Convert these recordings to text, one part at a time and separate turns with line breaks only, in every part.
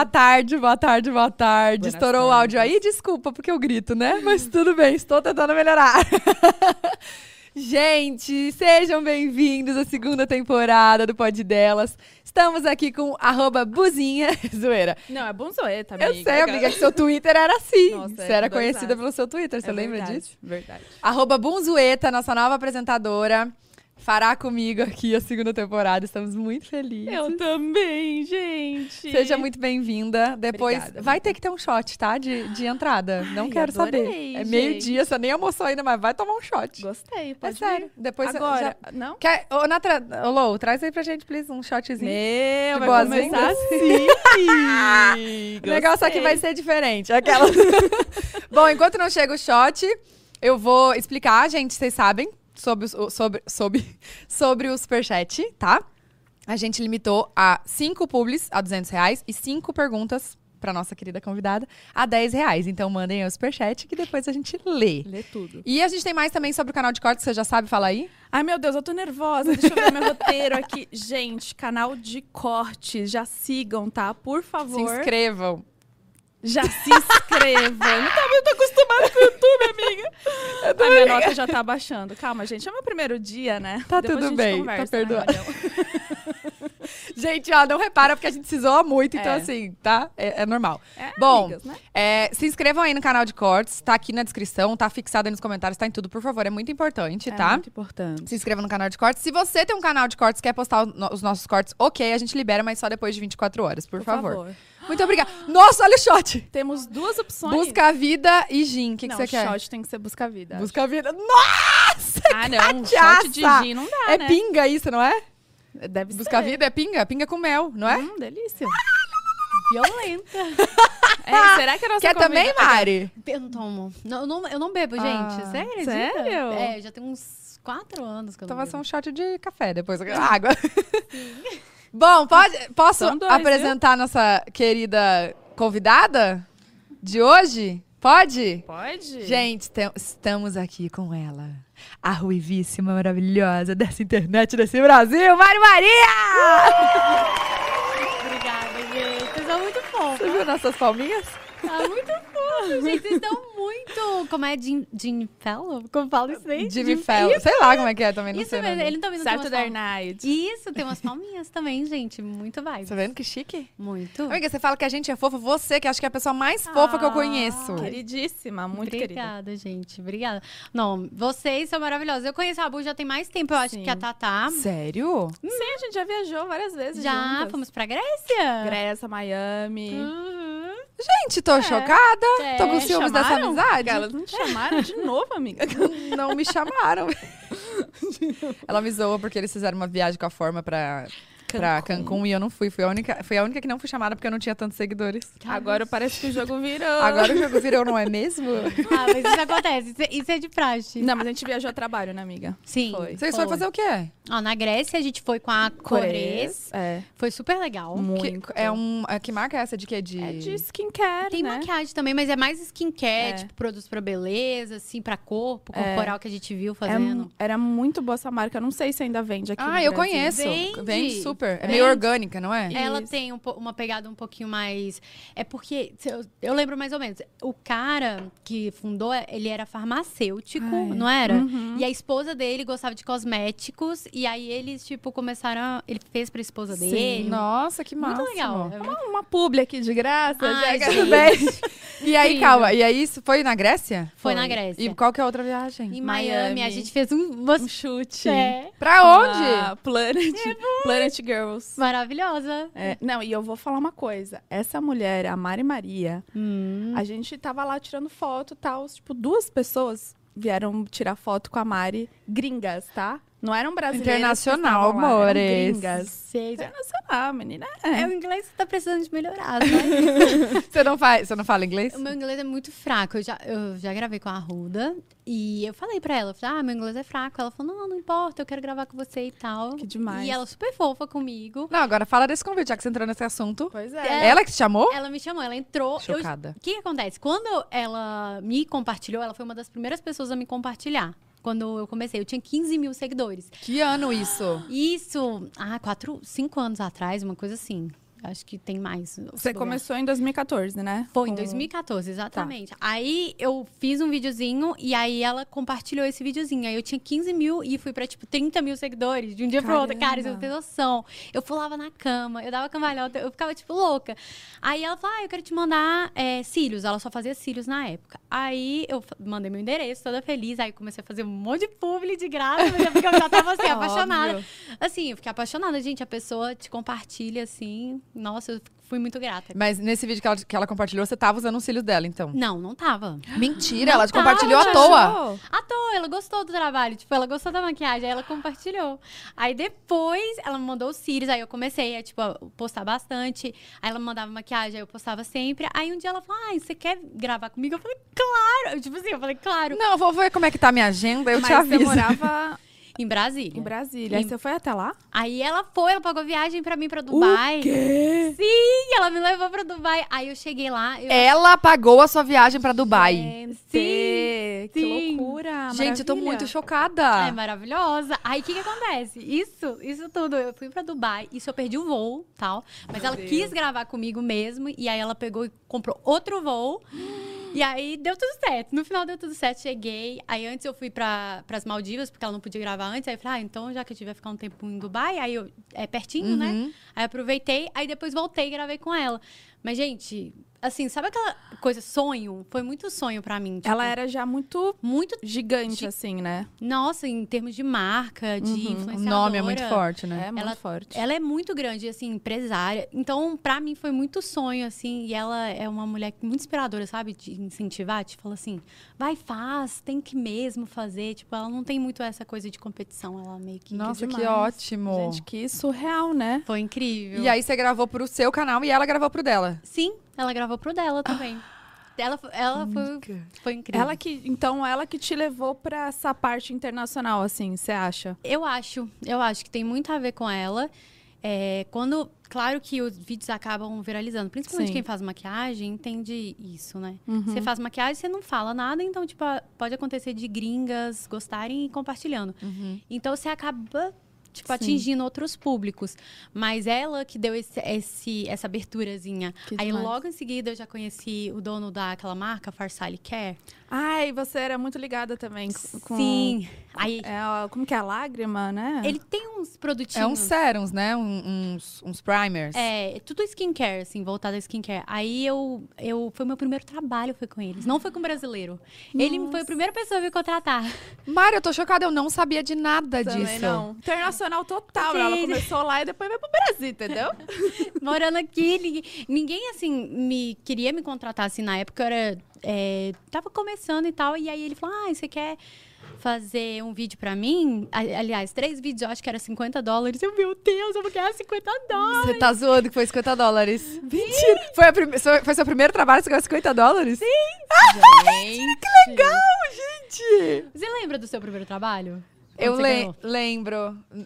É, tarde, boa tarde, boa tarde.
Buenas
Estourou o
tardes.
áudio aí? Desculpa, porque eu grito, né? Mas tudo bem, estou tentando melhorar. Gente, sejam bem-vindos à segunda temporada do Pod Delas. Estamos aqui com arroba buzinha, zoeira.
Não, é bonzoeta, amiga.
Eu sei, amiga, que seu Twitter era assim.
Nossa,
você
é
era
dois
conhecida
lados.
pelo seu Twitter, você
É
lembra
verdade,
disso?
Verdade.
Arroba Bunzueta, nossa nova apresentadora, fará comigo aqui a segunda temporada. Estamos muito felizes.
Eu também, gente.
Seja muito bem-vinda. Depois
Obrigada,
vai ter que ter um shot, tá? De, de entrada. Não quero
adorei,
saber. É
gente.
meio-dia, você nem almoçou ainda, mas vai tomar um shot.
Gostei,
é
pode
sério. Depois
Depois
você
Agora,
já-
não?
Quer... Ô, Natra... Ô, Lou, traz aí pra gente, please, um shotzinho.
Meu,
De
vai
boas-vindas.
começar assim.
O negócio aqui vai ser diferente. Aquela. Bom, enquanto não chega o shot, eu vou explicar, gente, vocês sabem, sobre, os- o- sobre, sobre, sobre o Superchat, tá? A gente limitou a cinco publis a 200 reais e cinco perguntas pra nossa querida convidada a 10 reais. Então mandem aí o Superchat que depois a gente lê.
Lê tudo.
E a gente tem mais também sobre o canal de cortes, você já sabe falar aí?
Ai, meu Deus, eu tô nervosa. Deixa eu ver meu roteiro aqui. Gente, canal de cortes. Já sigam, tá? Por favor.
Se inscrevam.
Já se inscrevam. Eu
Tá,
não tô, eu tô acostumada com o YouTube, amiga. A minha nota já tá baixando. Calma, gente. É meu primeiro dia, né?
Tá
Depois
tudo
a gente
bem, tá
conversa, né,
perdoado.
Mariel?
Gente, ó, não repara porque a gente se zoa muito, então
É.
assim, tá? É, é normal.
É,
Bom,
amigas, né?
É, se inscrevam aí no canal de cortes, tá aqui na descrição, tá fixado aí nos comentários, tá em tudo, por favor, é muito importante,
É
tá?
muito importante.
Se inscreva no canal de cortes. Se você tem um canal de cortes, quer postar o- no- os nossos cortes, ok, a gente libera, mas só depois de 24 horas, por, favor. Muito obrigada. Nossa, olha o shot!
Temos duas opções.
Busca a vida e gin, o que, que
não,
você quer?
shot É tem que ser busca vida.
Busca a vida. Nossa,
Ah, não.
cachaça!
Shot de gin não dá,
é
né?
pinga isso, não é?
Deve
Busca a
ser.
vida é pinga? Pinga com mel, não é?
Hum, delícia. Violenta. É, será que a nossa
quer também,
convidada-
Mari?
Eu não tomo. Não, eu, não, eu não bebo, gente.
Ah,
Você acredita?
sério?
É, já tem uns quatro anos que eu não
Toma
bebo.
só um shot de café depois. Água. Bom, pode- posso
São dois,
apresentar nossa querida convidada de hoje? Pode?
Pode?
Gente, te- estamos aqui com ela. A ruivíssima, maravilhosa dessa internet, desse Brasil, Mari Maria!
Obrigada, gente. Vocês são muito fofos.
Você viu nossas palminhas?
Tá muito fofo, gente. Vocês estão muito... Como é Jim, Jim Fellow? Como fala isso aí?
Jimmy Fallon. Sei lá como é que é também, não
Isso
sei. o
mesmo.
nome.
Ele também não tem umas
Saturday
palmas.
Night.
Isso, tem umas palminhas também, gente. Muito vibe.
Tá vendo que chique?
Muito.
Amiga, você fala que a gente é fofa, você que acho que é a pessoa mais fofa que eu
Ah,
conheço.
Queridíssima, muito querida.
Obrigada, gente. Obrigada. Não, vocês são maravilhosos. Eu conheço a Bu já tem mais tempo, eu acho,
Sim.
que a Tatá.
Sério?
Sim, a gente já viajou várias vezes
Já
juntas. É. Hum,
fomos pra Grécia?
Grécia, Miami.
Uhum.
Gente, tô chocada.
É.
Tô com ciúmes dessa
chamaram?
amizade.
Elas não te chamaram de novo, amiga.
Não me chamaram. Ela me zoou porque eles fizeram uma viagem com a forma pra, pra Cancún e eu não fui. Fui a, única, fui a única que não fui chamada porque eu não tinha tantos seguidores.
Agora parece que o jogo virou.
Agora o jogo virou, não é mesmo?
Ah, mas isso acontece. Isso é, isso é de praxe.
Não, mas a gente viajou a trabalho, né, amiga?
Sim.
Foi.
Vocês foram fazer o quê?
Ó, na Grécia, a gente foi com a Cores.
É.
Foi super legal.
Muito.
Que, é um, é, que marca é essa de quê? De...
É de skincare,
Tem
né?
maquiagem também, mas é mais skincare,
É.
tipo, produtos pra beleza, assim, pra corpo, corporal que a gente viu fazendo.
É, era muito boa essa marca. Eu não sei se ainda vende aqui. no
Ah, eu
Brasil.
conheço.
Vende.
Vem super. É
Vende.
meio orgânica, não é?
É.
Ela
Isso.
tem um po- uma pegada um pouquinho mais. É porque, se eu, eu lembro mais ou menos, o cara que fundou, ele era farmacêutico,
Ah, é.
não era?
Uhum.
E a esposa dele gostava de cosméticos, e aí eles, tipo, começaram. a- Ele fez pra esposa
Sim.
dele.
Nossa, que massa.
Muito legal. É
Uma, uma publi aqui de graça.
Ai,
já-
gente.
Tudo bem. E aí, calma. E aí, isso foi na Grécia?
Foi na Grécia.
E qual que é a outra viagem?
Em Miami,
Miami.
a gente fez um, umas
Um chute.
é,
Pra onde?
Ah, Planet. Planet Girls.
maravilhosa.
É, não, e eu vou falar uma coisa. Essa mulher, a Mari Maria,
Hum.
a gente tava lá tirando foto e tal. Tipo, duas pessoas vieram tirar foto com a Mari. Gringas, tá? Não eram brasileiras. que
Internacional,
estavam lá, eram
amores.
Gringas.
Sei,
Internacional, menina.
É, o inglês tá precisando de melhorar, sabe?
Você não, faz, você não fala inglês?
o meu inglês é muito fraco. Eu já, eu já gravei com a Ruda e eu falei pra ela, eu falei, ah, meu inglês é fraco. Ela falou, não, não importa, eu quero gravar com você e tal.
Que demais.
E ela é super fofa comigo.
Não, agora fala desse convite, já que você entrou nesse assunto.
Pois
É.
Ela que te chamou?
Ela me chamou, ela entrou. eu-
Chocada.
O que, que acontece? Quando ela me compartilhou, ela foi uma das primeiras pessoas a me compartilhar. Quando eu comecei, eu tinha 15 mil seguidores.
Que ano isso?
Isso, ah, quatro, cinco anos atrás, uma coisa assim. Acho que tem mais. se
Você
bobear.
começou em 2014, né?
Foi em
Com-
2014, exatamente. Aí eu fiz um videozinho e aí ela compartilhou esse videozinho. Aí eu tinha 15 mil e fui pra, tipo, 30 mil seguidores de um dia pro outro. Cara, você não
Caramba.
tem noção. Eu pulava na cama, eu dava cambalhota, eu ficava, tipo, louca. Aí ela falou, ah, eu quero te mandar é, cílios. Ela só fazia cílios na época. Aí eu fa- mandei meu endereço, toda feliz. Aí comecei a fazer um monte de publi de graça, mas é porque eu já tava, assim, apaixonada.
Óbvio.
Assim, eu fiquei apaixonada, gente. A pessoa te compartilha, assim. Nossa, eu fui muito grata.
Mas nesse vídeo que ela, que ela compartilhou, você tava usando os cílios dela, então.
Não, não tava.
Mentira, ela te
tava,
compartilhou à
te
toa.
À toa, ela gostou do trabalho, tipo, ela gostou da maquiagem, aí ela compartilhou. Aí depois ela me mandou os cílios, aí eu comecei a, tipo, a postar bastante. Aí ela me mandava maquiagem, aí eu postava sempre. Aí um dia ela falou: Ai, você quer gravar comigo? Eu falei, claro! Eu, tipo assim, eu falei, claro.
Não, eu vou ver como é que tá a minha agenda, eu
Mas
te aviso.
você morava
Em Brasília.
em Brasília. Aí
É. Em-
você foi até lá?
Aí ela foi, ela pagou viagem pra mim pra Dubai.
quê?
Sim, ela me levou pra Dubai. Aí eu cheguei lá,
É
eu.
Ela pagou a sua viagem pra
É,
Dubai.
Sim!
que
sim.
loucura.
Gente, eu tô
ah, maravilha.
muito
É
chocada.
maravilhosa. Aí o que, que acontece? Isso, isso tudo. Eu fui pra Dubai, isso eu perdi o voo tal. Mas ela quis gravar comigo mesmo. E aí ela pegou e comprou outro voo. E aí deu tudo certo. No final deu tudo certo, cheguei. Aí antes eu fui para as Maldivas, porque ela não podia gravar antes. Aí eu falei, ah, então já que eu tiver ficar um tempo em Dubai, aí eu, é pertinho,
Uhum.
né? Aí aproveitei, aí depois voltei e gravei com ela. Mas, gente, assim, sabe aquela coisa, sonho? Foi muito sonho pra mim. tipo,
Ela é era já muito
muito
gigante,
Gi-
assim, né? Uhum.
nossa, em termos de marca, de
Uhum. O
influenciadora.
nome é muito forte, né?
É muito
Ela-
forte.
Ela é muito grande, assim, empresária. Então, pra mim, foi muito sonho, assim. E ela é uma mulher muito inspiradora, sabe? De incentivar, te fala assim, vai, faz, tem que mesmo fazer. Tipo, ela não tem muito essa coisa de competição. Ela meio que...
Nossa, que
demais.
ótimo.
Gente, que surreal, né?
Foi incrível.
E aí você gravou pro seu canal e ela gravou pro dela.
Sim, ela gravou pro dela também. Ela, fo- ela
Hum.
foi, foi incrível.
Ela que, então, ela que te levou pra essa parte internacional, assim, você acha?
Eu acho, eu acho que tem muito a ver com ela. É, quando, claro que os vídeos acabam viralizando, principalmente
Sim. Uhum.
quem faz maquiagem entende isso, né? Você faz maquiagem, você não fala nada, então tipo a- pode acontecer de gringas gostarem e compartilhando. Então você acaba tipo
Uhum. Sim.
atingindo outros públicos, mas ela que deu esse, esse- essa aberturazinha.
Que
Aí
demais.
logo em seguida eu já conheci o dono daquela marca Farsali Care.
Ai, você era muito ligada também c- com...
Sim. Aí
É, a- como que é? A lágrima, né?
ele tem uns produtinhos.
É uns serums, né? Um- uns, uns primers.
É, tudo skincare, assim, voltado a skincare. Aí eu, eu. Foi meu primeiro trabalho, foi com eles. Não foi com um brasileiro. Ele foi a primeira pessoa a me contratar.
Mário, eu tô chocada, eu não sabia de nada
Também
disso.
não. Internacional total. Ela
Sim.
começou lá e depois veio pro Brasil, entendeu?
Morando aqui, ninguém, ninguém, assim, me queria me contratar assim na época. Eu era. é, tava começando e tal. E aí ele falou: Ah, você quer fazer um vídeo pra mim? A- Aliás, três vídeos, eu acho que era 50 dólares. Eu, meu Deus, eu vou ganhar 50 dólares.
Você tá zoando que foi 50 dólares. Mentira! Foi, a prime- so- foi seu primeiro trabalho, você ganhou 50 dólares? Sim!
que legal!
Gente!
Você lembra do seu primeiro trabalho? Quando
Eu
você
le-
ganhou?
lembro.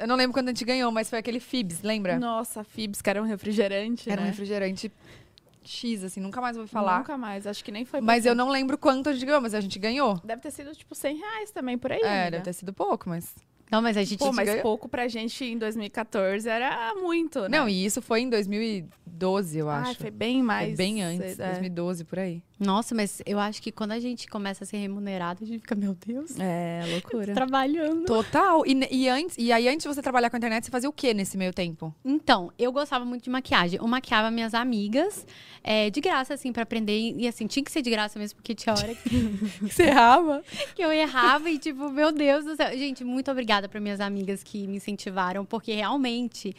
Eu não lembro quando a gente ganhou, mas foi aquele Fibs, lembra?
Nossa, Fibs, que era um refrigerante,
Era um
né?
refrigerante X, assim, nunca mais vou falar.
Nunca mais, acho que nem foi.
Mas
pra
eu não lembro quanto a gente ganhou, mas a gente ganhou.
Deve ter sido tipo 100 reais também por aí.
É,
amiga.
deve ter sido pouco, mas.
Não, mas a gente.
Pô, mas
ganhou.
pouco pra gente em 2014 era muito, né?
Não, e isso foi em 2012, eu acho.
Ai, foi bem mais.
Foi bem antes,
É.
2012, por aí.
Nossa, mas eu acho que quando a gente começa a ser remunerado, a gente fica, meu Deus,
É, loucura.
trabalhando.
Total. E, ne- e antes, e aí, antes de você trabalhar com a internet, você fazia o que nesse meio tempo?
Então, eu gostava muito de maquiagem. Eu maquiava minhas amigas, é, de graça, assim, pra aprender. E assim, tinha que ser de graça mesmo, porque tinha hora que
Você errava?
que eu errava e tipo, meu Deus do céu. Gente, muito obrigada para minhas amigas que me incentivaram, porque realmente.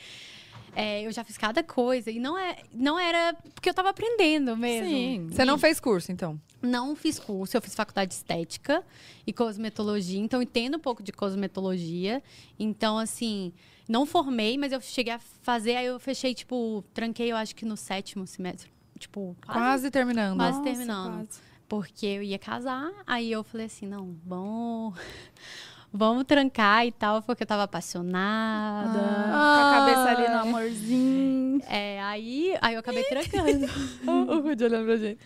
é, eu já fiz cada coisa e não, é, não era porque eu tava aprendendo mesmo.
Sim.
Você não fez curso, então.
Não fiz curso, eu fiz faculdade de estética e cosmetologia, então eu entendo um pouco de cosmetologia. Então, assim, não formei, mas eu cheguei a fazer, aí eu fechei, tipo, tranquei, eu acho que no sétimo semestre. Tipo,
Quase,
quase.
terminando.
quase
Nossa,
terminando.
quase.
Porque eu ia casar, aí eu falei assim: não, bom. vamos trancar e tal, porque eu tava apaixonada.
Ah, Com a cabeça ali no amorzinho.
É, aí, aí eu acabei trancando.
O Rudy olhando pra gente.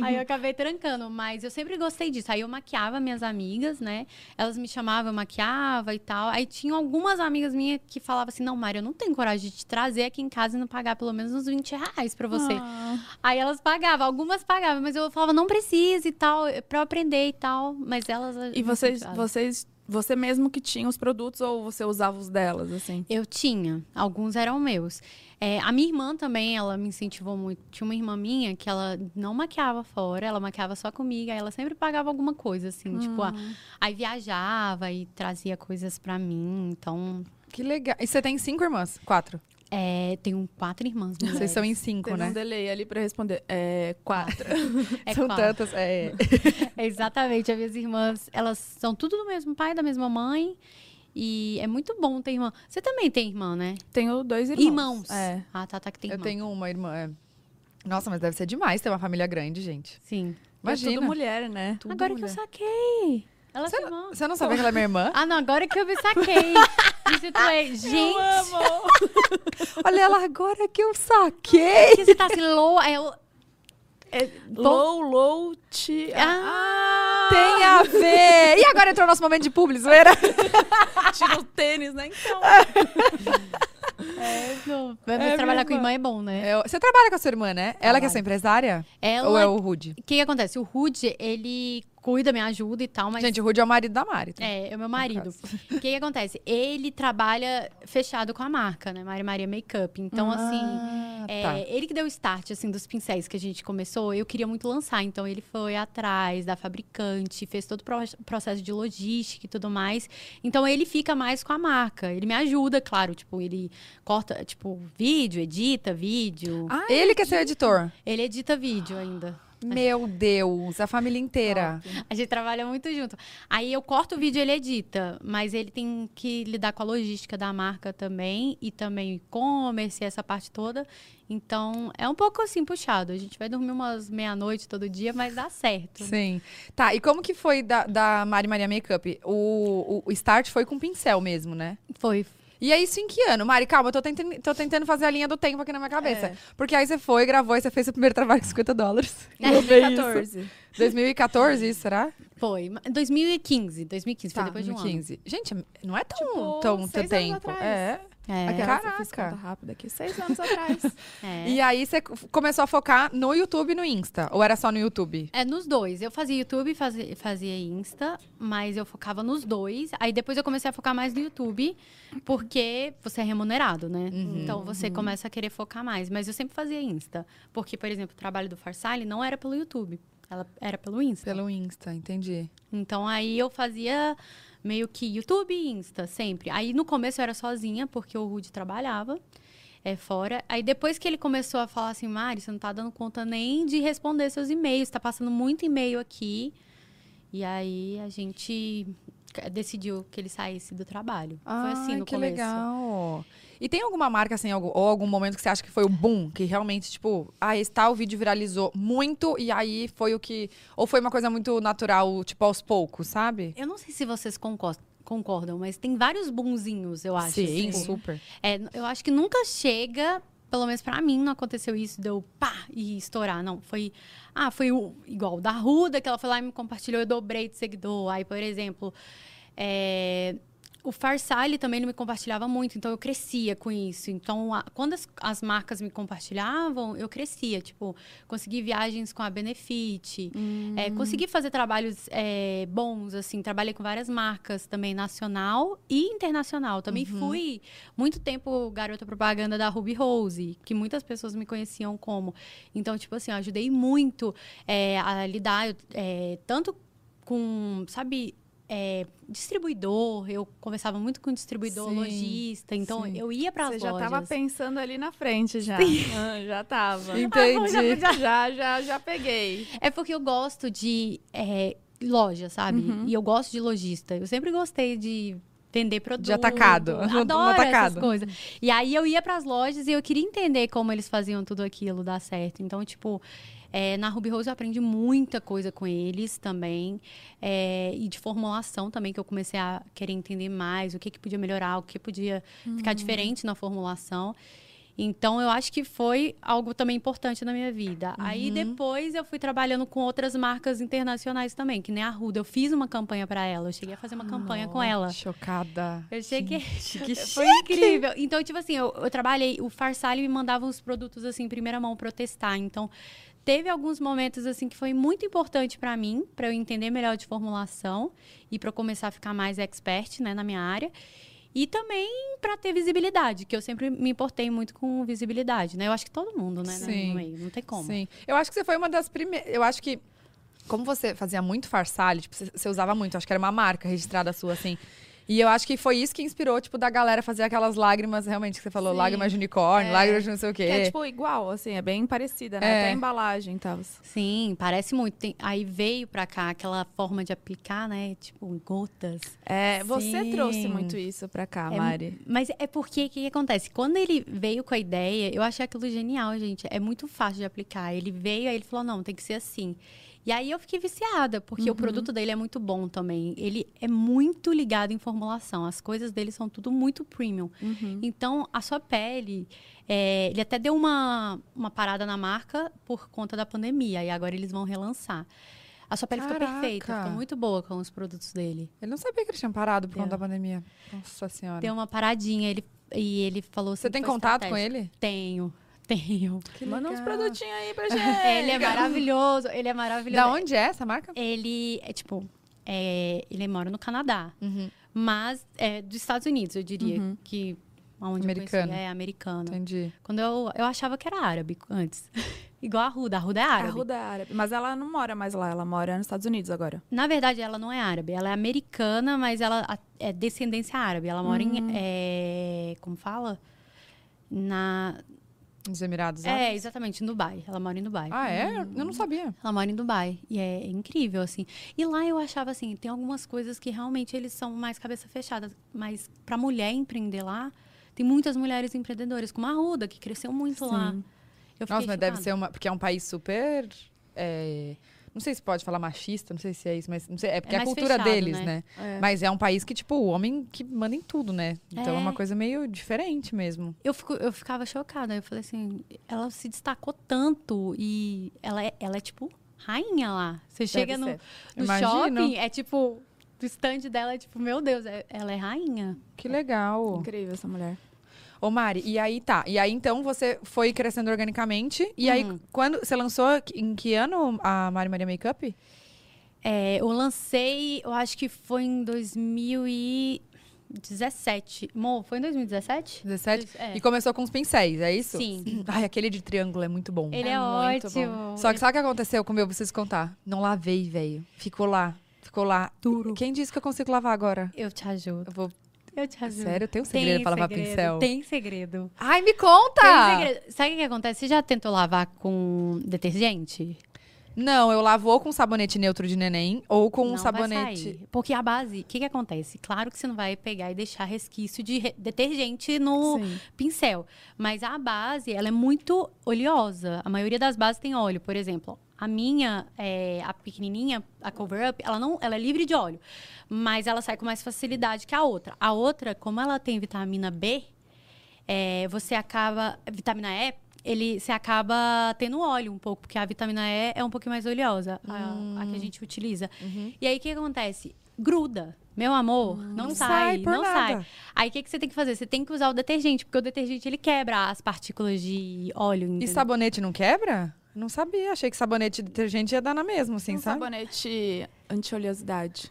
Aí eu acabei trancando, mas eu sempre gostei disso. Aí eu maquiava minhas amigas, né? Elas me chamavam, eu maquiava e tal. Aí tinham algumas amigas minhas que falavam assim: não, Mari, eu não tenho coragem de te trazer aqui em casa e não pagar pelo menos uns 20 reais pra você.
Ah.
Aí elas pagavam, algumas pagavam, mas eu falava, não precisa e tal, é pra eu aprender e tal. Mas elas.
E vocês,
Ah,
vocês, você mesmo que tinha os produtos ou você usava os delas, assim?
Eu tinha, alguns eram meus. É, a minha irmã também, ela me incentivou muito. Tinha uma irmã minha que ela não maquiava fora, ela maquiava só comigo, aí ela sempre pagava alguma coisa, assim, tipo, ah,
Hum.
aí viajava e trazia coisas pra mim. Então,
Que legal. E você tem cinco irmãs? Quatro.
é, tenho quatro irmãs. É
Vocês são em
mulheres.
cinco,
Teve um
né?
delay ali pra responder. É, quatro.
É
são
quatro.
tantas. É.
Exatamente, as minhas irmãs, elas são tudo do mesmo pai, da mesma mãe. E é muito bom ter irmã. Você também tem irmã, né?
Tenho dois irmãos.
Irmãos.
É.
Ah, tá, tá que tem
Eu
irmã.
tenho uma irmã. é. Nossa, mas deve ser demais ter uma família grande, gente.
Sim.
Imagina.
Imagina.
tudo mulher, né?
Tudo Agora que eu saquei. Ela é irmã.
Você não sabia que ela é minha irmã?
Ah, não, agora que eu me saquei. Me situei. Gente,
amo!
Olha ela agora que eu saquei.
que você tá assim, low. É, eu-
É, low, low, ti...
Ah!
Tem a ver. E agora entrou o nosso momento de publi, zoeira.
Ah, tira o tênis, né? Então...
é, não. Mas
minha
trabalhar com
irmã.
irmã é bom, né?
É, você trabalha com a sua irmã, né? Ela que é
Trabalho.
sua empresária?
Ela.
Ou é
o
o Rude?
que, que acontece? O Rude, ele cuida, me ajuda e tal, mas.
Gente, o Rude é o marido da Mari. tá?
É, é o meu marido. O que, que acontece? Ele trabalha fechado com a marca, né? Maria Maria Makeup. Então, assim.
Ah,
É,
tá.
Ele que deu o start, assim, dos pincéis que a gente começou. Eu queria muito lançar, então ele foi atrás da fabricante, fez todo o pro- processo de logística e tudo mais. Então ele fica mais com a marca. Ele me ajuda, claro. Tipo, ele corta, tipo, vídeo, edita vídeo.
Ah,
Ele que é seu editor.
Ele edita vídeo ainda.
Meu Deus, a família inteira.
A gente trabalha muito junto. Aí eu corto o vídeo e ele edita, mas ele tem que lidar com a logística da marca também e também o e-commerce, essa parte toda. Então é um pouco assim puxado. A gente vai dormir umas meia-noite todo dia, mas dá certo.
Sim. Tá, e como que foi da, da Mari Maria Makeup? O, o, o start foi com pincel mesmo, né?
Foi.
E é isso em que ano? Mari, calma, eu tô tentando, tô tentando fazer a linha do tempo aqui na minha cabeça. Porque aí você foi, gravou, aí você fez o primeiro trabalho com 50 dólares.
É,
2014.
2014, isso, será? Tá,
Foi. 2015. 2015, foi depois de um ano.
2015. Gente, não é tão,
Tipo,
tão
seis anos
tempo.
atrás.
É.
É,
Aquela-
Caraca. Eu fiz
Caraca.
conta rápida aqui. Seis anos atrás.
é.
E aí você c- começou a focar no YouTube e no Insta? Ou era só no YouTube?
É, nos dois. Eu fazia YouTube, fazia, fazia Insta, mas eu focava nos dois. Aí depois eu comecei a focar mais no YouTube, porque você é remunerado, né? Então você começa a querer focar mais. Mas eu sempre fazia Insta. Porque, por exemplo, o trabalho do Farsali não era pelo YouTube. Ela era pelo Insta.
Pelo Insta, entendi.
Então aí eu fazia meio que YouTube e Insta, sempre. Aí no começo eu era sozinha, porque o Rude trabalhava é, fora. Aí depois que ele começou a falar assim, Mari, você não tá dando conta nem de responder seus e-mails, tá passando muito e-mail aqui. E aí a gente eh, decidiu que ele saísse do trabalho. Foi assim
Ai,
no
que
começo.
legal. E tem alguma marca, assim, algum- ou algum momento que você acha que foi o boom? Que realmente, tipo, ah, esse tal vídeo viralizou muito e aí foi o que... Ou foi uma coisa muito natural, tipo, aos poucos, sabe?
Eu não sei se vocês concor- concordam, mas tem vários bonzinhos, eu acho.
Sim,
tipo,
super.
É, n- eu acho que nunca chega, pelo menos pra mim, não aconteceu isso, deu pá e estourar. Não, foi. Ah, foi o, igual o da Ruda, que ela foi lá e me compartilhou, eu dobrei de seguidor. Aí, por exemplo, é, o Farsali também não me compartilhava muito, então eu crescia com isso. Então, a- quando as, as marcas me compartilhavam, eu crescia. Tipo, consegui viagens com a Benefit, é,
Hum.
consegui fazer trabalhos é, bons, assim. Trabalhei com várias marcas também, nacional e internacional. Também
Uhum.
fui muito tempo garota propaganda da Ruby Rose, que muitas pessoas me conheciam como. Então, tipo assim, eu ajudei muito é, a lidar, eu, é, tanto com, sabe, é, distribuidor, eu conversava muito com distribuidor,
Sim,
lojista, então
sim.
eu ia para
Você
as
já
lojas.
tava pensando ali na frente, já. Ah, já tava.
Entendi.
Ah, Já, já, já peguei.
É porque eu gosto de é, loja, sabe?
Uhum.
E eu gosto de lojista. Eu sempre gostei de vender produto.
atacado, no- no
Adoro
atacado.
essas coisas. E aí eu ia pras lojas e eu queria entender como eles faziam tudo aquilo dar certo. Então, tipo, é, É, na Ruby Rose eu aprendi muita coisa com eles também. é, e de formulação também, que eu comecei a querer entender mais o que, que podia melhorar, o que podia ficar diferente na formulação. Então, eu acho que foi algo também importante na minha vida. Aí, depois, eu fui trabalhando com outras marcas internacionais também, que nem a Ruda. Eu fiz uma campanha para ela, eu cheguei a fazer uma campanha com ela.
Chocada.
Eu cheguei.
Chique,
Foi
chique.
incrível. Então, tipo assim, eu, eu trabalhei, o Farsalho me mandava os produtos assim em primeira mão para eu testar. Então, teve alguns momentos assim que foi muito importante para mim, para eu entender melhor de formulação e para eu começar a ficar mais expert, né, na minha área. E também para ter visibilidade, que eu sempre me importei muito com visibilidade, né? Eu acho que todo mundo, né,
Sim.
no meio, não tem como.
Sim. Eu acho que você foi uma das primeiras. Eu acho que. Como você fazia muito farsalho, tipo, você- você usava muito, acho que era uma marca registrada sua, assim. E eu acho que foi isso que inspirou, tipo, da galera fazer aquelas lágrimas, realmente, que você falou,
Sim.
lágrimas de unicórnio,
É.
lágrimas de não sei o quê.
Que é tipo igual, assim, é bem parecida, né?
É.
Até a embalagem e tal.
Sim, parece muito. Tem- aí veio pra cá aquela forma de aplicar, né? Tipo, gotas.
É, você
Sim.
trouxe muito isso pra cá,
É
Mari.
Mas é porque o que, que acontece? Quando ele veio com a ideia, eu achei aquilo genial, gente. É muito fácil de aplicar. Ele veio, aí ele falou: não, tem que ser assim. E aí eu fiquei viciada, porque
Uhum.
o produto dele é muito bom também. Ele é muito ligado em formulação. As coisas dele são tudo muito premium.
Uhum.
Então, a sua pele. é, ele até deu uma, uma parada na marca por conta da pandemia. E agora eles vão relançar. A sua pele fica
Caraca!
perfeita, fica muito boa com os produtos dele.
Eu não sabia que eles tinham parado por
Deu.
conta da pandemia. Nossa senhora.
Deu uma paradinha, ele, e ele falou assim.
Você tem
que foi
contato com
estratégico.
ele?
Tenho, tenho.
Manda uns
legal.
produtinhos aí pra gente.
ele é maravilhoso, ele é maravilhoso.
Da onde é essa marca?
Ele é tipo, é, ele mora no Canadá,
Uhum.
mas é dos Estados Unidos, eu diria
Uhum.
que onde eu
Americano.
conheci, é americano.
Entendi.
Quando eu, eu achava que era árabe antes. Igual a Ruda, a Ruda é árabe.
A Ruda é árabe. Mas ela não mora mais lá, ela mora nos Estados Unidos agora.
Na verdade, ela não é árabe, ela é americana, mas ela a- é descendência árabe. Ela mora
Hum.
em, é, como fala? Na,
Nos Emirados Árabes.
é, exatamente, em Dubai. Ela mora em Dubai.
Ah, é? Eu não sabia.
Ela mora em Dubai e é incrível, assim. E lá eu achava, assim, tem algumas coisas que realmente eles são mais cabeça fechada. Mas pra mulher empreender lá, tem muitas mulheres empreendedoras, como a Ruda, que cresceu muito lá.
Sim.
Eu
Nossa,
fiquei
mas deve
chocada.
ser uma. Porque é um país super. é, Não sei se pode falar machista, não sei se é isso, mas não sei, é porque é a
mais
cultura
fechado,
deles,
né?
né? Mas é um país que, tipo, o homem que manda em tudo, né? Então é,
É.
uma coisa meio diferente mesmo.
Eu, fico- eu ficava chocada. Eu falei assim, ela se destacou tanto e ela é, ela é tipo, rainha lá. Você chega no,
ser.
no
Imagino.
shopping, é tipo, do stand dela, é tipo, meu Deus, é- ela é rainha.
Que legal.
Incrível essa mulher.
Ô, Mari, e aí tá. E aí, então, você foi crescendo organicamente. E aí,
Uhum.
quando. Você lançou em que ano a Mari Maria Makeup?
É, eu lancei, eu acho que foi em 2017. Mo, foi em 2017?
17?
É.
E começou com os pincéis, é isso?
Sim.
Ai, aquele de triângulo é muito bom.
Ele
É
é,
muito
ótimo.
Só que sabe o que aconteceu com o meu? Preciso contar. Não lavei, velho. Ficou lá. Ficou lá. Duro. Quem disse que eu consigo lavar agora?
Eu te ajudo.
Eu vou.
Eu te ajudo.
Sério? Tem um segredo pra lavar
segredo,
pincel? Tá.
Tem segredo.
Ai, me conta!
Tem segredo. Sabe o que acontece? Você já tentou lavar com detergente?
Não, eu lavo ou com sabonete neutro de neném ou com um
Não vai
sabonete.
sair. Porque a base, o que, que acontece? Claro que você não vai pegar e deixar resquício de re- detergente no
Sim.
Uhum.
pincel. Mas a base, ela é muito oleosa. A maioria das bases tem óleo, por exemplo. A minha, é, a pequenininha, a Cover Up, ela, não, ela é livre de óleo. Mas ela sai com mais facilidade que a outra. A outra, como ela tem vitamina B, é, você acaba... Vitamina E, ele, você acaba tendo óleo um pouco. Porque a vitamina E é um pouquinho mais oleosa. a- A,
Hum.
que a gente utiliza.
Uhum.
E aí, o que acontece? Gruda. Meu amor, não,
Hum. Não sai
sai,
por
não
nada.
sai. Aí o que, que você tem que fazer? Você tem que usar o detergente, porque o detergente ele quebra as partículas de óleo.
E
entendeu?
sabonete não quebra? Não sabia. Achei que sabonete e detergente ia dar na mesma, assim,
um
sabe?
sabonete anti-oleosidade.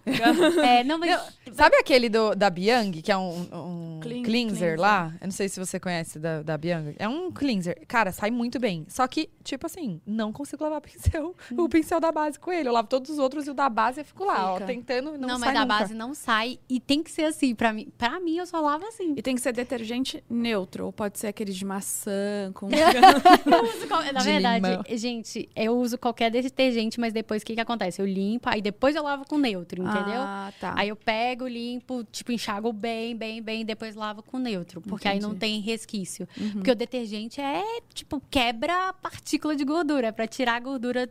É, não, mas
Sabe aquele do, da Biang, que é um, um
Clean-
cleanser,
cleanser.
lá? Eu não sei se você conhece da, da Biang. É um cleanser. Cara, sai muito bem. Só que, tipo assim, não consigo lavar pincel,
Hum.
o pincel da base com ele. Eu lavo todos os outros e o da base eu fico lá, ó,
Fica.
tentando. Não, sai
não, mas da
nunca.
base não sai. E tem que ser assim. Pra mim, pra mim eu só lavo assim.
E tem que ser detergente neutro, ou pode ser aquele de maçã com
Eu uso qual- Na
De
verdade,
limão.
gente, eu uso qualquer detergente, mas depois o que, que acontece? Eu limpo, aí depois eu lavo com neutro, entendeu?
Ah, tá.
Aí eu pego, limpo, tipo, enxago bem, bem, bem, depois lavo lava com neutro, porque aí não
Entendi.
tem resquício. Porque o detergente é, tipo, quebra a partícula de gordura, é pra tirar a gordura.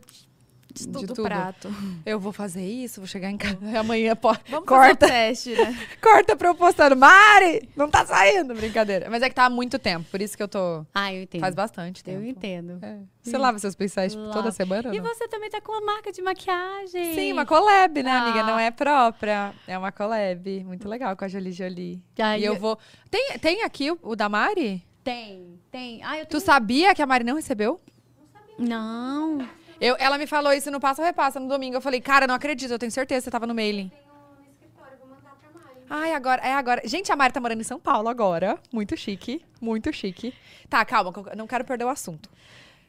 De
De
tudo,
tudo.
prato.
Eu vou fazer isso, vou chegar em casa amanhã, pô,
Vamos
corta,
fazer o teste, né?
um
corta pra eu postando. Mari, não tá saindo, brincadeira. Mas é que tá há muito tempo, por isso que eu tô...
Ah, eu entendo.
Faz bastante
eu
tempo.
entendo.
É. Você lava seus pincéis tipo, toda
Lavo.
semana? ou
E
não?
você também tá com uma marca de maquiagem.
Sim, uma collab, né, amiga?
Ah.
Não é própria. É uma collab. Muito legal com a Jolie Jolie.
Ai,
e eu
eu-
vou. Tem, tem aqui o, o da Mari?
Tem, tem. Ah, eu
Tu
tenho...
sabia que a Mari não recebeu?
Não.
Eu, ela me falou isso no Passa Repassa no domingo. Eu falei, cara, não acredito, eu tenho certeza que você tava no mailing. Ai, agora, é agora. Gente, a Mari tá morando em São Paulo agora. Muito chique, muito chique. Tá, calma, que eu não quero perder o assunto.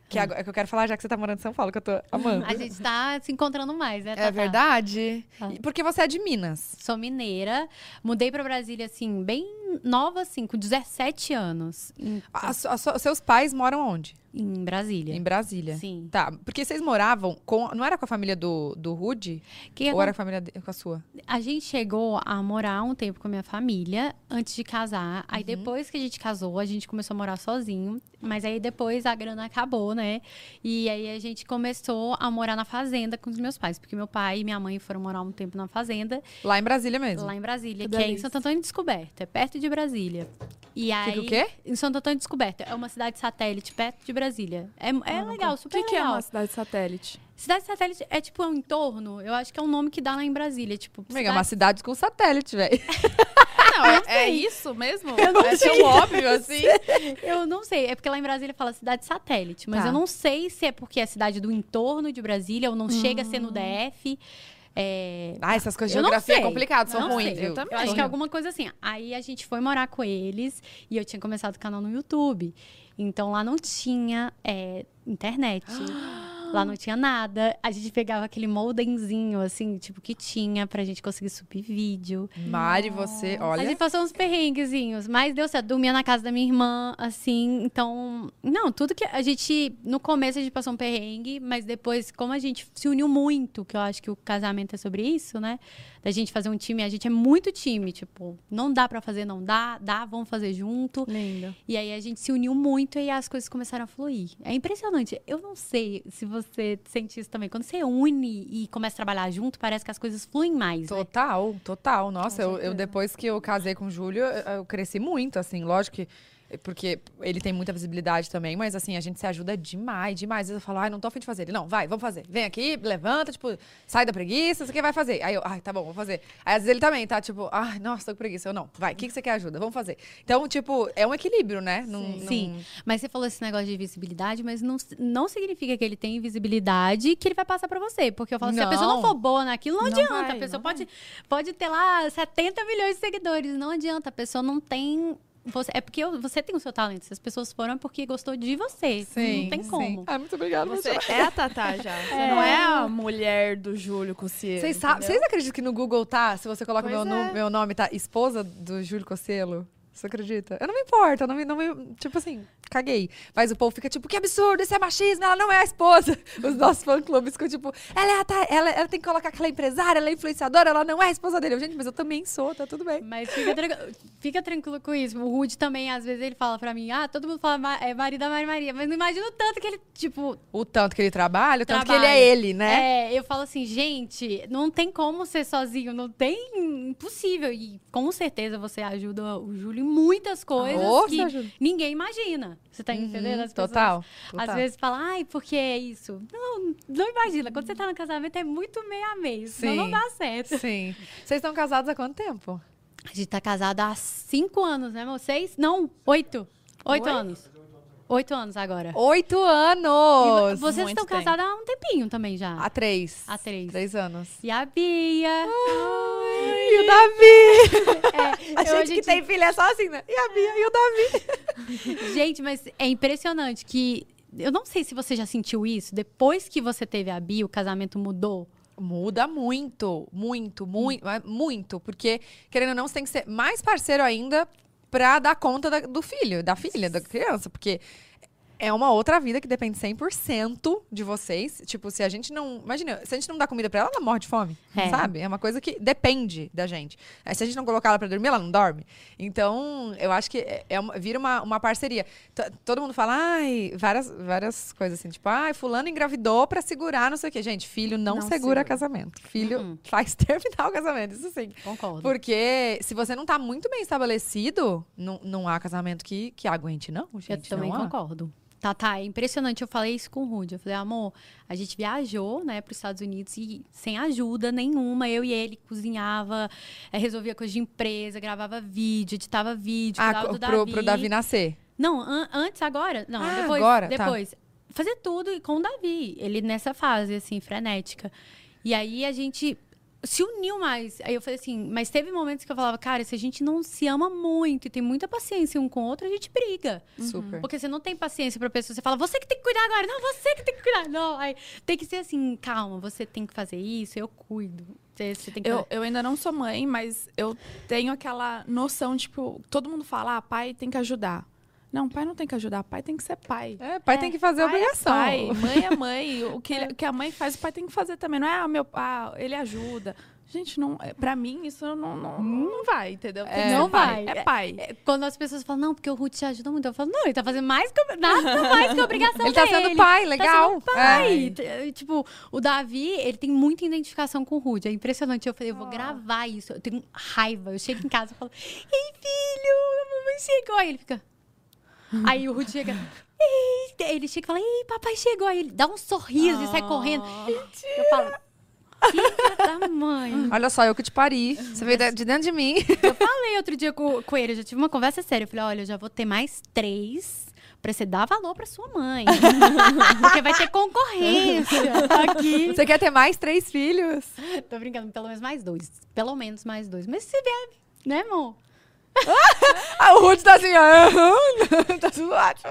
Que agora, que eu quero falar já que você tá morando em São Paulo, que eu tô amando.
Hum. A gente tá se encontrando mais, né?
É
Tatá?
verdade?
Tá.
E Porque você é de Minas.
Sou mineira. Mudei pra Brasília, assim, bem nova, assim, com 17 anos. Em,
A- a sua- seus pais moram onde?
em Brasília.
Em Brasília.
Sim.
Tá, porque vocês moravam com. Não era com a família do, do Rude?
Que
Ou era com a família de- com a sua?
A gente chegou a morar um tempo com a minha família antes de casar. Aí
Uhum.
depois que a gente casou, a gente começou a morar sozinho. Mas aí depois a grana acabou, né? E aí a gente começou a morar na fazenda com os meus pais. Porque meu pai e minha mãe foram morar um tempo na fazenda,
Lá em Brasília mesmo.
lá em Brasília,
Que
que é em
delícia.
Santo Antônio Descoberto, é perto de Brasília. E aí,
Fica o quê?
Em Santo Antônio Descoberto, é uma cidade satélite perto de Brasília. É, é legal,
O
super
que, que é
legal.
uma cidade satélite?
Cidade satélite é tipo um entorno, eu acho que é um nome que dá lá em Brasília. Tipo,
Amiga, é uma cidade com satélite, velho.
Não, é, é isso mesmo? é
sei.
tão
um
óbvio assim?
Eu não sei, é porque lá em Brasília fala cidade satélite, mas
Tá.
eu não sei se é porque é cidade do entorno de Brasília ou não chega a ser no DF. É,
Ah, essas coisas de
Eu não
geografia é
sei.
complicado, são
Não
ruins,
sei, eu
viu?
também.
eu acho
São
que é
ruins.
alguma coisa assim. Aí a gente foi morar com eles e eu tinha começado o canal no YouTube. Então lá não tinha é, internet. Lá não tinha nada. A gente pegava aquele moldenzinho, assim, tipo, que tinha pra gente conseguir subir vídeo.
Mari, você.
A
Olha.
gente passou uns perrenguezinhos, mas deu certo. Dormia na casa da minha irmã, assim. Então, não, tudo que a gente. No começo a gente passou um perrengue, mas depois, como a gente se uniu muito, que eu acho que o casamento é sobre isso, né? Da gente fazer um time, a gente é muito time. Tipo, não dá pra fazer, não dá, dá, vamos fazer junto.
Lindo.
E aí a gente se uniu muito e as coisas começaram a fluir. É impressionante. Eu não sei se você sente isso também. Quando você une e começa a trabalhar junto, parece que as coisas fluem mais. né?
Total, total. Nossa, eu, eu
certeza.
depois que eu casei com o Júlio, eu, eu cresci muito, assim, lógico que. Porque ele tem muita visibilidade também, mas assim, a gente se ajuda demais, demais. Às vezes eu falo, ai, não tô afim de fazer. Ele, não, vai, vamos fazer. Vem aqui, levanta, tipo, sai da preguiça, você que vai fazer. Aí eu, ai, tá bom, vou fazer. Aí às vezes ele também tá, tipo, ai, nossa, tô com preguiça. Eu, não, vai, o que, que você quer ajuda? Vamos fazer. Então, tipo, é um equilíbrio, né? Não- não-
Sim, mas você falou esse negócio de visibilidade, mas não, não significa que ele tem visibilidade que ele vai passar pra você. Porque eu falo, se a pessoa
Não.
não for boa naquilo, não,
Não
adianta.
vai,
a pessoa
não
pode, pode ter lá 70 milhões de seguidores, não adianta. A pessoa não tem. Você, é porque eu- você tem o seu talento. Se as pessoas foram, é porque gostou de você. não tem
sim.
como.
Ai, muito obrigada.
Você
Marcela.
é a Tatá já. Você não é a mulher do Júlio Cossier.
Vocês sa-
entendeu?
vocês acreditam que no Google tá, se você coloca
Pois
meu, no-
é.
meu nome, tá esposa do Júlio Cocelo? Você acredita? Eu não me importo, eu não me, não me- Tipo assim, caguei. Mas o povo fica tipo, que absurdo, isso é machismo, ela não é a esposa. Os nossos fã-clubes ficam tipo, ela é a ta- ela, ela tem que colocar que ela é empresária, ela é influenciadora, ela não é a esposa dele. Eu, Gente, mas eu também sou, tá tudo bem.
Mas fica, tranqu- fica tranquilo com isso. O Rude também, às vezes, ele fala pra mim: ah, todo mundo fala ma- é marido da Mari Maria. Mas não imagino tanto que ele, tipo,
O tanto que ele trabalha, o tanto que ele
Trabalha.
é ele, né?
É, eu falo assim, gente, não tem como ser sozinho, não tem impossível. E com certeza você ajuda o Júlio em muitas coisas
Nossa,
que
Júlio.
ninguém imagina. Você tá entendendo? As pessoas,
Uhum, Total. total.
Às vezes fala, ai, porque é isso. Não, não imagina. Quando você tá no casamento é muito meia a meio, senão
Sim.
não dá certo.
Sim. Vocês estão casados há quanto tempo?
A gente tá casada há cinco anos, né, amor? Seis? Não, oito. Oito
Oi?
anos. Oito anos agora.
Oito
É. E
anos!
vocês
muito
estão
tempo.
casadas há um tempinho também já.
Há três.
Há três.
Três anos.
E a Bia.
E o Davi!
É,
A
eu-
gente, que tem filha é só assim, né? E a Bia e o Davi.
Gente, mas é impressionante que. Eu não sei se você já sentiu isso. Depois que você teve a Bi, o casamento mudou.
Muda muito, muito, muito, mas muito. Porque, querendo ou não, você tem que ser mais parceiro ainda pra dar conta da- do filho, da filha, da criança. Porque é uma outra vida que depende 100% de vocês. Tipo, se a gente não. Imagina, se a gente não dá comida pra ela, ela morre de fome.
É.
Sabe? É uma coisa que depende da gente. Aí, se a gente não colocar ela pra dormir, ela não dorme. Então, eu acho que é, é uma- vira uma, uma parceria. T- todo mundo fala, ai, várias, várias coisas assim, tipo, ai, fulano engravidou pra segurar, não sei o quê. Gente, filho não,
Não
segura
segura.
casamento. Filho
Uhum.
faz terminar o casamento, isso sim.
Concordo.
Porque se você não tá muito bem estabelecido, não, não há casamento que, que aguente, não, gente.
eu também
não há.
concordo. Tá, tá, é impressionante. Eu falei isso com o Rude. Eu falei, amor, a gente viajou, né, para os Estados Unidos e sem ajuda nenhuma, eu e ele cozinhava, eh, resolvia coisa de empresa, gravava vídeo, editava vídeo,
Ah,
cuidava
co-
do
pro, pro Davi nascer.
Não, an- antes, agora. Não,
Ah,
depois.
agora, tá.
depois. Fazer tudo e com o Davi. Ele nessa fase, assim, frenética. E aí a gente se uniu mais. Aí eu falei assim, mas teve momentos que eu falava, cara, se a gente não se ama muito e tem muita paciência um com o outro, a gente briga.
Super.
Porque você não tem paciência pra pessoa. Você fala, você que tem que cuidar agora. Não, você que tem que cuidar. Não, aí tem que ser assim, calma, você tem que fazer isso, eu cuido. Você, você tem que
Eu, eu ainda não sou mãe, mas eu tenho aquela noção, tipo, todo mundo fala, ah, pai tem que ajudar. Não, pai não tem que ajudar, pai tem que ser pai.
É, pai tem que fazer
Pai é
obrigação.
pai, mãe é mãe, o que, ele- o que a mãe faz, o pai tem que fazer também. Não é, ah, meu ah, ele ajuda. Gente, não, é, pra mim isso não, não, não vai, entendeu? Tem que
É.
ser
Não
pai.
vai.
Hum. É pai.
Quando as pessoas falam, não, porque o Ruth te ajuda muito. Eu falo, não, ele tá fazendo mais que, nada mais que a obrigação
Ele tá
dele.
sendo pai, legal. É.
Tá sendo pai. T- Tipo, o Davi, ele tem muita identificação com o Rude. É impressionante. Eu falei, eu
Ah.
vou gravar isso. Eu tenho raiva. Eu chego em casa e falo, ei, filho, a mamãe chegou. Aí ele fica. Aí o Rude chega. "Ei", Ele chega e fala, ei, papai chegou. Aí ele dá um sorriso e sai correndo.
Ah.
Eu falo, filha da mãe.
É. Olha só, eu que te pari. Você veio de de dentro de mim.
Eu falei outro dia com, com ele, eu já tive uma conversa séria. Eu falei, olha, eu já vou ter mais três pra você dar valor pra sua mãe. Porque vai ter concorrência aqui.
Você quer ter mais três filhos?
Tô brincando, pelo menos mais dois. Pelo menos mais dois. Mas se vier, né, amor?
Ah, o Ruth tá assim, ó. tá tudo ótimo.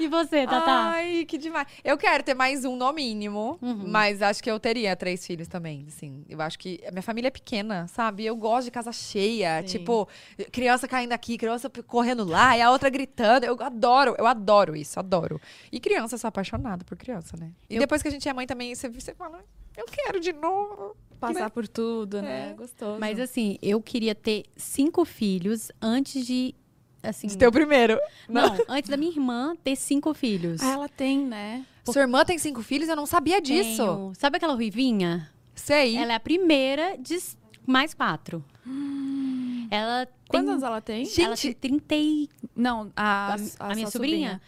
E você, Tatá?
Ai, que demais. Eu quero ter mais um no mínimo, mas acho que eu teria três filhos também, assim. Eu acho que a minha família é pequena, sabe? Eu gosto de casa cheia,
Sim.
tipo, criança caindo aqui, criança p- correndo lá e a outra gritando. Eu adoro, eu adoro isso, adoro. E criança, eu sou apaixonada por criança, né? E depois que a gente é mãe também, você, você fala, eu quero de novo.
Passar por tudo, né? Gostoso.
Mas assim, eu queria ter cinco filhos antes de. Assim,
De ter o primeiro.
não, antes da minha irmã ter cinco filhos.
Ah, ela tem, né?
Sua irmã tem cinco filhos, eu não sabia disso.
Tenho- Sabe aquela ruivinha?
Sei.
Ela é a primeira de s- mais quatro. Ela tem,
Quantos anos ela tem?
Gente,
ela tem 30 e...
Não, a,
A, a minha sobrinha,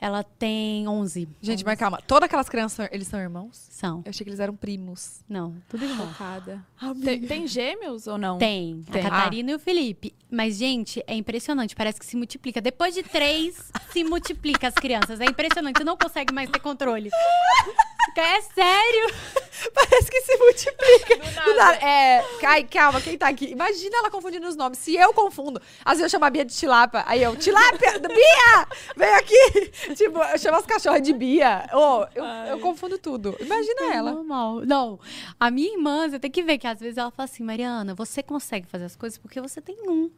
ela tem 11.
Gente, mas calma, todas aquelas crianças, eles são irmãos?
São.
Eu achei que eles eram primos.
Não, tudo irmão.
Focada. Tem, tem gêmeos ou não?
Tem, Ah.
Tem.
a Catarina e o Felipe. Mas, gente, é impressionante. Parece que se multiplica. Depois de três, se multiplica as crianças. É impressionante. Você não consegue mais ter controle. É sério.
Parece que se multiplica. Do nada. É, cai, calma, quem tá aqui? Imagina ela confundindo os nomes. Se eu confundo, às vezes eu chamo a Bia de Tilapa. Aí eu, Tilapia, Bia, vem aqui. Tipo, eu chamo as cachorras de Bia. Oh, eu, eu confundo tudo. Imagina
É
ela.
normal. Não, a minha irmã, você tem que ver que às vezes ela fala assim, Mariana, você consegue fazer as coisas porque você tem um.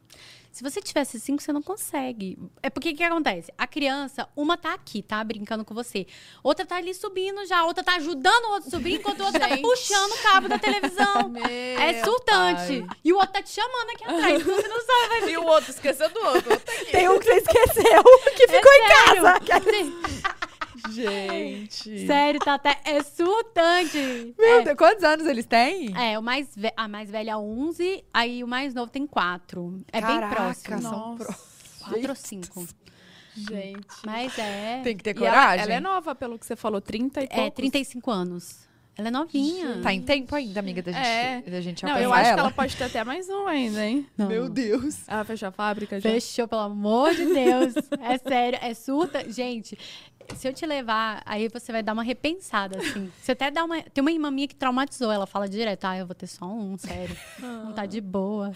Se você tivesse cinco, você não consegue. É porque o que acontece? A criança, uma tá aqui, tá brincando com você. Outra tá ali subindo já, outra tá ajudando o outro a subir, enquanto o outro tá
Gente.
puxando o cabo da
Ah,
televisão. é surtante. E o outro tá te chamando aqui atrás, então você não sabe.
E o outro esqueceu do outro.
Tem um que você esqueceu, que ficou em casa.
Gente.
Sério, tá até. É surtante.
Meu Deus, quantos anos eles têm?
É, o mais ve- a mais velha 11, aí o mais novo tem 4. É bem
Caraca,
próximo.
são
Nossa.
pro-
4 ou 5.
Gente.
Mas é.
Tem que ter
E ela,
coragem.
ela é nova, pelo que você falou, 30 e
É,
poucos.
35 anos. Ela é novinha.
Tá em tempo ainda, amiga, da gente,
É.
da gente
Não, eu
alcançar
acho que ela pode ter até mais um ainda, hein?
Não.
Deus.
Ela Ah, fechou a fábrica já.
Fechou, pelo amor de Deus. É sério, é surta. Gente, se eu te levar, aí você vai dar uma repensada, assim. Você até dá uma. Tem uma irmã minha que traumatizou. Ela fala direto, ah, eu vou ter só um, sério. Não tá de boa.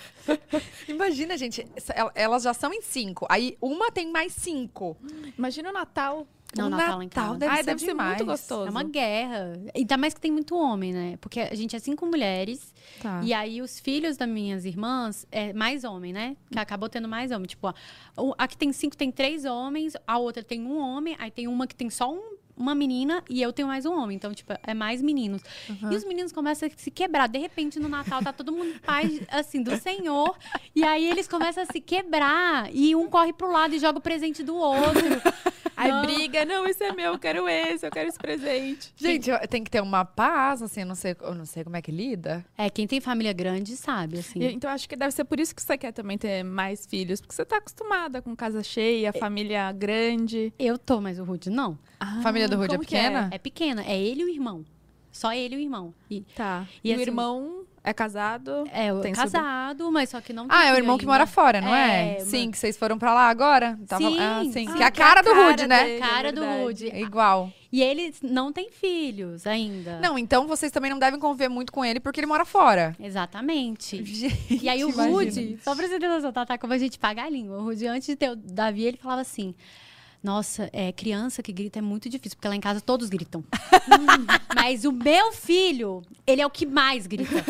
Imagina, gente, essa- el- elas já são em cinco. Aí uma tem mais cinco.
Imagina o Natal.
Não,
O
Natal lá em
Natal
casa.
deve
Ai,
ser
deve ser
demais.
muito gostoso.
É uma guerra. Ainda mais que tem muito homem, né? Porque a gente é cinco mulheres.
Tá.
Ah.
E aí, os filhos das minhas irmãs é mais homem, né? Que acabou tendo mais homem. Tipo, a, o- a que tem cinco tem três homens, a outra tem um homem, aí tem uma que tem só um- uma menina e eu tenho mais um homem. Então, tipo, é mais meninos. E os meninos começam a se quebrar. De repente, no Natal, tá todo mundo em paz, assim, do Senhor. E aí, eles começam a se quebrar. E um corre pro lado e joga o presente do outro.
Aí
Não.
briga, não, esse é meu, eu quero esse, eu quero esse presente.
Gente, eu- tem que ter uma paz, assim, eu não sei, eu não sei como é que lida.
É, quem tem família grande sabe, assim.
E- então acho que deve ser por isso que você quer também ter mais filhos, porque você tá acostumada com casa cheia, família grande.
Eu tô, mas o Rude não.
A família do Rude é
como que é?
pequena?
É pequena, é ele e o irmão. Só ele e o irmão. E,
Tá.
E
E, o
assim-
irmão é casado?
é,
Tem
casado, mas só que não tem
Ah, é o
filho
irmão que
ainda.
mora fora, não é?
É,
sim, que vocês foram pra lá agora. Tava,
Sim,
ah, sim.
sim.
Que é a cara do Rude, né?
dele,
Cara
é
do
verdade.
Rude.
É Igual.
E eles não têm filhos ainda.
Não, então vocês também não devem conviver muito com ele porque ele mora fora.
Exatamente.
Gente,
E aí o
imagina.
Rude, só pra você ter noção, tá, tá, como a gente paga a língua. O Rude, antes de ter o Davi, ele falava assim... Nossa, é, criança que grita é muito difícil, porque lá em casa todos gritam. Hum, Mas o meu filho, ele é o que mais grita.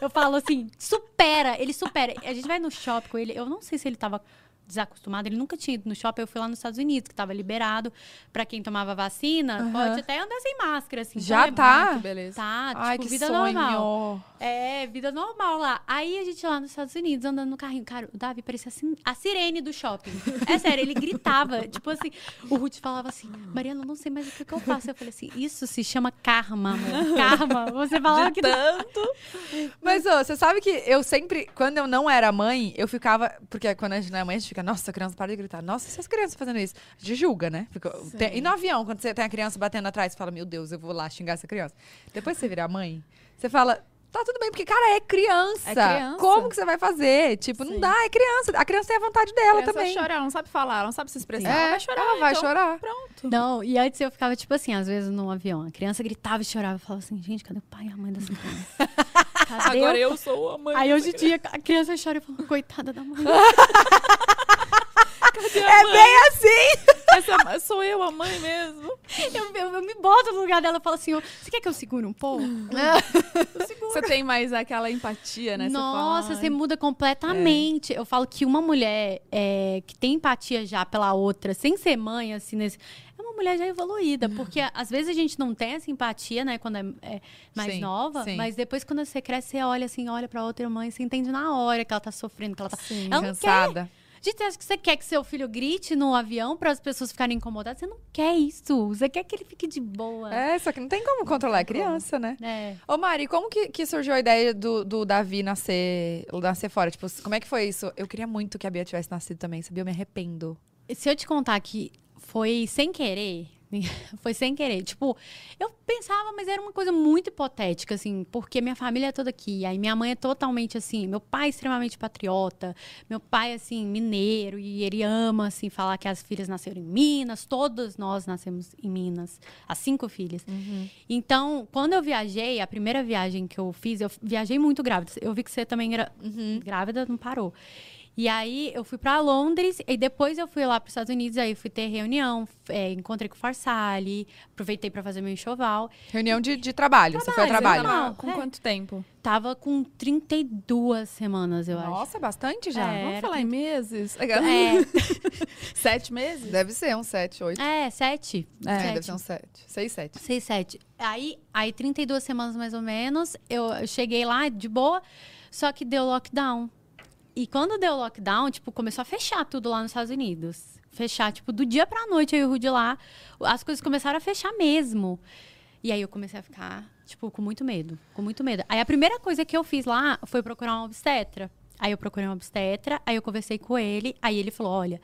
Eu falo assim, supera, ele supera. A gente vai no shopping com ele, eu não sei se ele tava desacostumado, ele nunca tinha ido no shopping, eu fui lá nos Estados Unidos, que tava liberado pra quem tomava vacina, pode até andar sem máscara, assim. Então
Já
é
tá?
muito-
beleza.
Tá, tipo,
Ai, que
vida
sonho.
normal. É, vida normal lá. Aí a gente lá nos Estados Unidos, andando no carrinho. Cara, o Davi parecia assim, a sirene do shopping. É sério, ele gritava. tipo assim, o Ruth falava assim, Mariana, eu não sei mais o que, que eu faço. Eu falei assim, isso se chama karma, amor. Karma. Você falava que...
Tanto.
Mas, ô, você sabe que eu sempre, quando eu não era mãe, eu ficava. Porque quando a gente não é mãe, a gente fica, nossa, a criança para de gritar. Nossa, essas crianças fazendo isso. A gente julga, né? Fica- tem- e no avião, quando você tem a criança batendo atrás, você fala, meu Deus, eu vou lá xingar essa criança. Depois que você virar mãe, você fala. Tá tudo bem, porque, cara, é criança.
É criança.
Como que você vai fazer? Tipo, não
Sim.
dá, é criança. A criança tem a vontade dela
criança
também.
chora, ela não sabe falar, ela não sabe se expressar.
É,
ela vai chorar,
ela vai
então,
chorar.
Pronto.
Não, e antes eu ficava tipo assim, às vezes no avião. A criança gritava e chorava. Eu falava assim, gente, cadê o pai e a mãe dessa criança? Cadê
Agora
o
eu sou a mãe.
Aí
dessa
hoje em
criança.
dia a criança chora e fala, coitada da mãe.
É bem assim.
Essa- sou eu a mãe mesmo.
Eu, eu- eu me boto no lugar dela e falo assim, "Ô, você quer que eu segure um pouco?
Você tem mais aquela empatia, né? Você fala,
Nossa, você
"Ai,
muda completamente. Eu falo que uma mulher é, que tem empatia já pela outra, sem ser mãe, assim, nesse, é uma mulher já evoluída. Porque às vezes a gente não tem essa empatia, né, quando é, é mais
Sim,
nova.
sim.
Mas depois, quando você cresce, você olha assim, olha pra outra mãe, você entende na hora que ela tá sofrendo, que ela tá.
Sim.
ela não quer.
Cansada.
Gente, você acha que você quer que seu filho grite no avião para as pessoas ficarem incomodadas? Você não quer isso. Você quer que ele fique de boa.
É, só que não tem como controlar a criança, né?
É.
Ô Mari, como que, que surgiu a ideia do, do Davi nascer, nascer fora? Tipo, como é que foi isso? Eu queria muito que a Bia tivesse nascido também, sabia? Eu me arrependo.
Se eu te contar que foi sem querer, foi sem querer. Tipo, eu pensava, mas era uma coisa muito hipotética, assim, porque minha família é toda aqui. Aí minha mãe é totalmente assim, meu pai é extremamente patriota, meu pai, assim, mineiro, e ele ama, assim, falar que as filhas nasceram em Minas, todas nós nascemos em Minas, as cinco filhas. Então, quando eu viajei, a primeira viagem que eu fiz, eu viajei muito grávida. Eu vi que você também era
Uhum.
grávida, não parou. E aí eu fui para Londres e depois eu fui lá para os Estados Unidos, aí fui ter reunião, é, encontrei com o Farsali, aproveitei para fazer meu enxoval.
Reunião de, de trabalho, você foi ao
Você
trabalho.
tava
"Ah,
Não,
com
é.
quanto tempo?
Tava com 32 semanas, eu acho.
Nossa, bastante já.
É,
Vamos
era
falar em meses?
É,
Sete meses?
Deve ser uns 7, 8.
é, sete.
É,
sete.
deve ser uns 7. 6, 7.
6, 7. Aí, aí 32 semanas mais ou menos, eu eu cheguei lá de boa, só que deu lockdown. E quando deu lockdown, tipo, começou a fechar tudo lá nos Estados Unidos. Fechar, tipo, do dia pra noite, eu e o Rudy lá, as coisas começaram a fechar mesmo. E aí eu comecei a ficar, tipo, com muito medo, com muito medo. Aí a primeira coisa que eu fiz lá foi procurar um obstetra. Aí eu procurei um obstetra, aí eu conversei com ele, aí ele falou: olha,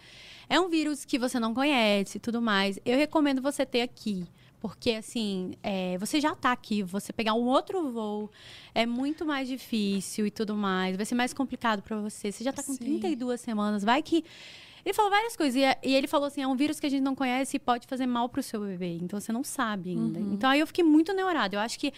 é um vírus que você não conhece e tudo mais. Eu recomendo você ter aqui. Porque, assim, é, você já tá aqui, você pegar um outro voo é muito mais difícil e tudo mais. Vai ser mais complicado para você. Você já tá com
Sim.
32 semanas. Vai que Ele falou várias coisas. E, a- e ele falou assim: é um vírus que a gente não conhece e pode fazer mal pro seu bebê. Então você não sabe ainda.
Uhum.
Então aí eu fiquei muito neurada. Eu acho que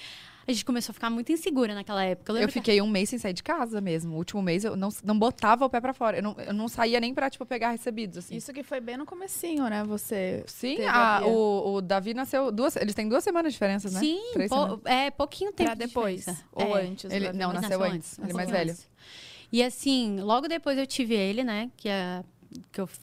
a gente começou a ficar muito insegura naquela época. Eu
Eu
lembro que-
fiquei um mês sem sair de casa mesmo. O último mês eu não, não botava o pé pra fora. Eu não, eu não saía nem pra, tipo, pegar recebidos, assim.
Isso que foi bem no comecinho, né? Você.
Sim,
Teve
a-
a Bia.
o, o Davi nasceu duas. Eles têm duas semanas de diferença, né?
Sim,
Três
pou-
semanas.
é pouquinho tempo.
pra
de
depois.
diferença.
Ou
É.
antes.
Ele-
né?
não,
Ele
nasceu antes, ele é mais
pouquinho
velho.
antes. E assim, logo depois eu tive ele, né? Que, a, que eu f-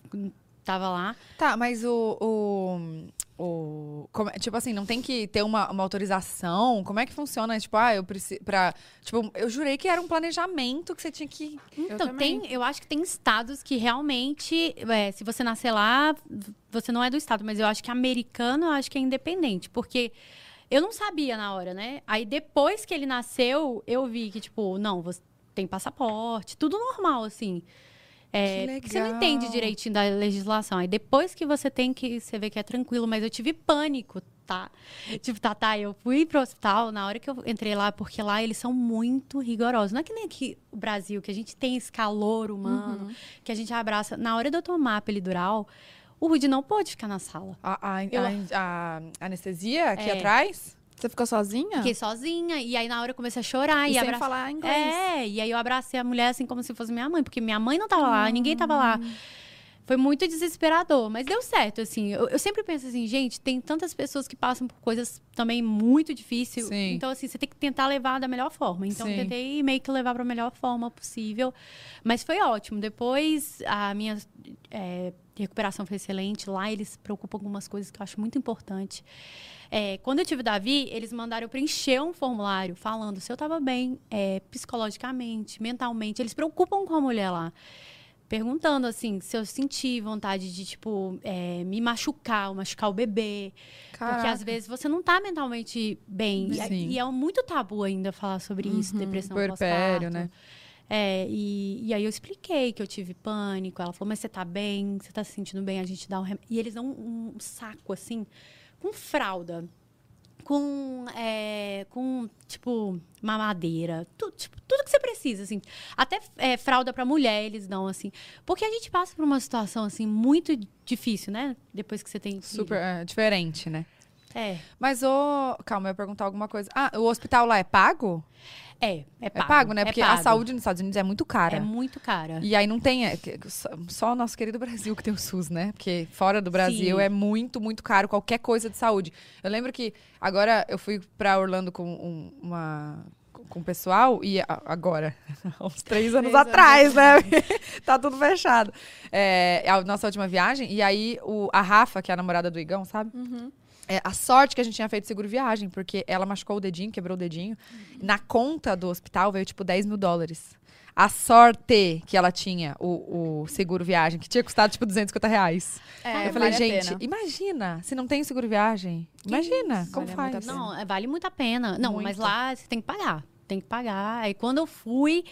tava lá.
Tá, mas o. o... O, como é- tipo assim, não tem que ter uma, uma autorização? Como é que funciona? Tipo, ah, eu preciso. Pra, tipo, eu jurei que era um planejamento que você tinha que.
Então,
também.
tem, eu acho que tem estados que realmente, é, se você nascer lá, v- você não é do estado, mas eu acho que americano, eu acho que é independente, porque eu não sabia na hora, né? Aí depois que ele nasceu, eu vi que, tipo, não, você tem passaporte, tudo normal, assim. É,
Que
porque Você não
legal.
entende direitinho da legislação. Aí depois que você tem que, você vê que é tranquilo, mas eu tive pânico, tá? Tipo, tá, tá, eu fui pro hospital na hora que eu entrei lá, porque lá eles são muito rigorosos. Não é que nem aqui o Brasil, que a gente tem esse calor
Uhum.
humano, que a gente abraça. Na hora de eu tomar a pelidural, o Rudy não pôde ficar na sala.
A, a-
Eu-
a- a anestesia aqui
É.
atrás?
Você ficou sozinha?
Fiquei sozinha, e aí na hora eu comecei a chorar.
Ah. e
E,
sem
abraçar.
falar inglês.
É, e aí eu abracei a mulher assim como se fosse minha mãe, porque minha mãe não tava lá, ninguém tava lá.
Hum.
Foi muito desesperador, mas deu certo, assim. Eu, eu sempre penso assim, gente, tem tantas pessoas que passam por coisas também muito difíceis.
Sim.
Então, assim, você tem que tentar levar da melhor forma. Então,
Sim.
eu tentei meio que levar pra melhor forma possível. Mas foi ótimo. Depois, a minha é, recuperação foi excelente. Lá, eles preocupam com algumas coisas que eu acho muito importante. É, quando eu tive o Davi, eles mandaram eu preencher um formulário falando se eu estava bem é, psicologicamente, mentalmente. Eles preocupam com a mulher lá. Perguntando, assim, se eu senti vontade de, tipo, é, me machucar, ou machucar o bebê. Porque às vezes você não tá mentalmente bem. E, é-
Ah. Sim. Uhum.
e é muito tabu ainda falar sobre isso, depressão
Puerpério,
pós-parto.
né?
É, e, e aí eu expliquei que eu tive pânico. Ela falou, mas você tá bem? Você tá se sentindo bem? A gente dá um remédio. E eles dão um, um saco, assim, com fralda, com, é, com tipo, mamadeira, tu, tipo, tudo que você precisa, assim. Até é, fralda pra mulher eles dão, assim. Porque a gente passa por uma situação, assim, muito difícil, né? Depois que você tem filho.
Super é, diferente, né?
É,
Mas o. Calma, eu ia perguntar alguma coisa. Ah, o hospital lá é pago?
é, é pago.
É pago, né?
é
Porque a
pago.
saúde nos Estados Unidos é muito cara.
É muito cara.
E aí não tem. é, que- que só- Só o nosso querido Brasil que tem o SUS, né? Porque fora do Brasil
Sim.
é muito, muito caro qualquer coisa de saúde. Eu lembro que agora eu fui pra Orlando com um- uma. Com o pessoal, e a- agora, há uns três anos
anos
atrás, né? tá tudo fechado. É, a nossa última viagem, e aí o, a Rafa, que é a namorada do Igão, sabe?
Uhum.
É, a sorte que a gente tinha feito seguro viagem, porque ela machucou o dedinho, quebrou o dedinho. Na conta do hospital veio tipo 10 mil dólares. A sorte que ela tinha, o, o seguro viagem, que tinha custado tipo 250 reais.
Ah,
É,
eu
vale a
falei, gente,
tipo
pena.
imagina, se não tem seguro viagem, imagina, como
vale muito
faz?
a pena.
Não, é, vale muito a pena. Não, mas
Muito.
lá você tem que pagar. Tem que pagar. Aí quando eu fui.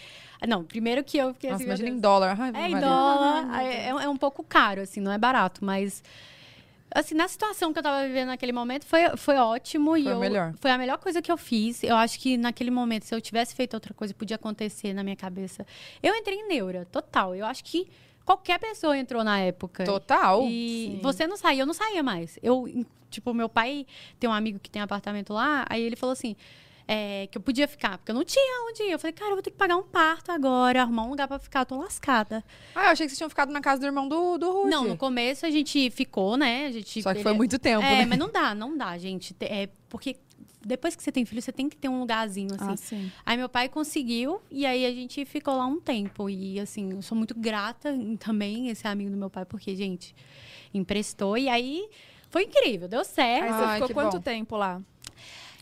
Não, primeiro que eu fiquei
Nossa,
assim. meu
imagina em
Deus.
dólar. Ai,
É, em
Maria.
dólar. aí É, é um pouco caro, assim, não é barato, mas. Assim, na situação que eu tava vivendo naquele momento, foi, foi ótimo. e
Foi o
eu-
melhor.
Foi a melhor coisa que eu fiz. Eu acho que naquele momento, se eu tivesse feito outra coisa, podia acontecer na minha cabeça. Eu entrei em neura, total. Eu acho que qualquer pessoa entrou na época.
Total.
E
Sim.
você não saía, eu não saía mais. Eu, em- tipo, meu pai tem um amigo que tem apartamento lá, aí ele falou assim. é, que eu podia ficar, porque eu não tinha onde ir. Eu falei, cara, eu vou ter que pagar um parto agora, arrumar um lugar pra ficar, eu tô lascada.
Ah, eu achei que vocês tinham ficado na casa do irmão do, do Ruth.
Não, no começo a gente ficou, né? A gente,
Só que
ele-
foi muito tempo,
É,
né?
mas não dá, não dá, gente. Te- É, porque depois que você tem filho, você tem que ter um lugarzinho, assim.
Ah, sim.
Aí meu pai conseguiu e aí a gente ficou lá um tempo. E assim, eu sou muito grata em- também esse amigo do meu pai, porque, gente, emprestou. E aí foi incrível, deu
Aí
certo.
você
Ai,
ficou
que
quanto
bom.
tempo lá?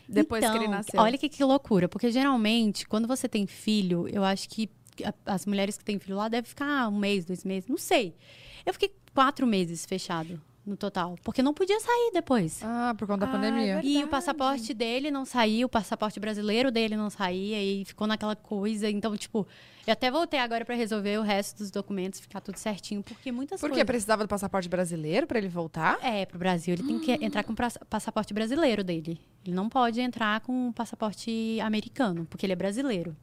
Depois que ele
Então,
nasceu.
Olha que, que loucura, porque geralmente, quando você tem filho, eu acho que a- as mulheres que têm filho lá devem ficar um mês, dois meses, não sei. Eu fiquei quatro meses fechado no total, porque não podia sair depois.
Ah, por conta da
Ah,
pandemia.
é
E
Verdade.
o passaporte dele não saiu, o passaporte brasileiro dele não saía e ficou naquela coisa. Então, tipo, eu até voltei agora pra resolver o resto dos documentos, ficar tudo certinho, porque muitas
Por quê?
coisas.
Precisava do passaporte brasileiro pra ele voltar?
É, pro Brasil, ele tem que entrar com o praça- passaporte brasileiro dele. Ele não pode entrar com um o passaporte americano, porque ele é brasileiro.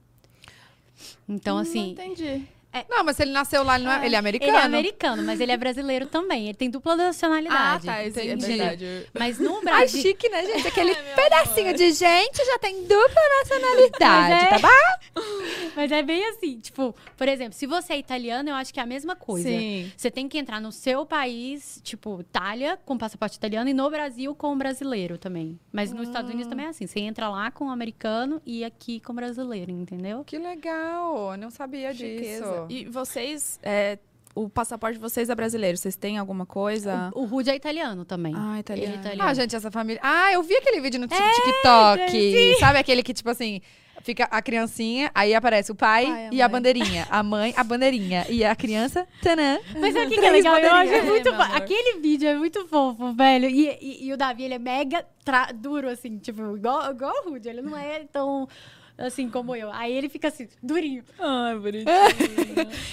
Então,
Hum,
assim,
Entendi.
Não, mas se ele nasceu lá, ele, não é, ele é americano.
Ele é americano, mas ele é brasileiro também. Ele tem dupla nacionalidade.
Ah, tá,
entendi.
é verdade.
Mas no
Ai,
Brasil.
chique, né, gente? Aquele pedacinho de gente já tem dupla nacionalidade,
Mas
tá
é-
bom?
Mas é bem assim, tipo, por exemplo, se você é italiano, eu acho que é a mesma coisa.
Sim.
Você tem que entrar no seu país, tipo, Itália, com passaporte italiano, e no Brasil com o brasileiro também. Mas nos Estados Unidos também é assim. Você entra lá com o americano e aqui com o brasileiro, entendeu?
Que legal, eu não sabia
Chiqueza.
disso.
E vocês, é, o passaporte de vocês é brasileiro. Vocês têm alguma coisa?
O Rude é italiano também.
Ah,
Ele é
italiano.
tá-
italiano.
Ah, gente, essa família. Ah, eu vi aquele vídeo no t- TikTok. Sabe aquele que, tipo assim, fica a criancinha, aí aparece o pai,
Pai, a
e a
mãe.
bandeirinha. A mãe, a bandeirinha. E a criança, tanã.
Mas sabe o que, que é
Três
legal? Eu acho
bandeirinhas.
É,
muito
meu
fo-
amor.
Aquele vídeo é muito fofo, velho. E, e- e o Davi, ele é mega tra- duro, assim, tipo, igual, igual o Rude. Ele não é tão assim como eu. Aí ele fica assim, durinho.
Ai, bonitinho.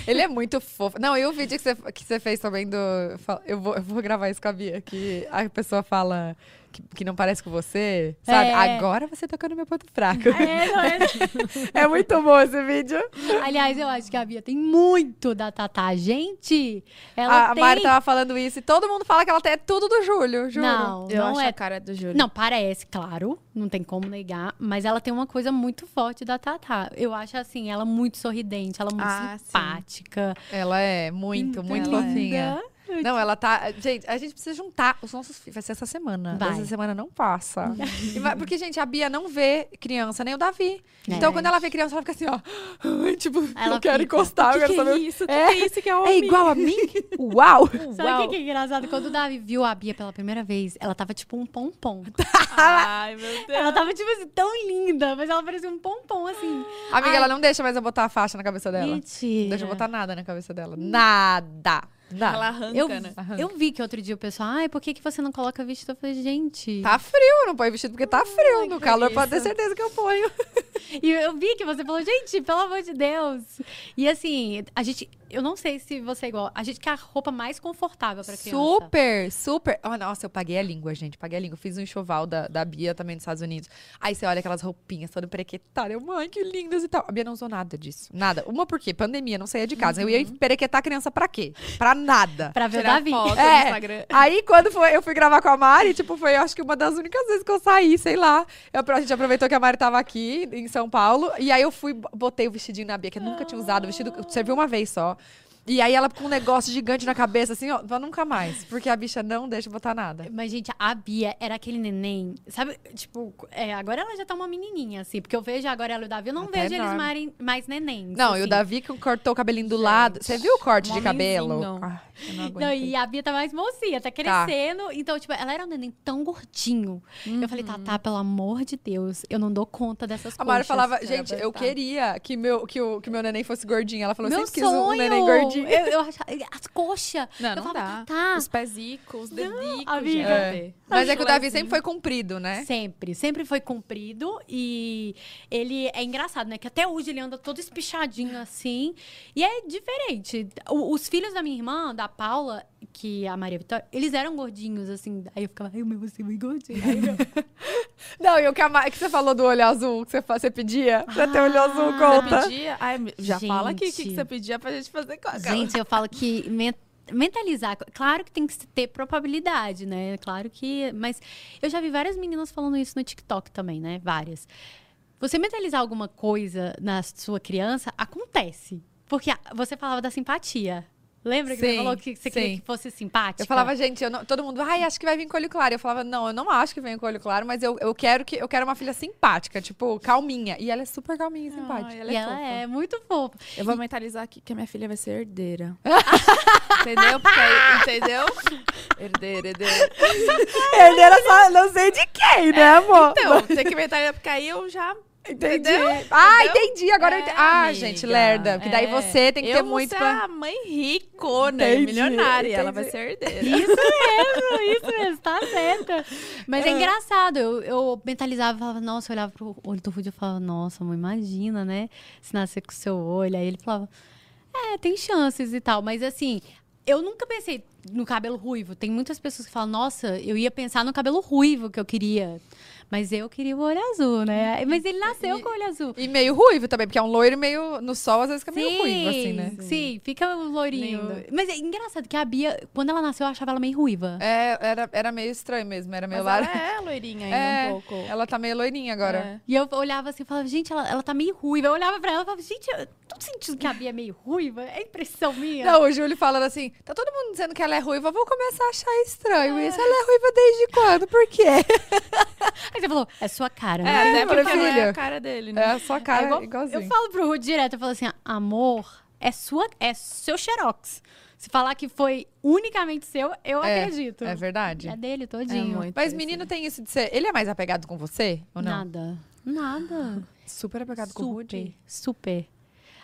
Ele é muito fofo. Não, e o vídeo que você, que você fez também do. fa- Eu vou, eu vou gravar isso com a Bia, que a pessoa fala que, que não parece com você. Sabe?
É.
Agora você tocou no meu ponto fraco.
É, não é?
É muito bom esse vídeo.
Aliás, eu acho que a Bia tem muito da Tatá. Gente, ela
a a
tem...
Mari tava falando isso e todo mundo fala que ela tem é tudo do Júlio, juro.
Não,
Eu
não
acho
é.
a cara do Júlio.
Não, parece, claro. Não tem como negar. Mas ela tem uma coisa muito forte da Tatá. Eu acho, assim, ela muito sorridente, ela muito
Ah, sim.
simpática.
Ela é
Então,
muito, muito
Ela é.
fofinha. Não, ela tá. Gente, a gente precisa juntar os nossos filhos. Vai ser essa semana.
Vai.
Essa semana não passa. E vai- Porque, gente, a Bia não vê criança, nem o Davi.
É.
Então, quando ela vê criança, ela fica assim, ó. Tipo,
Ela
eu quero
fica,
encostar, eu
que
quero
que
saber.
é
o que
isso? Que
É.
que é isso que é
É
homem?
igual a mim? Uau!
Sabe o que, que é engraçado? Quando o Davi viu a Bia pela primeira vez, ela tava tipo um pompom.
Ai, meu Deus.
tá-
Ela tava, tipo assim, tão linda, mas ela parecia um pompom, assim.
Amiga,
Ai.
ela não deixa mais eu botar a faixa na cabeça dela.
Mentira.
Não é deixa eu botar nada na cabeça dela. Nada! Nada.
Ela arranca,
Eu,
né?
eu vi que outro dia o pessoal, ai, por que, que você não coloca vestido? Eu falei, gente.
Tá frio, não põe vestido porque tá frio. no
que
calor pode ter
delícia.
certeza que eu ponho.
E eu vi que você falou, gente, pelo amor de Deus. E assim, a gente. Eu não sei se você é igual. A gente quer a roupa mais confortável pra criança.
Super, super. Oh, nossa, eu paguei a língua, gente. Paguei a língua. Fiz um enxoval da, da Bia também nos Estados Unidos. Aí você olha aquelas roupinhas toda perequetada. Eu, mãe, que lindas e tal. A Bia não usou nada disso. Nada. Uma por quê? Pandemia, não saía de casa. Eu ia perequetar a criança pra quê? Pra nada.
Uhum. Pra ver o
Tirar
Davi.
foto
É.
no Instagram.
Aí, quando foi, eu fui gravar com a Mari, tipo, foi, eu acho que uma das únicas vezes que eu saí, sei lá. Eu- a gente aproveitou que a Mari tava aqui, em São Paulo. E aí, eu fui, botei o vestidinho na Bia, que eu nunca tinha usado. O vestido serviu uma vez só. E aí, ela com um negócio gigante na cabeça, assim, ó, pra nunca mais. Porque a bicha não deixa eu botar nada.
Mas, gente, a Bia era aquele neném, sabe? Tipo, é, agora ela já tá uma menininha, assim. Porque eu vejo agora ela e o Davi, eu não
Ela tá
vejo eles
enorme.
marem- mais neném.
Não, e o
assim.
Davi que cortou o cabelinho do lado. Você viu o corte
um
de cabelo?
homenzinho.
Ai, Ah, eu não
Não,
aguentei.
e a Bia tá mais mocinha, tá crescendo. Então, tipo, ela era um neném tão gordinho. Eu falei, tá, tá, pelo amor de Deus, eu não dou conta dessas coisas.
Uhum. A Mari falava, gente,
era
eu
apertado.
queria que meu, que, o, que meu neném fosse gordinho. Ela falou,
Meu
sempre quis um- um
sonho!
neném gordinho.
Eu, eu achava, as coxas.
Não,
eu
não
falava,
dá.
tá,
Os pezicos, os dedicos,
amiga. É?
gente.
É. Mas é que o Davi
Chulezinho.
sempre foi comprido, né?
Sempre, sempre foi comprido e ele é engraçado, né? Que até hoje ele anda todo espichadinho assim. E é diferente. O- os filhos da minha irmã, da Paula, que é a Maria Vitória, eles eram gordinhos assim. Aí eu ficava, ai, meu, você é muito gordinho. Ai, meu.
Não, e o que, a Ma- que você falou do olho azul, que você, fa- você pedia pra ter olho azul,
Ah,
conta.
Você pedia? Ai, me- já
Gente.
fala aqui o que, que você pedia pra gente fazer com a
Gente, eu falo que men- mentalizar, claro que tem que ter probabilidade, né? Claro que, mas eu já vi várias meninas falando isso no TikTok também, né? Várias. Você mentalizar alguma coisa na sua criança acontece, porque a- você falava da simpatia. Lembra que você
Sim,
falou que você queria
sim.
que fosse simpática?
Eu falava, gente, eu não- todo mundo, ai, acho que vai vir com olho claro. Eu falava, não, eu não acho que vem com olho claro, mas eu, eu quero que eu quero uma filha simpática, tipo, calminha. E ela é super calminha e simpática.
e ela é muito fofa.
Eu vou mentalizar aqui que a minha filha vai ser herdeira. entendeu? Porque aí, entendeu? Herdeira, herdeira.
Herdeira só não sei de quem, né, amor?
Então, tem que mentalizar, porque aí eu já...
entendi.
entendeu?
Ah,
Entendeu?
entendi. Agora eu
É,
entendi. Ah,
amiga,
gente, lerda. Que daí
é.
você tem que
eu
ter
vou
muito
ser
pra.
a mãe ricona e
Entendi,
milionária. Ela vai
entendi.
ser herdeira.
Isso mesmo, isso mesmo, tá certa. Mas é, engraçado, eu, eu mentalizava, falava, nossa, eu olhava pro olho do Rudy e falava, nossa, amor, imagina, né? Se nascer com o seu olho. Aí ele falava, é, tem chances e tal. Mas assim, eu nunca pensei, no cabelo ruivo. Tem muitas pessoas que falam, nossa, eu ia pensar no cabelo ruivo que eu queria. Mas eu queria o olho azul, né? Mas ele nasceu
E-
com o olho azul.
E meio ruivo também, porque é um loiro meio. No sol, às vezes fica meio ruivo, assim, né?
Sim, fica o loirinho.
Lindo.
Mas é engraçado que a Bia, quando ela nasceu, eu achava ela meio ruiva.
É, era, era meio estranho mesmo, era meio
Mas
lar...
ela é loirinha ainda
É,
um pouco.
Ela tá meio loirinha agora.
É.
E eu olhava assim e falava, gente, ela, ela tá meio ruiva. Eu olhava pra ela e falava, gente, eu tô sentindo que a Bia é meio ruiva. É impressão minha.
Não, o Júlio falando assim: tá todo mundo dizendo que ela é ruiva, eu vou começar a achar estranho isso. Ela é ruiva desde quando? Por quê?
Aí você falou, é sua cara.
É,
né?
até porque
maravilha.
não é a cara dele, né?
É a sua cara,
É igual-
igualzinho.
Eu falo pro Ruth direto, eu falo assim, amor, é sua, é seu xerox. Se falar que foi unicamente seu, eu
É,
acredito.
É verdade.
É dele todinho.
Mas menino tem isso de ser. Ele é mais apegado com você? Ou não?
Nada. Nada.
Super apegado com o
super,
Rudy.
super.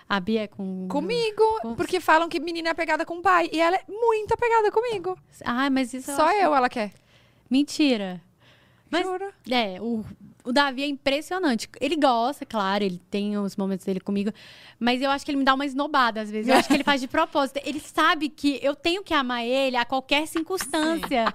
A Bia é com...
Comigo, porque falam que menina é apegada com o pai. E ela é muito apegada comigo.
Ah, mas isso...
Só
acho-
eu ela quer.
Mentira. Mas-
Juro.
É, o, o Davi é impressionante. Ele gosta, claro, ele tem os momentos dele comigo, mas eu acho que ele me dá uma esnobada às vezes. Eu acho que ele faz de propósito. Ele sabe que eu tenho que amar ele a qualquer circunstância.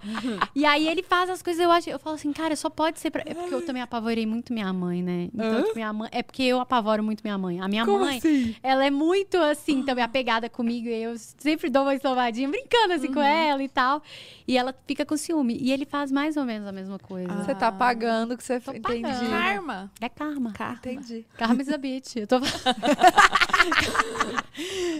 E aí ele faz as coisas, eu acho, eu falo assim, cara, só pode ser pra... É porque eu também apavorei muito minha mãe, né? Então, tipo, minha mãe, é porque eu apavoro muito minha mãe. A minha
Como
mãe,
assim?
ela é muito assim, também apegada comigo. E eu sempre dou uma esnobadinha, brincando assim com
Uhum.
ela e tal. E ela fica com ciúme. E ele faz mais ou menos a mesma coisa.
Você tá pagando que você fez. Entendi.
pagando.
Karma.
É karma.
Ah, Entendi.
Karma is a bitch. Eu tô falando.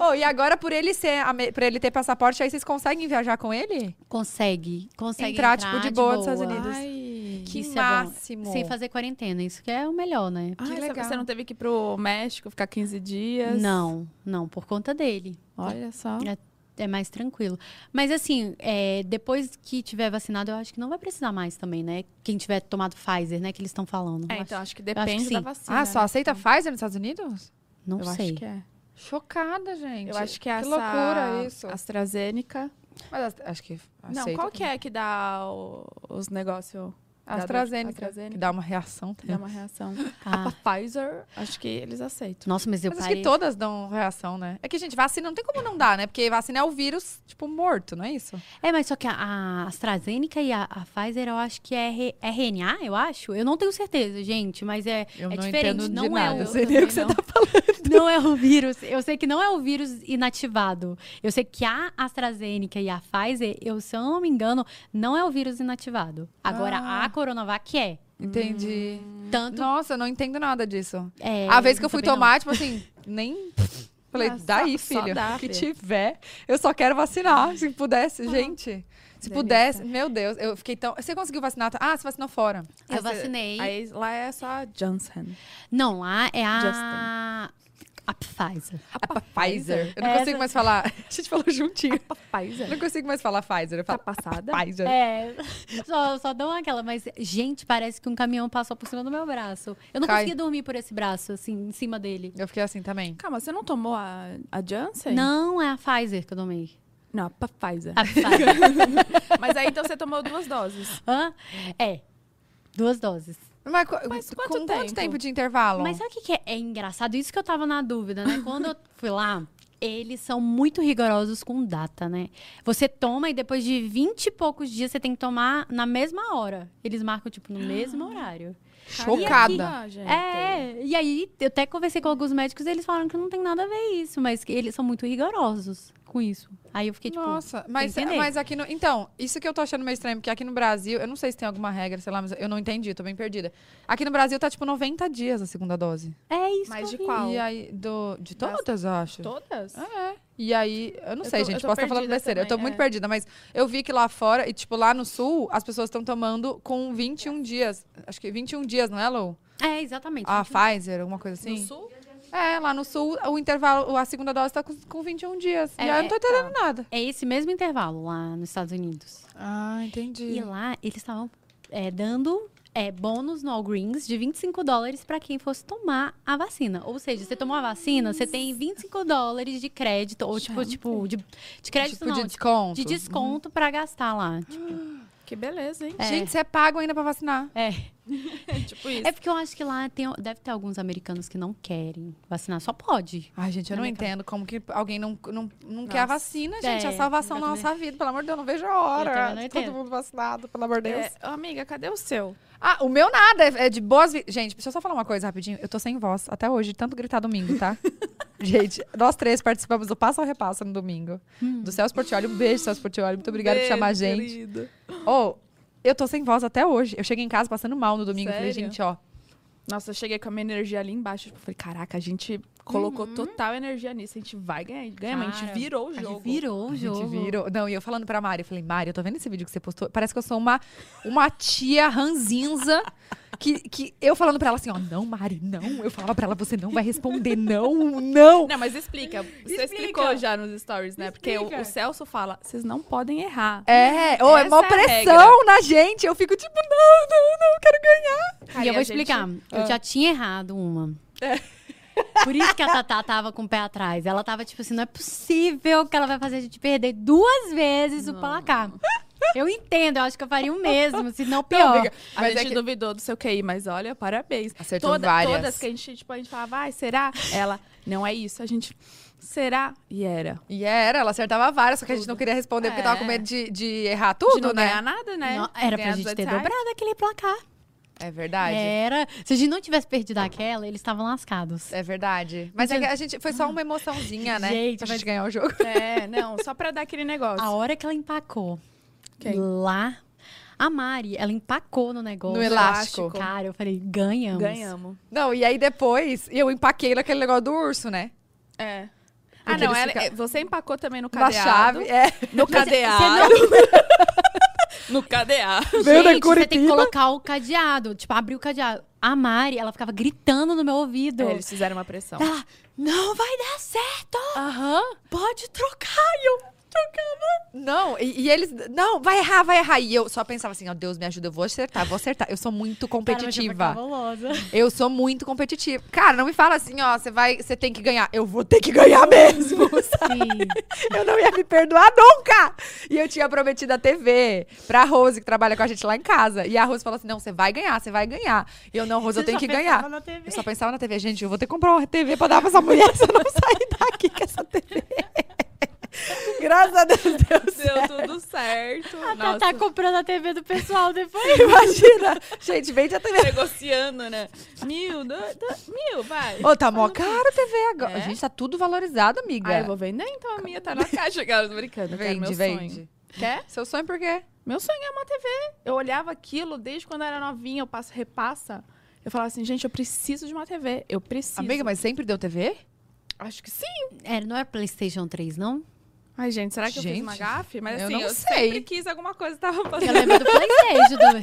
Oh, e agora, por ele ser ame- por ele ter passaporte, aí vocês conseguem viajar com ele?
Consegue. Consegue
Entrar,
entrar,
tipo, de boa nos Estados Unidos.
Ai.
Que
Isso é bom.
máximo.
Sem fazer quarentena. Isso que é o melhor, né?
Ai, você-
legal.
Você não teve que ir pro México ficar 15 dias?
Não, não, por conta dele.
Olha só.
É mais tranquilo. Mas assim, é, depois que tiver vacinado, eu acho que não vai precisar mais também, né? Quem tiver tomado Pfizer, né? Que eles estão falando.
É,
Eu
então
acho-
acho que
acho que
depende da
sim.
vacina.
Ah, só
né?
aceita Pfizer nos Estados Unidos?
então,
Não
Eu
sei.
acho que é.
Chocada, gente.
Eu acho que é
Que
essa
loucura isso.
AstraZeneca.
Mas as- acho que aceita.
Não, qual que é que dá o- os negócios?
AstraZeneca,
AstraZeneca.
Que dá uma reação.
Dá uma reação. A
Ah.
Pfizer, acho que eles aceitam.
Nossa, mas eu
Mas acho
parei.
que todas dão reação, né? É que, gente, vacina não tem como não dar, né? Porque vacina é o vírus, tipo, morto, não é isso?
É, mas só que a, a AstraZeneca e a, a Pfizer, eu acho que é R- RNA, eu acho. Eu não tenho certeza, gente, mas é,
Eu
é
não
diferente.
entendo de
Não
nada,
é
eu
o
sei nem o que você
também
tá falando.
Não é o vírus. Eu sei que não é o vírus inativado. Eu sei que a AstraZeneca e a Pfizer, eu, se eu não me engano, não é o vírus inativado. Agora,
Ah.
a Coronavac é.
Entendi.
Tanto.
Nossa, eu não entendo nada disso.
é,
Hum. a vez que eu fui
também não.
tomar, tipo assim, nem. Falei,
Ah, só-
daí,
só
filho.
dá,
o que
filho."
tiver, eu só quero vacinar. Se pudesse, gente. Se
Delícia.
pudesse, meu Deus, eu fiquei tão. Você conseguiu vacinar? Ah, você vacinou fora.
Eu
Aí você-
vacinei.
Aí lá é só Johnson.
Não, lá é a. A Pfizer.
A É Pfizer. Eu não
Essa-
consigo mais falar. A gente falou juntinho.
A
Eu
Pfizer.
não consigo mais falar Pfizer. Eu
Tá
falo
passada?
Pfizer.
É, só, só dão aquela, mas, gente, parece que um caminhão passou por cima do meu braço. Eu não
Cai.
conseguia dormir por esse braço, assim, em cima dele.
Eu fiquei assim também.
Calma, você não tomou a, a Janssen?
Não é a Pfizer que eu tomei.
Não, a Pfizer.
A Pfizer.
Mas aí então você tomou duas doses.
Hã? É. Duas doses.
Mas, co-
Mas
com
quanto
quanto
tempo?
tempo de intervalo?
Mas sabe o que, que é? é engraçado? Isso que eu tava na dúvida, né? Quando eu fui lá, eles são muito rigorosos com data, né? Você toma e depois de 20 e poucos dias você tem que tomar na mesma hora. Eles marcam, tipo, no mesmo horário.
Chocada.
Ah, gente.
É, e aí eu até conversei com alguns médicos e eles falaram que não tem nada a ver isso, mas que eles são muito rigorosos com isso. Aí eu fiquei tipo.
Nossa, mas,
entender.
mas aqui no. Então, isso que eu tô achando meio estranho, porque aqui no Brasil, eu não sei se tem alguma regra, sei lá, mas eu não entendi, tô bem perdida. Aqui no Brasil tá tipo 90 dias a segunda dose.
É isso.
Mas de
que eu vi.
qual?
E aí, do, de todas, eu acho.
Todas?
É. E aí, eu não
Eu
sei,
tô-
gente,
eu tô
posso estar falando
perdida
besteira. eu tô
também,
muito
é.
perdida, mas eu vi que lá fora, e tipo, lá no sul, as pessoas estão tomando com 21 dias. Acho que 21 dias, não é, Lou?
É, exatamente.
A Pfizer, alguma coisa assim?
um sul?
É, lá no sul, o intervalo, a segunda dose tá com, com 21 dias.
É,
e aí eu não tô
é,
tá.
entendendo nada.
É esse mesmo intervalo lá nos Estados Unidos.
Ah, entendi.
E lá eles estavam é, dando é, bônus no All Greens de 25 dólares para quem fosse tomar a vacina. Ou seja, você tomou a vacina, você tem 25 dólares de crédito, ou tipo, tipo de, de crédito
tipo,
não,
de
de,
desconto.
desconto pra gastar lá. Tipo,
Que beleza, hein?
é,
Gente, você é pago ainda pra vacinar.
é.
tipo
Uhum.
isso.
É porque eu acho que lá tem, deve ter alguns americanos que não querem vacinar. Só pode.
Ai, gente, eu
Na
não
minha cabeça.
entendo como que alguém não, não, não quer a
Nossa.
vacina, gente. É, a
É,
salvação
eu
da nossa vida. Pelo amor de Deus, eu não vejo a
Eu
hora.
também não
Todo
entendo.
mundo vacinado, pelo amor de Deus.
É, ô, amiga, cadê o seu?
Ah, o meu nada. É é de boas. Vi... Gente, deixa eu só falar uma coisa rapidinho. Eu tô sem voz até hoje, de tanto gritar domingo, tá? gente, nós três participamos do Passa ou Repassa no domingo. Do Celso Portioli. Um beijo, Celso Portioli. Muito obrigada por chamar a
Beijo,
gente.
querida.
Ô, eu tô sem voz até hoje. Eu cheguei em casa passando mal no domingo. Falei,
Sério?
gente, ó.
Nossa, eu cheguei com a minha energia ali embaixo. Tipo, falei, caraca, a gente colocou total energia nisso. A gente vai ganhar. Ganha, mas a gente
Uhum. Cara,
virou o
A
jogo.
gente virou o
A gente
jogo.
virou. Não, e eu falando pra Mari, eu falei, Mari, eu tô vendo esse vídeo que você postou. Parece que eu sou uma, uma tia ranzinza. Que, que eu falando pra ela assim, ó, não, Mari, não. Eu falava pra ela, você não vai responder, não, não.
Não, mas explica. Você
Explica.
explicou já nos stories, né? Porque o,
Explica.
o Celso fala, vocês não podem errar.
É, ou é
Essa
uma
é a
pressão na gente. Eu fico tipo, não, não, não, eu quero ganhar.
Cara,
e eu
a
vou
gente- Ah. É.
explicar. Eu já tinha errado uma. Por isso que a Tatá tava com o pé atrás. Ela tava tipo assim, não é possível que ela vai fazer a gente perder duas vezes o placar. Eu entendo, eu acho que eu faria o mesmo, se não
Não,
pior.
amiga, a
Mas é
gente
que-
duvidou do seu QI, mas olha, parabéns.
Acertou
Toda-
várias.
Todas que a gente, tipo, a gente falava, ai, será? Ela, não é isso. A gente, será? E era.
E era, ela acertava várias, só que a gente não queria responder porque tava com
É.
medo de, de errar
de
tudo,
não
né?
ganhar nada, né?
É. Não, era pra
Ganhar
gente ter
200 reais.
dobrado aquele placar.
É verdade. É.
Era. Se a gente não tivesse perdido aquela, eles estavam lascados.
verdade. Mas é que a gente foi só uma emoçãozinha, né?
Gente,
pra
mas-
gente ganhar o jogo.
É, não, só pra dar aquele negócio.
A hora que ela empacou
Quem?
lá, a Mari, ela empacou no negócio.
No elástico.
Cara, eu falei, ganhamos.
Ganhamos.
Não, e aí depois eu empaquei naquele negócio do urso, né?
É. Ah,
Porque
não,
eles
ela-
fica-
é, você empacou também no
Na
cadeado.
chave. É.
No
Mas você-
cadeado.
você não-
No cadeado.
Veio da
Gente, você tem que
Curitiba.
colocar o cadeado. Tipo, abrir o cadeado. A Mari, ela ficava gritando no meu ouvido.
É,
Tá
eles fizeram uma pressão.
Ela, não vai dar certo.
Aham.
Pode trocar. E eu trocava.
Não, e, e eles. Não, vai errar, vai errar. E eu só pensava assim, ó, Deus me ajuda, eu vou acertar, vou acertar. Eu sou muito competitiva. Eu sou muito competitiva. Cara, não me fala assim, ó, você vai, você tem que ganhar. Eu vou ter que ganhar mesmo.
Sim.
eu não ia me perdoar nunca. E eu tinha prometido a TV pra Rose, que trabalha com a gente lá em casa. E a Rose falou assim: "Não, você vai ganhar, você vai ganhar". E eu não, Rose, eu tenho que ganhar. Eu só pensava na TV, gente, eu vou ter que comprar uma TV pra dar pra essa mulher se eu não sair daqui com essa TV. Graças a Deus, Deus.
Deu tudo certo.
Ah, tá,
A
Nossa,
Tatá comprando a TV do pessoal depois.
Imagina. Gente, vende a TV.
negociando, né? Mil, do- do- mil, vai.
Ô, tá mó caro a TV agora.
É?
Gente, tá tudo valorizado, amiga.
Ah, eu vou vender então a minha, tá na caixa, cara, tô brincando. eu quero
Vende,
meu
vende.
sonho. Quer?
Seu sonho por quê?
Meu sonho é uma TV. Eu olhava aquilo desde quando eu era novinha, eu passo repassa. Eu falava assim, gente, eu preciso de uma TV. Eu preciso.
Amiga, mas sempre deu TV?
Acho que sim.
Era, É, não era PlayStation 3, não?
Ai, gente, será que eu fiz uma
Gente,
gafe? Mas
eu
assim,
não
eu
sei.
sempre quis alguma coisa, tava
Eu
fazendo.
lembro é do PlayStation. do-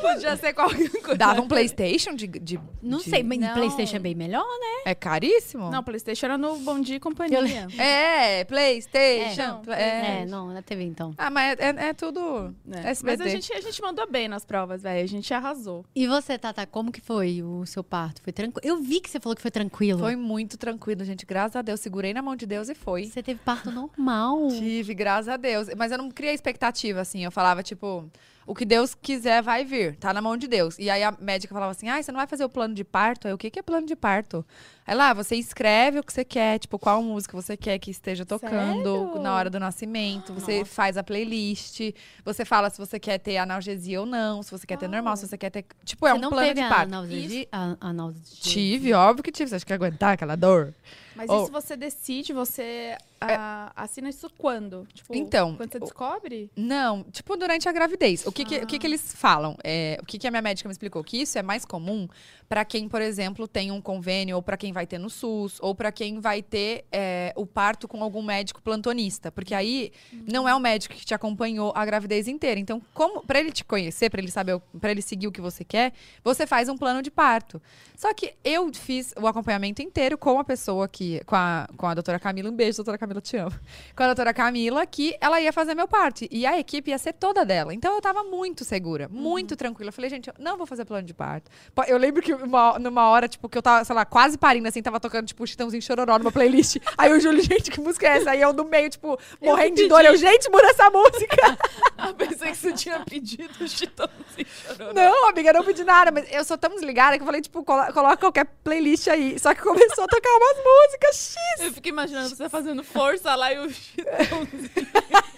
Podia ser qualquer coisa.
Dava um Playstation de... de
Não
de-
sei, mas
Não.
PlayStation é bem melhor, né?
É caríssimo?
Não, Playstation era no Bom Dia e Companhia. né?
É, Playstation.
É.
pla- É.
É, não, na TV então.
Ah, mas é, é- é tudo
né? Mas
SBT.
a gente, a gente mandou bem nas provas, velho. A gente arrasou.
E você, Tata, como que foi o seu parto? Foi tranquilo? Eu vi que você falou que foi tranquilo.
Foi muito tranquilo, gente. Graças a Deus. Segurei na mão de Deus e foi.
Você teve parto normal.
Tive, graças a Deus. Mas eu não criei expectativa, assim. Eu falava, tipo, o que Deus quiser vai vir, tá na mão de Deus. E aí a médica falava assim: ah, você não vai fazer o plano de parto? Aí, eu, o que, que é plano de parto? Aí lá, você escreve o que você quer, tipo, qual música você quer que esteja tocando
Sério?
na hora do nascimento. Você faz a playlist, você fala se você quer ter analgesia ou não, se você quer ter normal, se você quer ter. Tipo, é
você
um
não
plano
teve
de
a
parto.
analgesia? A, analgesia?
Tive, óbvio que tive. Você acha que ia aguentar aquela dor?
Mas
Oh.
isso você decide, você ah,
É.
assina isso quando? Tipo,
Então,
Quando você
o-
descobre?
Não, tipo durante a gravidez. O que, que, o que, que eles falam? É, o que, que a minha médica me explicou? Que isso é mais comum pra quem, por exemplo, tem um convênio, ou pra quem vai ter no SUS, ou pra quem vai ter é, o parto com algum médico plantonista. Porque aí não é o médico que te acompanhou a gravidez inteira. Então, como para ele te conhecer, pra ele saber, o- pra ele seguir o que você quer, você faz um plano de parto. Só que eu fiz o acompanhamento inteiro com a pessoa que. Com a, com a doutora Camila. Um beijo, doutora Camila, te amo. Com a doutora Camila, que ela ia fazer meu parto. E a equipe ia ser toda dela. Então eu tava muito segura, muito tranquila. Eu falei, gente, eu não vou fazer plano de parto. Po- Eu lembro que uma- numa hora, tipo, que eu tava, sei lá, quase parindo, piscina, assim, tava tocando, tipo, Chitãozinho Chororó numa playlist. Aí o Júlio, gente, que música é essa? Aí eu no meio, tipo, morrendo de dor. Eu, gente, muda essa música.
Ah, pensei que você tinha pedido o Chitãozinho Chororó.
não, amiga, eu não pedi nada. Mas eu sou tão desligada que eu falei, tipo, colo- coloca qualquer playlist aí. Só que começou a tocar umas músicas X.
Eu fico imaginando você fazendo força lá e o Chitãozinho.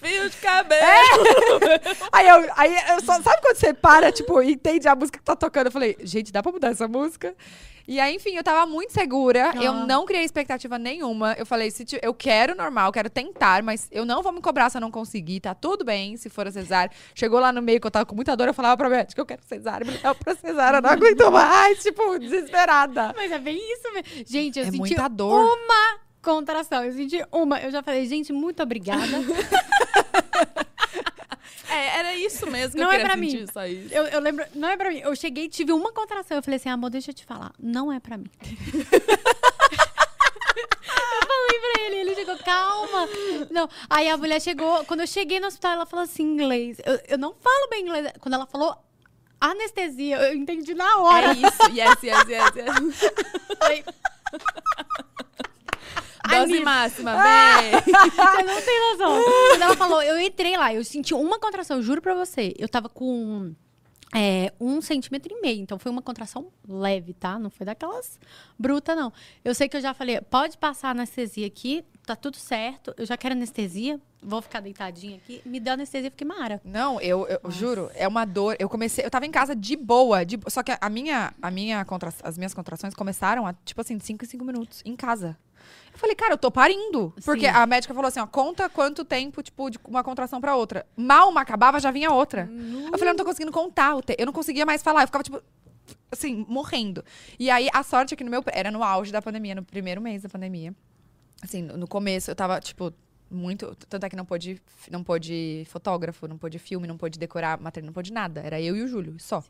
Fio de cabelo.
Aí eu, aí eu só, sabe quando você para, tipo, e entende a música que tá tocando? Eu falei, gente, dá pra mudar essa música? E aí, enfim, eu tava muito segura, eu
Ah.
não criei expectativa nenhuma. Eu falei, se ti- eu quero normal, quero tentar, mas eu não vou me cobrar se eu não conseguir, tá tudo bem, se for a cesárea. Chegou lá no meio que eu tava com muita dor, eu falava pra médica, eu quero cesárea, me leva pra cesárea, eu não aguento mais, tipo, desesperada.
Mas é bem isso mesmo. Gente, eu
É
senti
muita dor.
uma contração. Eu senti uma. Eu já falei, gente, muito obrigada.
É, era isso mesmo que
Não
eu
é
queria
pra mim.
sentir, só isso.
Eu, eu lembro, não é pra mim. Eu cheguei, tive uma contração. Eu falei assim, amor, deixa eu te falar. Não é pra mim. eu falei pra ele, ele chegou, calma. Não. Aí a mulher chegou, quando eu cheguei no hospital, ela falou assim, inglês. Eu, eu não falo bem inglês. Quando ela falou anestesia, eu entendi na
É
hora.
isso, yes, yes, yes, yes. Dose
Anise. Ah!
máxima, bem.
Você não tem noção. Quando ela falou, eu entrei lá, eu senti uma contração, eu juro pra você. Eu tava com é, um centímetro e meio, então foi uma contração leve, tá? Não foi daquelas bruta, não. Eu sei que eu já falei, pode passar anestesia aqui, tá tudo certo. Eu já quero anestesia, vou ficar deitadinha aqui. Me deu anestesia, fiquei mara.
Não, eu, eu juro, é uma dor. Eu comecei, eu tava em casa de boa, de bo- só que a- a minha, a minha contra, as minhas contrações começaram a tipo assim, de 5 em 5 minutos em casa. Eu falei, cara, eu tô parindo, porque
Sim.
a médica falou assim, ó, conta quanto tempo, tipo, de uma contração pra outra. Mal uma acabava, já vinha outra. Eu falei, eu não tô conseguindo contar o tempo. Eu não conseguia mais falar, eu ficava tipo assim, morrendo. E aí a sorte é que no meu era no auge da pandemia, no primeiro mês da pandemia. Assim, no no começo eu tava tipo muito, tanto é que não pôde, não pôde fotógrafo, não pôde filme, não pôde decorar matéria, não pôde nada. Era eu e o Júlio, só.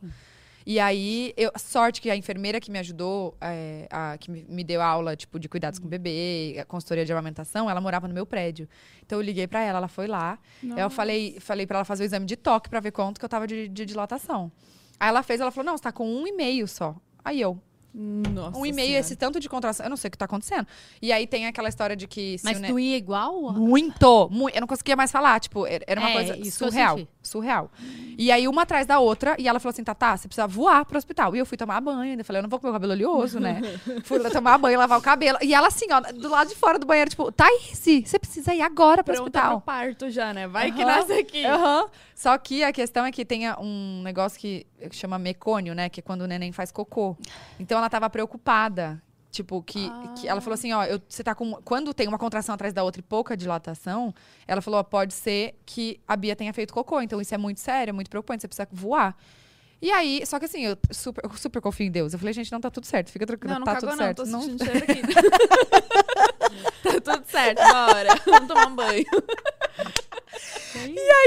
E aí, eu, sorte que a enfermeira que me ajudou, é, a, que me, me deu aula, tipo, de cuidados
Uhum.
com o bebê, a consultoria de amamentação, ela morava no meu prédio. Então, eu liguei pra ela, ela foi lá. Eu falei, falei pra ela fazer o exame de toque pra ver quanto que eu tava de, de dilatação. Aí ela fez, ela falou, não, você tá com um e meio só. Aí eu,
Nossa
um e meio,
Senhora.
esse tanto de contração, eu não sei o que tá acontecendo. E aí tem aquela história de que... se
Mas
o ne-
doía igual?
muito, muito. Eu não conseguia mais falar, tipo, era era uma
É,
coisa
isso que eu
surreal.
senti.
Surreal. E aí, uma atrás da outra, e ela falou assim: Tatá, você precisa voar pro hospital. E eu fui tomar banho, ainda falei, eu não vou com meu cabelo oleoso, né? fui lá tomar banho, lavar o cabelo. E ela, assim, ó, do lado de fora do banheiro, tipo, Thaís, você precisa ir agora pro
Pronta pro
hospital.
parto já, né? Vai que
Aham.
nasce aqui.
Aham. Só que a questão é que tem a- um negócio que chama mecônio, né? Que é quando o neném faz cocô. Então ela tava preocupada. Tipo, que, que ela
Ah.
falou assim, ó, eu- você tá com. Quando tem uma contração atrás da outra e pouca dilatação, ela falou, ó, pode ser que a Bia tenha feito cocô. Então isso é muito sério, é muito preocupante, você precisa voar. E aí, só que assim, eu super, eu super confio em Deus. Eu falei, gente, não tá tudo certo, fica tranquilo,
Não, não
tá
cagou
tudo
não, tô
certo.
sentindo cheiro aqui. tá tudo certo, bora. Vamos tomar um banho.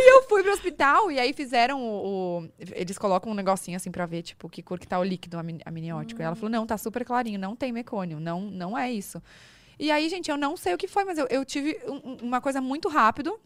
eu fui pro hospital e aí fizeram o, o- Eles colocam um negocinho assim pra ver, tipo, que cor que tá o líquido ami- amniótico. E
Hum.
ela falou: não, tá super clarinho, não tem mecônio, não, não é isso. E aí, gente, eu não sei o que foi, mas eu, eu tive um- um- uma coisa muito rápido.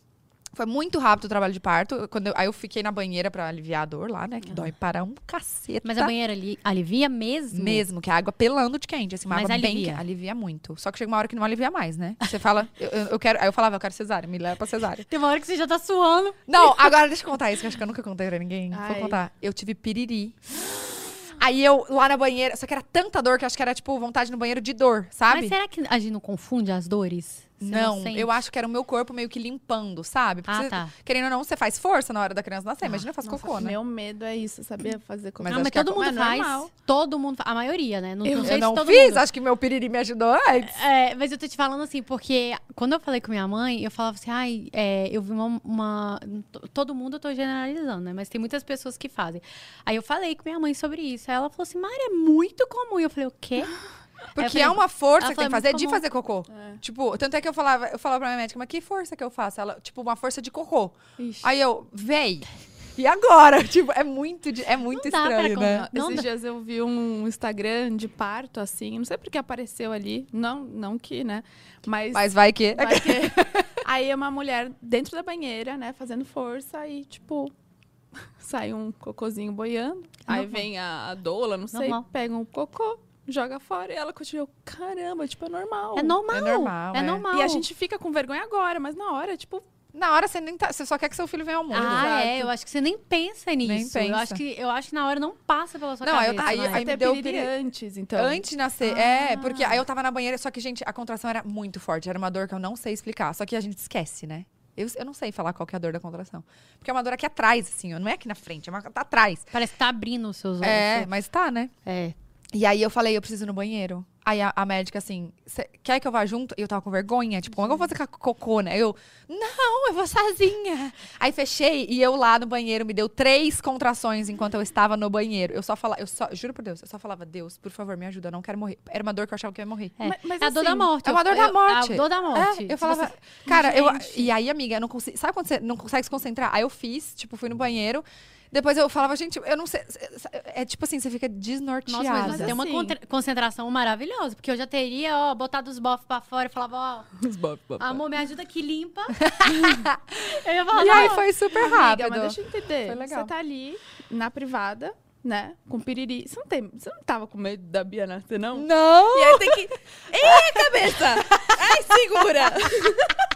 Foi muito rápido o trabalho de parto. Quando eu- aí eu fiquei na banheira pra aliviar a dor lá, né? Que dói para um caceta.
Ah. Mas a banheira ali alivia mesmo?
Mesmo, que a água pelando de quente, assim, uma
Mas
água bem
alivia.
quente. Alivia muito. Só que chega uma hora que não alivia mais, né? Você fala, eu, eu- eu quero. Aí eu falava, eu quero cesárea, me leva pra cesárea.
Tem uma hora que você já tá suando.
Não, agora deixa eu contar isso, que eu acho que eu nunca contei pra ninguém.
Ai.
Vou contar. Eu tive piriri. Aí eu, lá na banheira, só que era tanta dor que eu acho que era, tipo, vontade no banheiro de dor, sabe?
Mas será que a gente não confunde as dores? Você
não,
sente?
eu acho que era o meu corpo meio que limpando, sabe? Porque
Ah,
você-
tá.
querendo ou não, você faz força na hora da criança nascer.
Ah,
Imagina, eu faço
Nossa,
cocô, né?
Meu medo é isso, sabia? Fazer cocô.
Mas
Não,
acho
mas
que é
todo
co-
mundo
mas
faz.
normal.
Todo mundo faz. A maioria, né? Não, não
eu
sei se
não
todo
fiz,
mundo.
acho que meu piriri me ajudou antes.
É, mas eu tô te falando assim, porque quando eu falei com minha mãe, eu falava assim, ai, é, eu vi uma, uma- to- Todo mundo eu tô generalizando, né? Mas tem muitas pessoas que fazem. Aí eu falei com minha mãe sobre isso. Aí ela falou assim, Mari, é muito comum. E eu falei, o quê?
Porque
falei-
é uma força
ela
que tem que
falou, é
fazer
muito
de
comum.
fazer cocô. Tipo, tanto é que eu falava, eu falava pra minha médica, mas que força que eu faço? Ela, tipo, uma força de cocô.
Ixi.
Aí eu, véi, e agora? Tipo, é muito, de- é muito
dá pra
estranho, né?
contar. Não
Esses
dá.
dias eu vi um Instagram de parto, assim, não sei porque apareceu ali. Não, não que, né? Mas.
Mas vai É que.
vai que- Aí é uma mulher dentro da banheira, né? Fazendo força e, tipo, sai um cocôzinho boiando. Aí
Normal.
vem a a doula, não sei,
Normal.
pega um cocô,
joga fora. E ela continua, caramba, tipo, é normal.
É normal.
É normal,
É
é.
normal.
E a gente fica com vergonha agora, mas na hora, tipo,
Na hora você nem tá. Você só quer que seu filho venha ao mundo.
Ah,
Exato.
é, eu acho que você nem pensa nisso. Eu
pensa.
acho que, eu acho que na hora não passa pela sua
Não, aí eu-
cabeça. né? Não,
aí-
aí,
aí-
até
me deu
piriri
pire-
antes, então.
Antes de nascer,
Ah.
é, porque aí eu tava na banheira, só que, gente, a contração era muito forte. Era uma dor que eu não sei explicar. Só que a gente esquece, né? Eu, eu não sei falar qual que é a dor da contração. Porque é uma dor aqui atrás, assim, ó, não é aqui na frente, é uma tá atrás.
Parece que tá abrindo os seus olhos. assim.
É, mas tá, né?
É.
E aí eu falei, eu preciso ir no banheiro. Aí a, a médica assim, "Cê quer que eu vá junto? E eu tava com vergonha, tipo, como é que eu vou fazer com a cocô, né? Eu, não, eu vou sozinha. Aí fechei e eu lá no banheiro me deu três contrações enquanto eu estava no banheiro. Eu só falava, eu só, juro por Deus, eu só falava, Deus, por favor, me ajuda, eu não quero morrer. Era uma dor que eu achava que eu ia morrer.
É,
Ma- mas
É a dor da
assim,
morte.
é uma dor
eu-
da
eu-
morte.
A dor da morte.
É, eu
Se
falava,
você-
cara, eu,
Gente.
e aí, amiga, eu não consigo. Sabe quando você não consegue se concentrar? Aí eu fiz, tipo, fui no banheiro. Depois eu falava, gente, eu não sei. É tipo assim, você fica desnorteada.
Nossa, mas você tem uma
assim-
contra- concentração maravilhosa. Porque eu já teria, ó, botado os bofs pra fora e falava, ó, amor, me ajuda que limpa. eu ia falar,
E aí
não.
foi super
Amiga,
rápido.
mas deixa eu entender.
Foi legal.
Você tá ali na privada, né? Com piriri. Você não, tem, você não tava com medo da Bia nascer, não?
Não!
E aí tem que. Ei, cabeça! Ai, segura!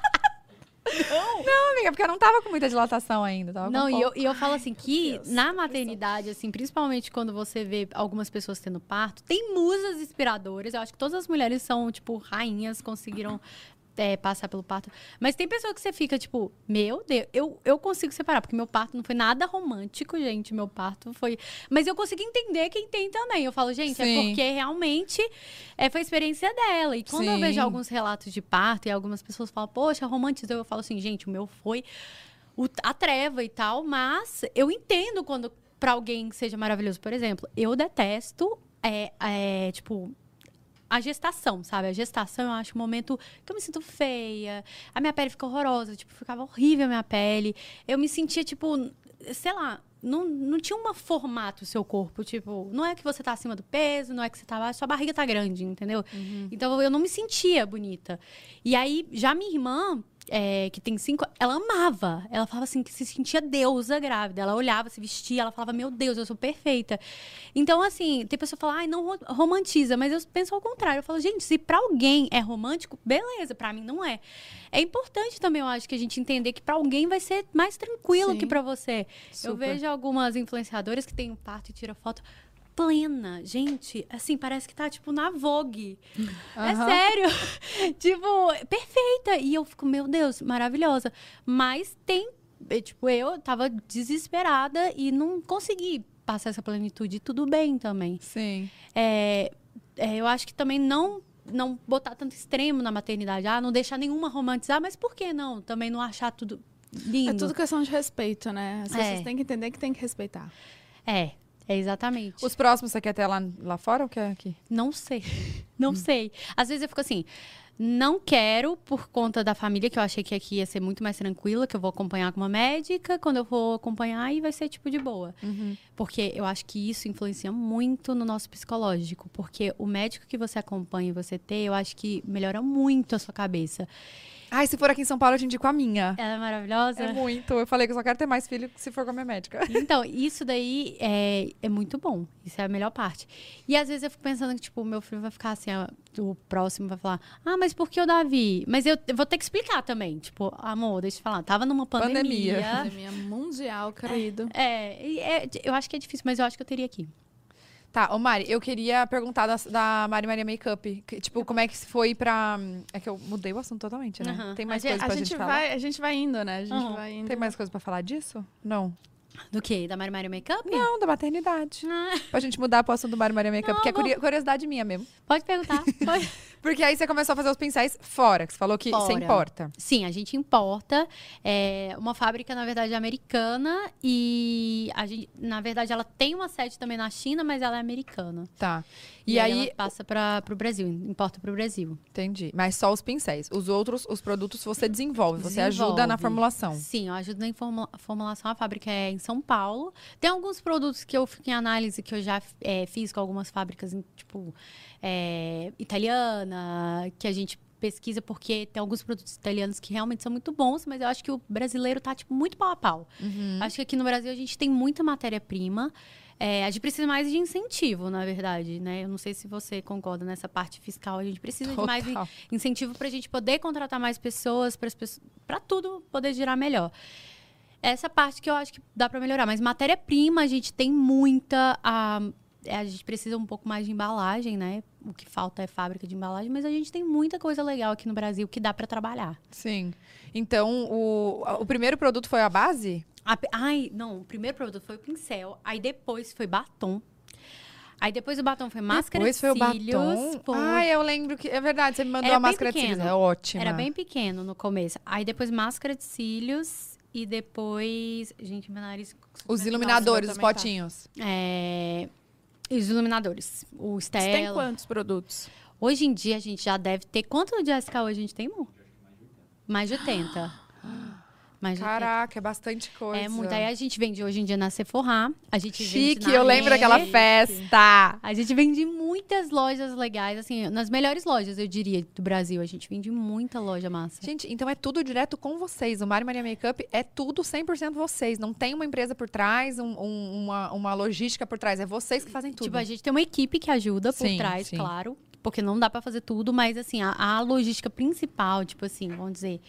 Não, amiga, porque eu não tava com muita dilatação ainda. Tava com um
Não, e
pouco.
eu, e eu falo assim que na maternidade, assim, principalmente quando você vê algumas pessoas tendo parto, tem musas inspiradoras. Eu acho que todas as mulheres são, tipo, rainhas, conseguiram é, passar pelo parto. Mas tem pessoa que você fica, tipo, meu Deus, eu, eu consigo separar, porque meu parto não foi nada romântico, gente. Meu parto foi. Mas eu consigo entender quem tem também. Eu falo, gente, é
Sim.
porque realmente é, foi a experiência dela. E quando eu
Sim.
vejo alguns relatos de parto e algumas pessoas falam, poxa, romantizou, eu falo assim, gente, o meu foi o- a treva e tal, mas eu entendo quando pra alguém que seja maravilhoso. Por exemplo, eu detesto, é, é, tipo, a gestação, sabe? A gestação eu acho um momento que eu me sinto feia, a minha pele fica horrorosa, tipo, ficava horrível a minha pele. Eu me sentia, tipo, sei lá, não, não tinha um formato o seu corpo. Tipo, não é que você tá acima do peso, não é que você tá baixo, sua barriga tá grande, entendeu? Então eu não me sentia bonita. E aí, já minha irmã, é, que tem cinco, ela amava. Ela falava assim que se sentia deusa grávida. Ela olhava, se vestia, ela falava, meu Deus, eu sou perfeita. Então, assim, tem pessoa que fala, ai, não ro- romantiza, mas eu penso ao contrário. Eu falo, gente, se pra alguém é romântico, beleza, pra mim não é. É importante também, eu acho, que a gente entender que pra alguém vai ser mais tranquilo
Sim.
que pra você. Eu
Super.
vejo algumas influenciadoras que têm um parto e tira foto plena. Gente, assim, parece que tá, tipo, na Vogue. É
Aham.
sério. tipo, perfeita. E eu fico, meu Deus, maravilhosa. Mas tem, eh, tipo, eu tava desesperada e não consegui passar essa plenitude. Tudo bem também.
Sim.
É, é, eu acho que também não não botar tanto extremo na maternidade. Ah, não deixar nenhuma romantizar, mas por que não? Também não achar tudo lindo.
É tudo questão de respeito, né? As
É.
pessoas têm que entender que tem que respeitar.
É, é exatamente.
Os próximos você quer ter lá, lá fora ou quer aqui?
Não sei. Não sei. Às vezes eu fico assim, não quero por conta da família, que eu achei que aqui ia ser muito mais tranquila, que eu vou acompanhar com uma médica, quando eu vou acompanhar e vai ser tipo de boa. Porque eu acho que isso influencia muito no nosso psicológico, porque o médico que você acompanha e você ter, eu acho que melhora muito a sua cabeça.
Ai, se for aqui em São Paulo, eu te indico a minha.
Ela é maravilhosa.
É muito. Eu falei que eu só quero ter mais filho se for com a minha médica.
Então, isso daí é, é muito bom. Isso é a melhor parte. E às vezes eu fico pensando que, tipo, o meu filho vai ficar assim, ah, o próximo vai falar, ah, mas por que o Davi? Mas eu eu vou ter que explicar também. Tipo, amor, deixa eu te falar, tava numa
Pandemia.
É.
pandemia.
Pandemia mundial, querido.
É, e é- eu acho que é difícil, mas eu acho que eu teria aqui.
Tá, ô Mari, eu queria perguntar da, da Mari Maria Makeup. que, tipo, como é que se foi pra. É que eu mudei o assunto totalmente, né?
Aham.
Tem mais
A gente-
coisa
A
pra
gente,
gente, falar?
vai, a gente vai indo, né? A gente
Uhum.
vai indo.
Tem mais coisa pra falar disso? Não.
Do quê? Da Mari Mari Makeup?
Não, da maternidade.
Ah,
Pra gente mudar pro assunto do Mari Maria Makeup,
Não,
que é
vou-
curio- curiosidade minha mesmo.
pode perguntar. Pode.
Porque aí você começou a fazer os pincéis fora, que você falou que você
Fora.
importa.
Sim, a gente importa. É uma fábrica, na verdade, americana. E, a gente, na verdade, ela tem uma sede também na China, mas ela é americana.
Tá.
E,
E,
aí,
aí,
ela passa para o Brasil, importa para o Brasil.
entendi. Mas só os pincéis. Os outros, os produtos você desenvolve, você ajuda na
Desenvolve.
formulação.
Sim, eu ajudo na informu- formulação. A fábrica é em São Paulo. Tem alguns produtos que eu fico em análise que eu já eh, fiz com algumas fábricas, em, tipo, eh, italiana, que a gente pesquisa porque tem alguns produtos italianos que realmente são muito bons, mas eu
Uhum.
acho que o brasileiro tá, tipo, muito pau a pau. Acho que aqui no Brasil a gente tem muita matéria-prima. É, a gente precisa mais de incentivo, na verdade, né? Eu não sei se você concorda nessa parte fiscal. A gente precisa de mais in-
Total.
incentivo para a gente poder contratar mais pessoas, para tudo poder girar melhor. Essa parte que eu acho que dá para melhorar. Mas matéria-prima, a gente tem muita. A, a gente precisa um pouco mais de embalagem, né? O que falta é fábrica de embalagem, mas a gente tem muita coisa legal aqui no Brasil que dá para trabalhar.
Sim. Então, o, o primeiro produto foi a base?
A pe- ai, não, o primeiro produto foi o pincel, aí depois foi batom. Aí depois o batom foi máscara
Depois
de
foi o
cílios.
batom.
foi-
Ai, eu lembro que... É verdade, você me mandou
Era
a
bem
máscara de cílios.
pequeno.
É ótima.
Era bem pequeno no começo. Aí depois máscara de cílios e depois, gente, meu nariz
Os
Nossa,
iluminadores,
eu
os
também tá.
potinhos.
é... e os iluminadores, o
Você tem
Stella.
quantos produtos?
Hoje em dia a gente já deve ter quanto de SK hoje a gente tem, amor? Mais de 80. Mais de 80.
Caraca, é bastante coisa.
É muito. Aí a gente vende hoje em dia na Sephora. A gente vende
Chique,
na
eu lembro
Renner.
daquela festa.
A gente vende em muitas lojas legais, assim, nas melhores lojas, eu diria, do Brasil. A gente vende muita loja massa.
Gente, então é tudo direto com vocês. O Mari Maria Makeup é tudo 100% vocês. Não tem uma empresa por trás, um- um- uma, uma logística por trás. É vocês que fazem tudo.
Tipo, a gente tem uma equipe que ajuda por
Sim,
trás,
sim.
claro. Porque não dá pra fazer tudo, mas assim, a, a logística principal, tipo assim, vamos dizer,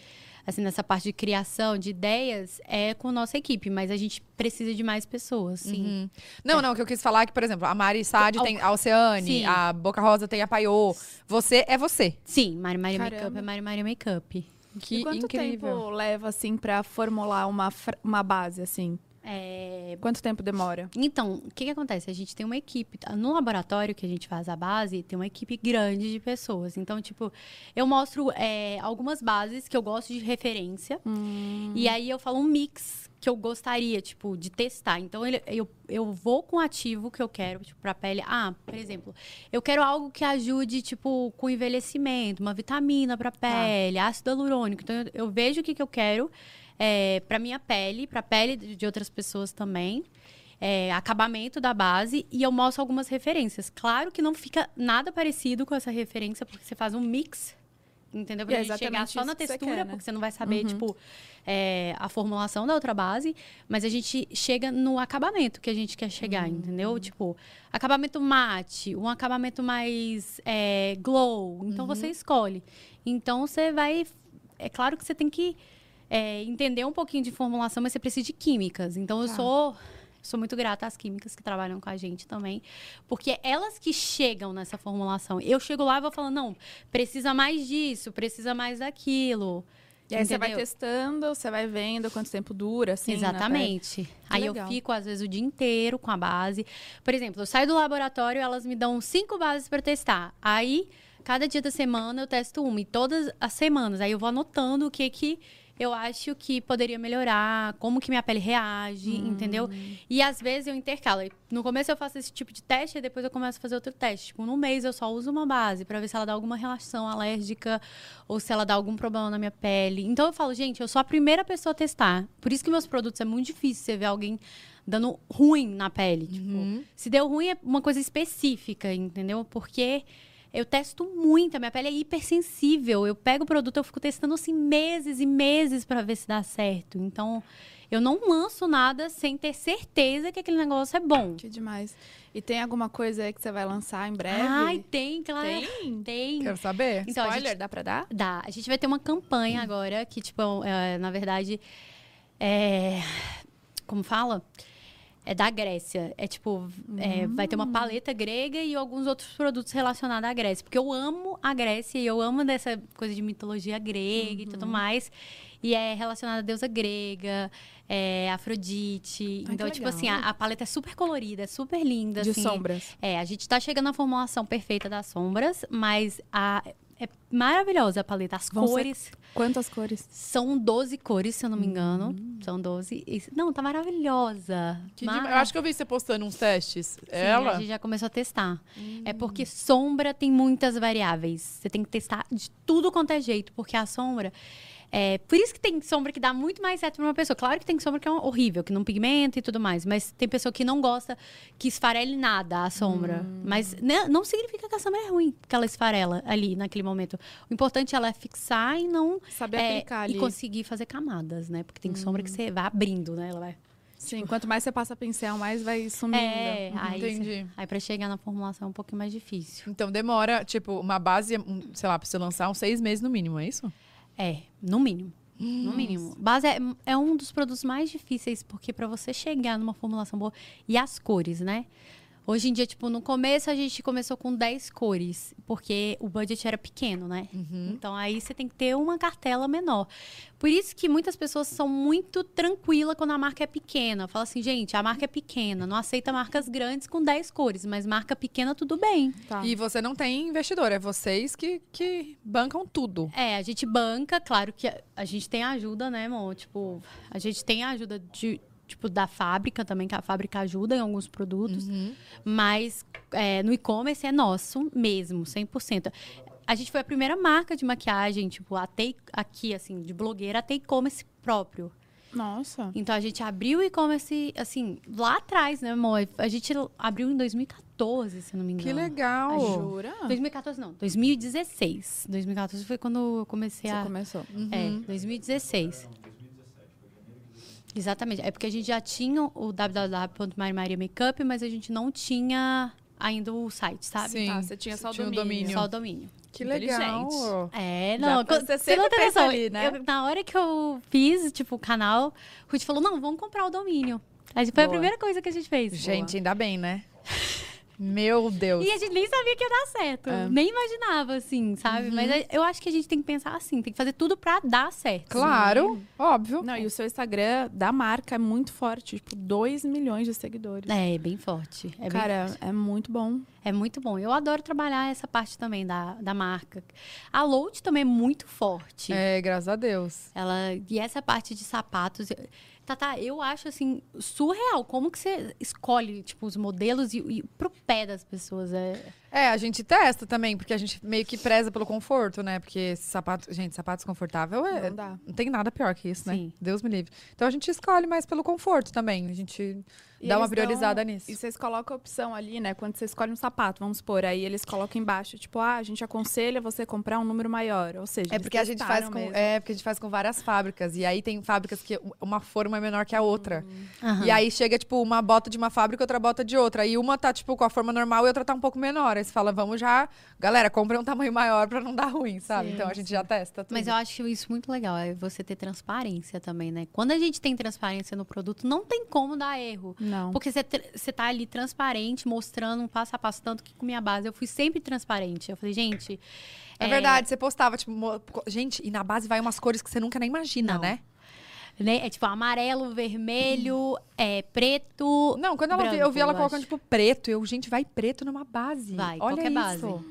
assim, nessa parte de criação de ideias, é com nossa equipe, mas a gente precisa de mais pessoas, sim.
Uhum. Não, não, o que eu quis falar é que, por exemplo, a Mari Sade
Al-
tem a Oceane,
tá- Então, Sim.
a Boca Rosa tem a Paiô. Você é você.
Sim, Mari Maria
Caramba.
Makeup é Mari Maria Makeup.
Que
e quanto
incrível.
tempo leva, assim, pra formular uma, fra- uma base, assim?
É,
Quanto tempo demora?
Então, o que, que acontece? A gente tem uma equipe. tá? No laboratório que a gente faz a base, tem uma equipe grande de pessoas. Então, tipo, eu mostro é, algumas bases que eu gosto de referência. E aí eu falo um mix que eu gostaria, tipo, de testar. Então, ele- eu, eu vou com o ativo que eu quero, tipo, pra pele. Ah, por exemplo, eu quero algo que ajude, tipo, com envelhecimento, uma vitamina pra
Tá.
pele, ácido hialurônico. Então, eu, eu vejo o que, que eu quero é, pra minha pele, pra pele de de outras pessoas também. É, acabamento da base e eu mostro algumas referências. Claro que não fica nada parecido com essa referência, porque você faz um mix, entendeu? Pra
E é
gente chegar
exatamente
só na
isso que você
textura,
quer, né?
porque você não vai saber, tipo, é, a formulação da outra base, mas a gente chega no acabamento que a gente quer chegar,
Hum.
entendeu? Tipo, acabamento mate, um acabamento mais é, glow. Então
Uhum.
você escolhe. Então você vai. É claro que você tem que é, entender um pouquinho de formulação, mas você precisa de químicas. Então
Tá.
eu sou. Sou muito grata às químicas que trabalham com a gente também, porque é elas que chegam nessa formulação. Eu chego lá e vou falando, não, precisa mais disso, precisa mais daquilo.
E aí você vai
Entendeu?
testando, você vai vendo quanto tempo dura, assim. na
Exatamente. Aí
legal.
eu fico, às vezes, o dia inteiro com a base. Por exemplo, eu saio do laboratório, elas me dão cinco bases para testar. Aí, cada dia da semana, eu testo uma. E todas as semanas. Aí eu vou anotando o que que eu acho que poderia melhorar, como que minha pele reage, entendeu? E às vezes eu intercalo. No começo eu faço esse tipo de teste, e depois eu começo a fazer outro teste. Tipo, num mês eu só uso uma base para ver se ela dá alguma relação alérgica ou se ela dá algum problema na minha pele. Então eu falo, gente, eu sou a primeira pessoa a testar. Por isso que meus produtos é muito difícil você ver alguém dando ruim na pele. Tipo, se deu ruim é uma coisa específica, entendeu? Porque eu testo muito, a minha pele é hipersensível. Eu pego o produto, eu fico testando assim meses e meses para ver se dá certo. Então, eu não lanço nada sem ter certeza que aquele negócio é bom.
Que demais. E tem alguma coisa aí que você vai lançar em breve?
Ai, tem, claro.
tem.
Tem.
Quero saber.
Então, a
Spoiler,
gente-
dá pra dar?
Dá. A gente vai ter uma campanha agora que, tipo, é, na verdade, é, como fala? É da Grécia. É tipo, é, vai ter
Hum.
uma paleta grega e alguns outros produtos relacionados à Grécia. Porque eu amo a Grécia e eu amo dessa coisa de mitologia grega e
Uhum.
tudo mais. E é relacionada à deusa grega, é, Afrodite.
Ai,
então,
que
tipo assim, a, a paleta é super colorida, é super linda.
De
assim.
sombras.
É, a gente tá chegando à formulação perfeita das sombras, mas a, é maravilhosa a paleta. As
Vão ser-
cores
Quantas cores?
são 12 cores, se eu não me engano. São 12. E- não, tá maravilhosa.
Hum. Que demais. Eu acho que eu vi você postando uns testes.
Sim,
Ela?
A gente já começou a testar. É porque sombra tem muitas variáveis. Você tem que testar de tudo quanto é jeito, porque a sombra. É, por isso que tem sombra que dá muito mais certo pra uma pessoa. Claro que tem sombra que é horrível, que não pigmenta e tudo mais. Mas tem pessoa que não gosta que esfarele nada a sombra. Mas né, não significa que a sombra é ruim, que ela esfarela ali naquele momento. O importante é ela fixar e não
Saber
é,
aplicar ali.
E conseguir fazer camadas, né? Porque tem sombra que você vai abrindo, né? Ela vai
Sim, quanto mais você passa pincel, mais vai sumindo.
É, aí, cê-
Entendi.
aí pra chegar na formulação é um pouquinho mais difícil.
Então demora, tipo, uma base, um, sei lá, pra você lançar uns seis meses no mínimo, é isso?
É, no mínimo. No mínimo. Base é, é um dos produtos mais difíceis, porque para você chegar numa formulação boa. E as cores, né? Hoje em dia, tipo, no começo a gente começou com 10 cores, porque o budget era pequeno, né? Então aí você tem que ter uma cartela menor. Por isso que muitas pessoas são muito tranquilas quando a marca é pequena. Fala assim, gente, a marca é pequena, não aceita marcas grandes com 10 cores, mas marca pequena tudo bem.
Tá.
E você não tem investidor, é vocês que, que bancam tudo.
É, a gente banca, claro que a, a gente tem ajuda, né, amor? Tipo, a gente tem a ajuda de, tipo, da fábrica também, que a fábrica ajuda em alguns produtos.
Uhum.
Mas é, no e-commerce é nosso mesmo, 100%. A gente foi a primeira marca de maquiagem, tipo, até aqui, assim, de blogueira, até e-commerce próprio.
Nossa.
Então a gente abriu o e-commerce, assim, lá atrás, né, amor? A gente abriu em 2014, se eu não me engano.
Que
Então,
legal.
Jura?
2014 não, 2016. 2014 foi quando eu comecei
Você
a
começou.
é, 2016. Exatamente. É porque a gente já tinha o www.marimariamakeup, mas a gente não tinha ainda o site,
Tá,
sabe?
Sim.
é
Ah, você tinha só o
Tinha o
domínio.
domínio.
Só o domínio.
Que legal.
Inteligente.
É,
Dá
não.
pra-
co-
você
não
sempre
tem
pensa
noção,
ali, né?
eu- na hora que eu fiz, tipo, o canal, o Ruth falou, não, vamos comprar o domínio. A gente, foi a
Boa.
primeira coisa que a gente fez.
Gente, ainda bem, né? Meu Deus.
E a gente nem sabia que ia dar certo.
É.
Nem imaginava, assim, sabe?
Uhum.
Mas é- eu acho que a gente tem que pensar assim, tem que fazer tudo pra dar certo.
Claro, óbvio.
Não, e o seu Instagram da marca é muito forte, tipo, 2 milhões de seguidores.
É, bem forte. É bem
Cara, é muito bom.
É muito bom. Eu adoro trabalhar essa parte também da, da marca. A Load também é muito forte.
É, graças a Deus.
Ela, e essa parte de sapatos. eu- Tata, eu acho assim, surreal. Como que você escolhe, tipo, os modelos e, e pro pé das pessoas. É,
É, a gente testa também, porque a gente meio que preza pelo conforto, né? Porque esse sapato, gente, sapato desconfortável é,
Não dá.
não tem nada pior que isso, né?
Sim.
Deus me livre. Então a gente escolhe mais pelo conforto também. A gente
E
dá uma
eles
priorizada
dão-
nisso.
E vocês colocam a opção ali, né? Quando você escolhe um sapato, vamos supor, aí eles colocam embaixo, tipo, ah, a gente aconselha você comprar um número maior. Ou seja,
É
eles
porque a gente faz
testaram
com,
mesmo.
é porque a gente faz com várias fábricas e aí tem fábricas que u- uma forma é menor que a outra.
Aham.
E aí chega tipo uma bota de uma fábrica, outra bota de outra, e uma tá tipo com a forma normal e outra tá um pouco menor. Aí você fala, vamos já, galera, compra um tamanho maior pra não dar ruim, sabe? então a gente já testa tudo.
Mas eu acho isso muito legal, é você ter transparência também, né? Quando a gente tem transparência no produto, não tem como dar erro.
Não.
Porque você tr- você tá ali transparente, mostrando um passo a passo, tanto que com minha base eu fui sempre transparente. Eu falei, gente.
É verdade, você postava, tipo, mo- co- gente, e na base vai umas cores que você nunca nem imagina,
Não.
né?
Né? É tipo amarelo, vermelho, é preto.
Não, quando ela vi- eu
Branco,
vi ela
eu
colocando,
acho.
tipo, preto, eu, gente, vai preto numa base.
Vai,
Olha
qualquer base.
isso.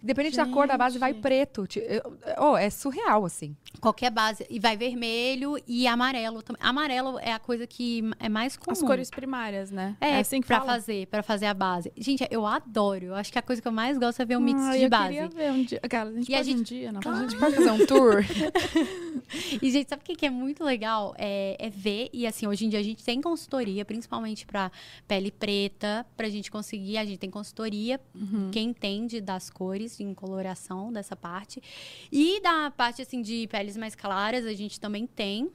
Independente da cor da base, vai preto. Ti- eu- Oh, é surreal, assim.
Qualquer base. E vai vermelho e amarelo também. Amarelo é a coisa que é mais comum.
As cores primárias, né?
É,
assim que
pra
fala?
fazer, para fazer a base. Gente, eu adoro. Eu acho que a coisa que eu mais gosto é ver um mix
Ah,
de
eu
base.
queria ver um dia. Cara, a gente
E a
faz um
gente-
dia, não
A
faz?
gente pode fazer um tour.
E, gente, sabe o que que é muito legal? É, é ver, e assim, hoje em dia a gente tem consultoria, principalmente pra pele preta, pra gente conseguir, a gente tem consultoria,
Uhum.
quem entende das cores, em coloração dessa parte. E da parte, assim, de peles mais claras, a gente também tem.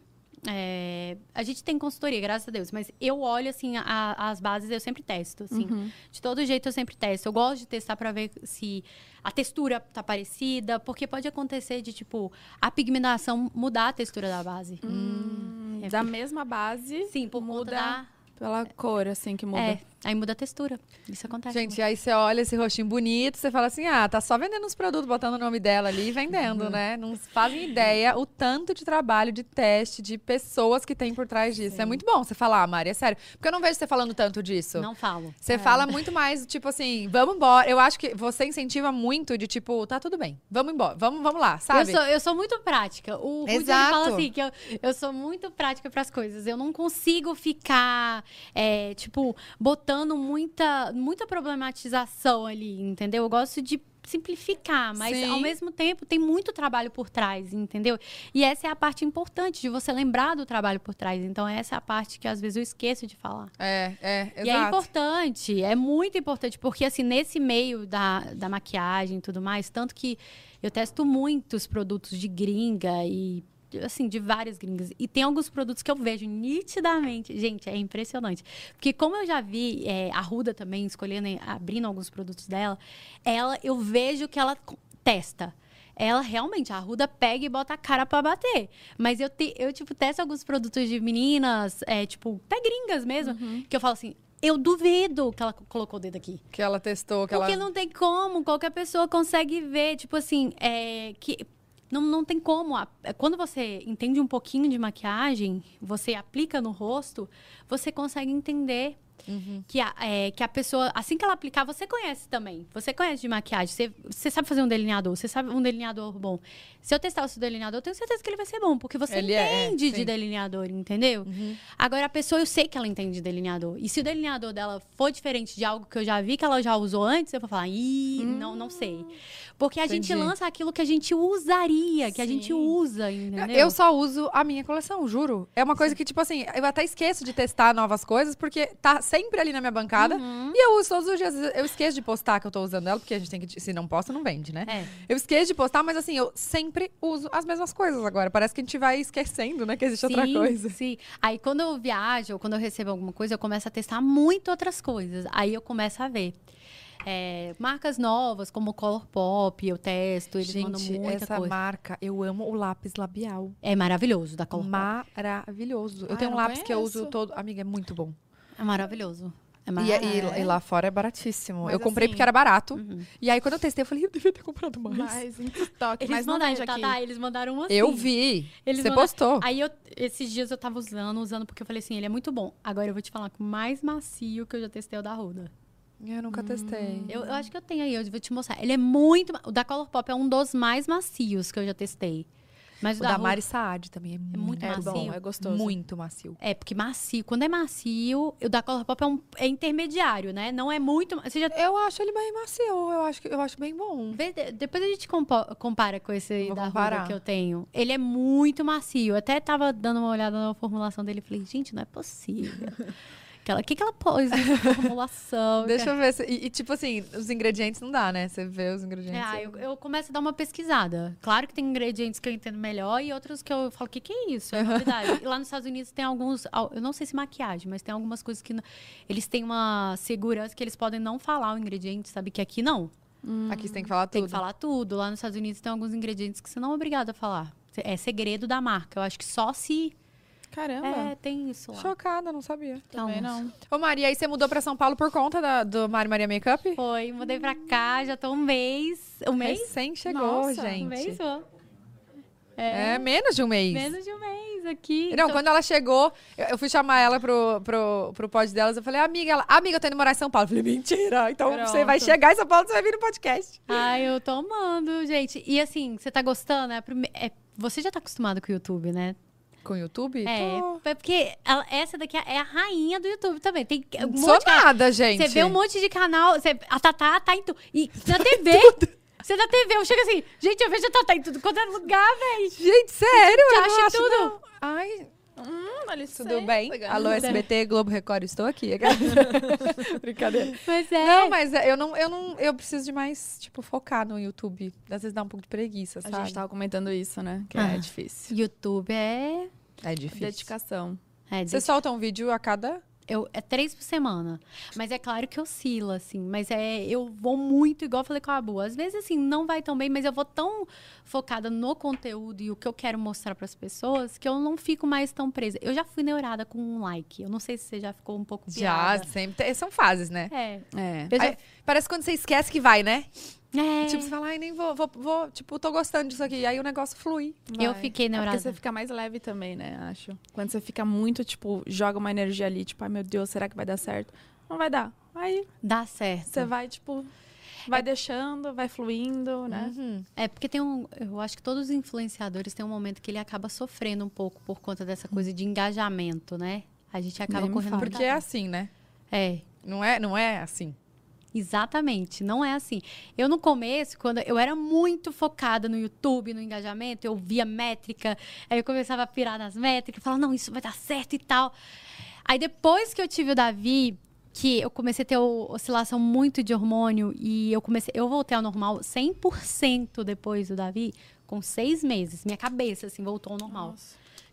É, a gente tem consultoria, graças a Deus, mas eu olho, assim, a- as bases eu sempre testo, assim.
Uhum.
De todo jeito eu sempre testo. Eu gosto de testar pra ver se a textura tá parecida, porque pode acontecer de, tipo, a pigmentação mudar a textura da base.
Hum,
é
da mesma base,
Sim, por
muda
conta da...
pela cor, assim, que muda.
É, aí muda a textura. Isso acontece.
Gente, aí você olha esse rostinho bonito, você fala assim: ah, tá só vendendo os produtos, botando o nome dela ali e vendendo,
Uhum.
né? Não fazem ideia o tanto de trabalho, de teste, de pessoas que tem por trás disso. É muito bom você falar, Mari, é sério. Porque eu não vejo você falando tanto disso.
Não é. falo.
Você fala muito mais, tipo assim, vamos embora. Eu acho que você incentiva muito de tipo, tá tudo bem, vamos embora, vamos, vamos lá, sabe?
Eu sou, eu sou muito prática. O Rudy ele
Exato.
fala assim, que eu, eu sou muito prática pras coisas. Eu não consigo ficar, é, tipo, botando muita, muita problematização ali, entendeu? Eu gosto de simplificar, mas
Sim.
ao mesmo tempo tem muito trabalho por trás, entendeu? E essa é a parte importante de você lembrar do trabalho por trás. Então essa é a parte que às vezes eu esqueço de falar.
É, é,
E é
exato.
importante, é muito importante, porque assim, nesse meio da, da maquiagem e tudo mais, tanto que eu testo muitos produtos de gringa e assim, de várias gringas. E tem alguns produtos que eu vejo nitidamente. Gente, é impressionante. Porque como eu já vi é, a Ruda também escolhendo, e abrindo alguns produtos dela, ela, eu vejo que ela co- testa. Ela realmente, a Ruda pega e bota a cara pra bater. Mas eu, te, eu tipo, testo alguns produtos de meninas, é, tipo, até gringas mesmo, que eu falo assim, eu duvido que ela co- colocou o dedo aqui.
Que ela testou, que
Porque
ela...
não tem como, qualquer pessoa consegue ver, tipo assim, é, que não, não tem como. A- é, Quando você entende um pouquinho de maquiagem, você aplica no rosto, você consegue entender
Uhum.
que, a, é, que a pessoa, assim que ela aplicar, você conhece também. Você conhece de maquiagem, você, você sabe fazer um delineador, você sabe um delineador bom. Se eu testar o seu delineador, eu tenho certeza que ele vai ser bom, porque você
Ele é, é,
entende de
sim. Uhum.
delineador, entendeu? Agora, a pessoa, eu sei que ela entende de delineador. E se o delineador dela for diferente de algo que eu já vi que ela já usou antes, eu vou falar, ih, não, não sei. Porque a gente
Entendi.
lança aquilo que a gente usaria, que a gente
Sim.
usa, entendeu?
Eu só uso a minha coleção, juro. É uma coisa que, tipo assim, eu até esqueço de testar novas coisas, porque tá sempre ali na minha bancada. E eu uso todos os dias. Eu esqueço de postar que eu tô usando ela, porque a gente tem que. Se não posta, não vende, né?
É.
Eu esqueço de postar, mas assim, eu sempre uso as mesmas coisas agora. Parece que a gente vai esquecendo, né, que existe outra
Sim,
coisa.
Sim. Aí quando eu viajo, ou quando eu recebo alguma coisa, eu começo a testar muito outras coisas. Aí eu começo a ver. É, marcas novas, como Color Pop, eu testo, eles mandam
gente,
muita
essa
coisa.
marca, eu amo o lápis labial.
É maravilhoso da Color Pop.
Maravilhoso.
Ah,
eu tenho
eu
um
não
lápis que eu
conheço.
uso todo. Amiga, é muito bom.
É maravilhoso. É
E,
maravilhoso.
e- e lá fora é baratíssimo.
Mas
eu comprei
assim-
porque era barato.
Uhum.
E aí, quando eu testei, eu falei, eu devia ter comprado mais.
Mas em TikTok,
Eles então
mas não
mandaram,
vende aqui.
Tatá, Tá, eles mandaram uma
Eu
assim.
vi.
Eles
Você
mandaram-
postou.
Aí eu, esses dias eu tava usando, usando, porque eu falei assim, ele é muito bom. Agora eu vou te falar que o mais macio que eu já testei é o da Ruda.
Eu nunca testei.
Hum. Eu, eu acho que eu tenho aí, eu vou te mostrar. Ele é muito. ma- O da Color Pop é um dos mais macios que eu já testei. Mas o,
O da
Ruda-
Mari Saad também é
muito
muito,
macio.
bom.
É gostoso.
Muito macio.
É, porque macio. Quando é macio, o da Color Pop é, um, é intermediário, né? Não é muito. ma- Você já.
Eu acho ele bem macio. Eu acho, que- eu acho bem bom.
Vê, de- Depois a gente compo- compara com esse aí
Vou
da Ruda
comparar.
que eu tenho. Ele é muito macio. Eu até tava dando uma olhada na formulação dele e falei, gente, não é possível. O que, que ela pôs nessa formulação?
Deixa eu ver. se- E, e, tipo assim, os ingredientes não dá, né? Você vê os ingredientes.
É, ah, eu, eu começo a dar uma pesquisada. Claro que tem ingredientes que eu entendo melhor e outros que eu falo, o que, que é isso? É novidade. e lá nos Estados Unidos tem alguns, al- eu não sei se maquiagem, mas tem algumas coisas que n- eles têm uma segurança que eles podem não falar o ingrediente, sabe? Que aqui não.
Aqui você tem que falar
Tem
tudo.
que falar tudo. Lá nos Estados Unidos tem alguns ingredientes que você não é obrigado a falar. Se- É segredo da marca. Eu acho que só se.
Caramba.
É, então. tem isso lá.
Chocada, não sabia.
Tem alguns.
Também não.
Ô, Mari, e aí você mudou pra São Paulo por conta da- do Mari Maria Makeup?
Foi, mudei pra cá, já tô um mês. Um mês?
Recém chegou,
Nossa, um
gente.
Um mês, ó.
É, menos de um mês.
Menos de um mês aqui.
Não, quando ela chegou, eu, eu fui chamar ela pro, pro, pro pod delas. Eu falei, amiga, ela, amiga, eu tô indo morar em São Paulo. Eu falei, mentira, então você vai chegar em São Paulo, você vai vir no podcast.
Ai, eu tô amando, gente. E assim, você tá gostando? É a prime- é- Você já tá acostumado com o YouTube, né?
Com o YouTube?
É,
Tô.
é porque ela- essa daqui é a rainha do YouTube também. Tem um
Não sou
monte de canal.
nada, gente.
Você vê um monte de canal, você... a Tatá tá em tudo. E na TV, você na TV, eu chego assim, gente, eu vejo a Tatá em tudo quanto é lugar, velho.
Gente, sério?
Te
eu
acha
não acho,
tudo.
não. Ai,
Então,
Hum, olha isso
tudo
aí.
bem?
Legal.
Alô, SBT, Globo Record, estou aqui. Brincadeira.
Mas é.
Não, mas é, eu não, eu não, eu preciso de mais, tipo, focar no YouTube. Às vezes dá um pouco de preguiça,
A
sabe?
gente tava comentando isso, né? Que
Ah.
é difícil.
YouTube é.
É difícil.
Dedicação.
É,
Você solta um vídeo a cada...
Eu, é três por semana. Mas é claro que oscila, assim. Mas é, eu vou muito, igual eu falei com a Abu. Às vezes, assim, não vai tão bem, mas eu vou tão focada no conteúdo e o que eu quero mostrar para as pessoas que eu não fico mais tão presa. Eu já fui neurada com um like. Eu não sei se você já ficou um pouco
Já,
piada.
sempre. tem- São fases, né?
É.
É.
Eu já-
Ai, Parece quando você esquece que vai, né?
é.
Tipo, você fala, ai, nem vou, vou, vou, tipo, tô gostando disso aqui. Aí o negócio flui.
eu
vai.
fiquei
É
neurada.
porque você fica mais leve também, né? Acho. Quando você fica muito, tipo, joga uma energia ali, tipo, ai meu Deus, será que vai dar certo? Não vai dar. Aí
Dá certo.
você vai, tipo, vai deixando, vai fluindo, né?
É porque tem um. Eu acho que todos os influenciadores têm um momento que ele acaba sofrendo um pouco por conta dessa coisa de engajamento, né? A gente acaba
Nem me
correndo
fala.
por
Porque é assim, né?
É.
Não é, não é assim.
Exatamente, não é assim. Eu no começo, quando eu era muito focada no YouTube, no engajamento, eu via métrica, aí eu começava a pirar nas métricas, falava, não, isso vai dar certo e tal. Aí depois que eu tive o Davi, que eu comecei a ter o- oscilação muito de hormônio e eu comecei, eu voltei ao normal 100% depois do Davi, com seis meses, minha cabeça, assim, voltou ao normal.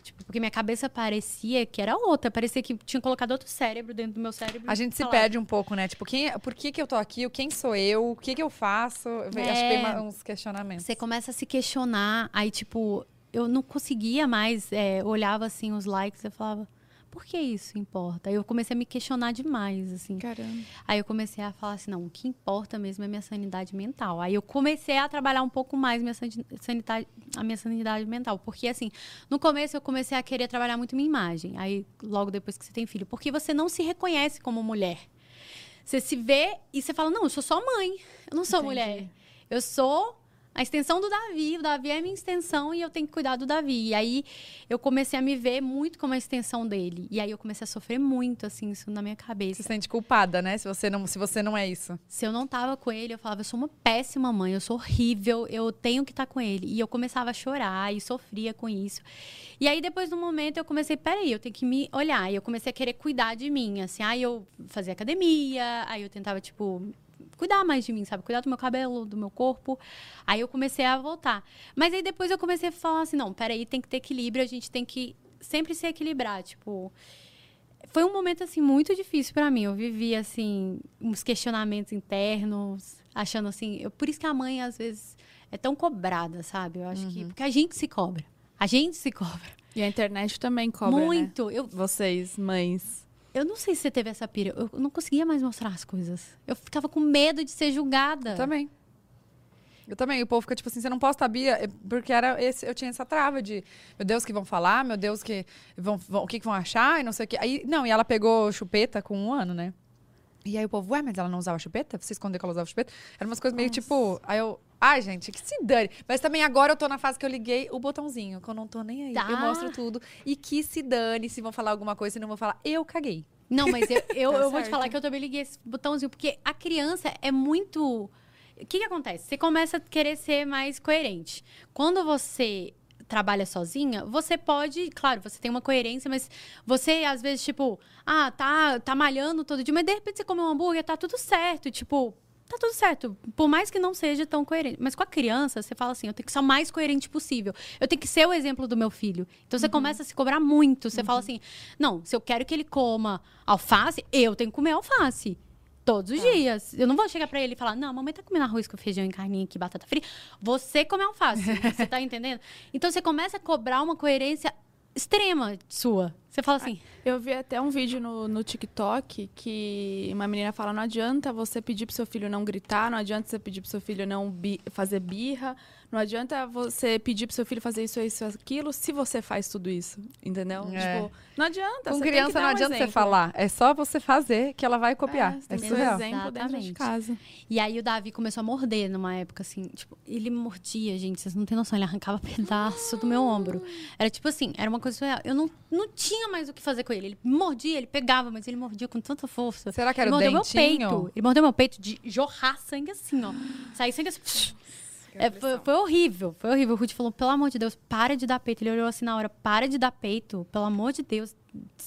Tipo, porque minha cabeça parecia que era outra. Parecia que tinha colocado outro cérebro dentro do meu cérebro.
A gente se
Falar.
perde um pouco, né? Tipo, quem, por que, que eu tô aqui? Quem sou eu? O que, que eu faço? Eu ve- Acho que tem uma- uns questionamentos.
É. Você começa a se questionar, aí tipo, eu não conseguia mais, é, eu olhava assim os likes, eu falava, por que isso importa? Aí eu comecei a me questionar demais, assim.
Caramba.
Aí eu comecei a falar assim, não, o que importa mesmo é minha sanidade mental. Aí eu comecei a trabalhar um pouco mais minha sani- sanidade, a minha sanidade mental. Porque, assim, no começo eu comecei a querer trabalhar muito minha imagem. Aí, logo depois que você tem filho. Porque você não se reconhece como mulher. Você se vê e você fala, não, eu sou só mãe. Eu não sou mulher. Eu sou a extensão do Davi. O Davi é a minha extensão e eu tenho que cuidar do Davi. E aí, eu comecei a me ver muito como a extensão dele. E aí, eu comecei a sofrer muito, assim, isso na minha cabeça.
Se sente culpada, né? Se você não, se você não é isso.
Se eu não tava com ele, eu falava, eu sou uma péssima mãe, eu sou horrível, eu tenho que estar com ele. E eu começava a chorar e sofria com isso. E aí, depois de um momento, eu comecei, peraí, eu tenho que me olhar. E eu comecei a querer cuidar de mim, assim. Aí eu fazia academia, aí eu tentava, tipo, cuidar mais de mim, sabe? Cuidar do meu cabelo, do meu corpo. Aí eu comecei a voltar. Mas aí depois eu comecei a falar assim, não, peraí, tem que ter equilíbrio, a gente tem que sempre se equilibrar, tipo foi um momento assim muito difícil pra mim. Eu vivi assim uns questionamentos internos, achando assim, eu- por isso que a mãe às vezes é tão cobrada, sabe? Eu acho
Uhum.
que porque a gente se cobra. A gente se cobra.
E a internet também cobra, né?
Muito. Eu,
Vocês, mães.
eu não sei se você teve essa pira. Eu não conseguia mais mostrar as coisas. Eu ficava com medo de ser julgada.
É.
Eu também. Eu também. E o povo fica tipo assim, você não posta a Bia, é porque era esse, eu tinha essa trava de, meu Deus, que vão falar, meu Deus, que vão, vão- o que, que vão achar, e não sei o que. Aí, não, e ela pegou chupeta com um ano, né? E aí o povo, ué, mas ela não usava chupeta? Você escondeu que ela usava chupeta? Eram umas coisas meio tipo, aí eu, ai, gente, que se dane. Mas também agora eu tô na fase que eu liguei o botãozinho, que eu não tô nem aí.
Tá.
Eu mostro tudo. E que se dane se vão falar alguma coisa, se não vão falar, eu caguei.
Não, mas eu, eu,
Tá
eu vou te
certo.
falar que eu também liguei esse botãozinho, porque a criança é muito. O que, que acontece? Você começa a querer ser mais coerente. Quando você trabalha sozinha, você pode, claro, você tem uma coerência, mas você às vezes, tipo, ah, tá, tá malhando todo dia, mas de repente você come um hambúrguer, tá tudo certo, tipo, tá tudo certo, por mais que não seja tão coerente. Mas com a criança, você fala assim, eu tenho que ser o mais coerente possível. Eu tenho que ser o exemplo do meu filho. Então você começa a se cobrar muito, você fala assim: "Não, se eu quero que ele coma alface, eu tenho que comer alface." Todos os dias. Eu não vou chegar pra ele e falar, não, mamãe tá comendo arroz com feijão e carninha aqui, batata frita. Você come alface. você tá entendendo? Então você começa a cobrar uma coerência extrema sua. Você fala assim,
Eu vi até um vídeo no, no TikTok que uma menina fala: não adianta você pedir pro seu filho não gritar, não adianta você pedir pro seu filho não bi- fazer birra, não adianta você pedir pro seu filho fazer isso, isso, aquilo, se você faz tudo isso, entendeu?
É.
Tipo, não adianta.
com
você tem que
criança
dar
não
um
adianta você
exemplo.
falar, é só você fazer que ela vai copiar.
É, você
É,
tem que ser
surreal.
exemplo dentro de
Exatamente.
casa.
E aí o Davi começou a morder numa época assim, tipo, ele mordia, gente, vocês não têm noção, ele arrancava pedaço do meu ombro. Era tipo assim, era uma coisa surreal. Eu não, não tinha mais o que fazer com ele. Ele mordia, ele pegava, mas ele mordia com tanta força.
Será que
ele
era o
mordeu
dentinho?
meu peito. Ele mordeu meu peito de jorrar sangue assim, ó. Sair sangue assim. É, foi, foi horrível, foi horrível. O Ruth falou, pelo amor de Deus, para de dar peito. Ele olhou assim na hora, para de dar peito, pelo amor de Deus,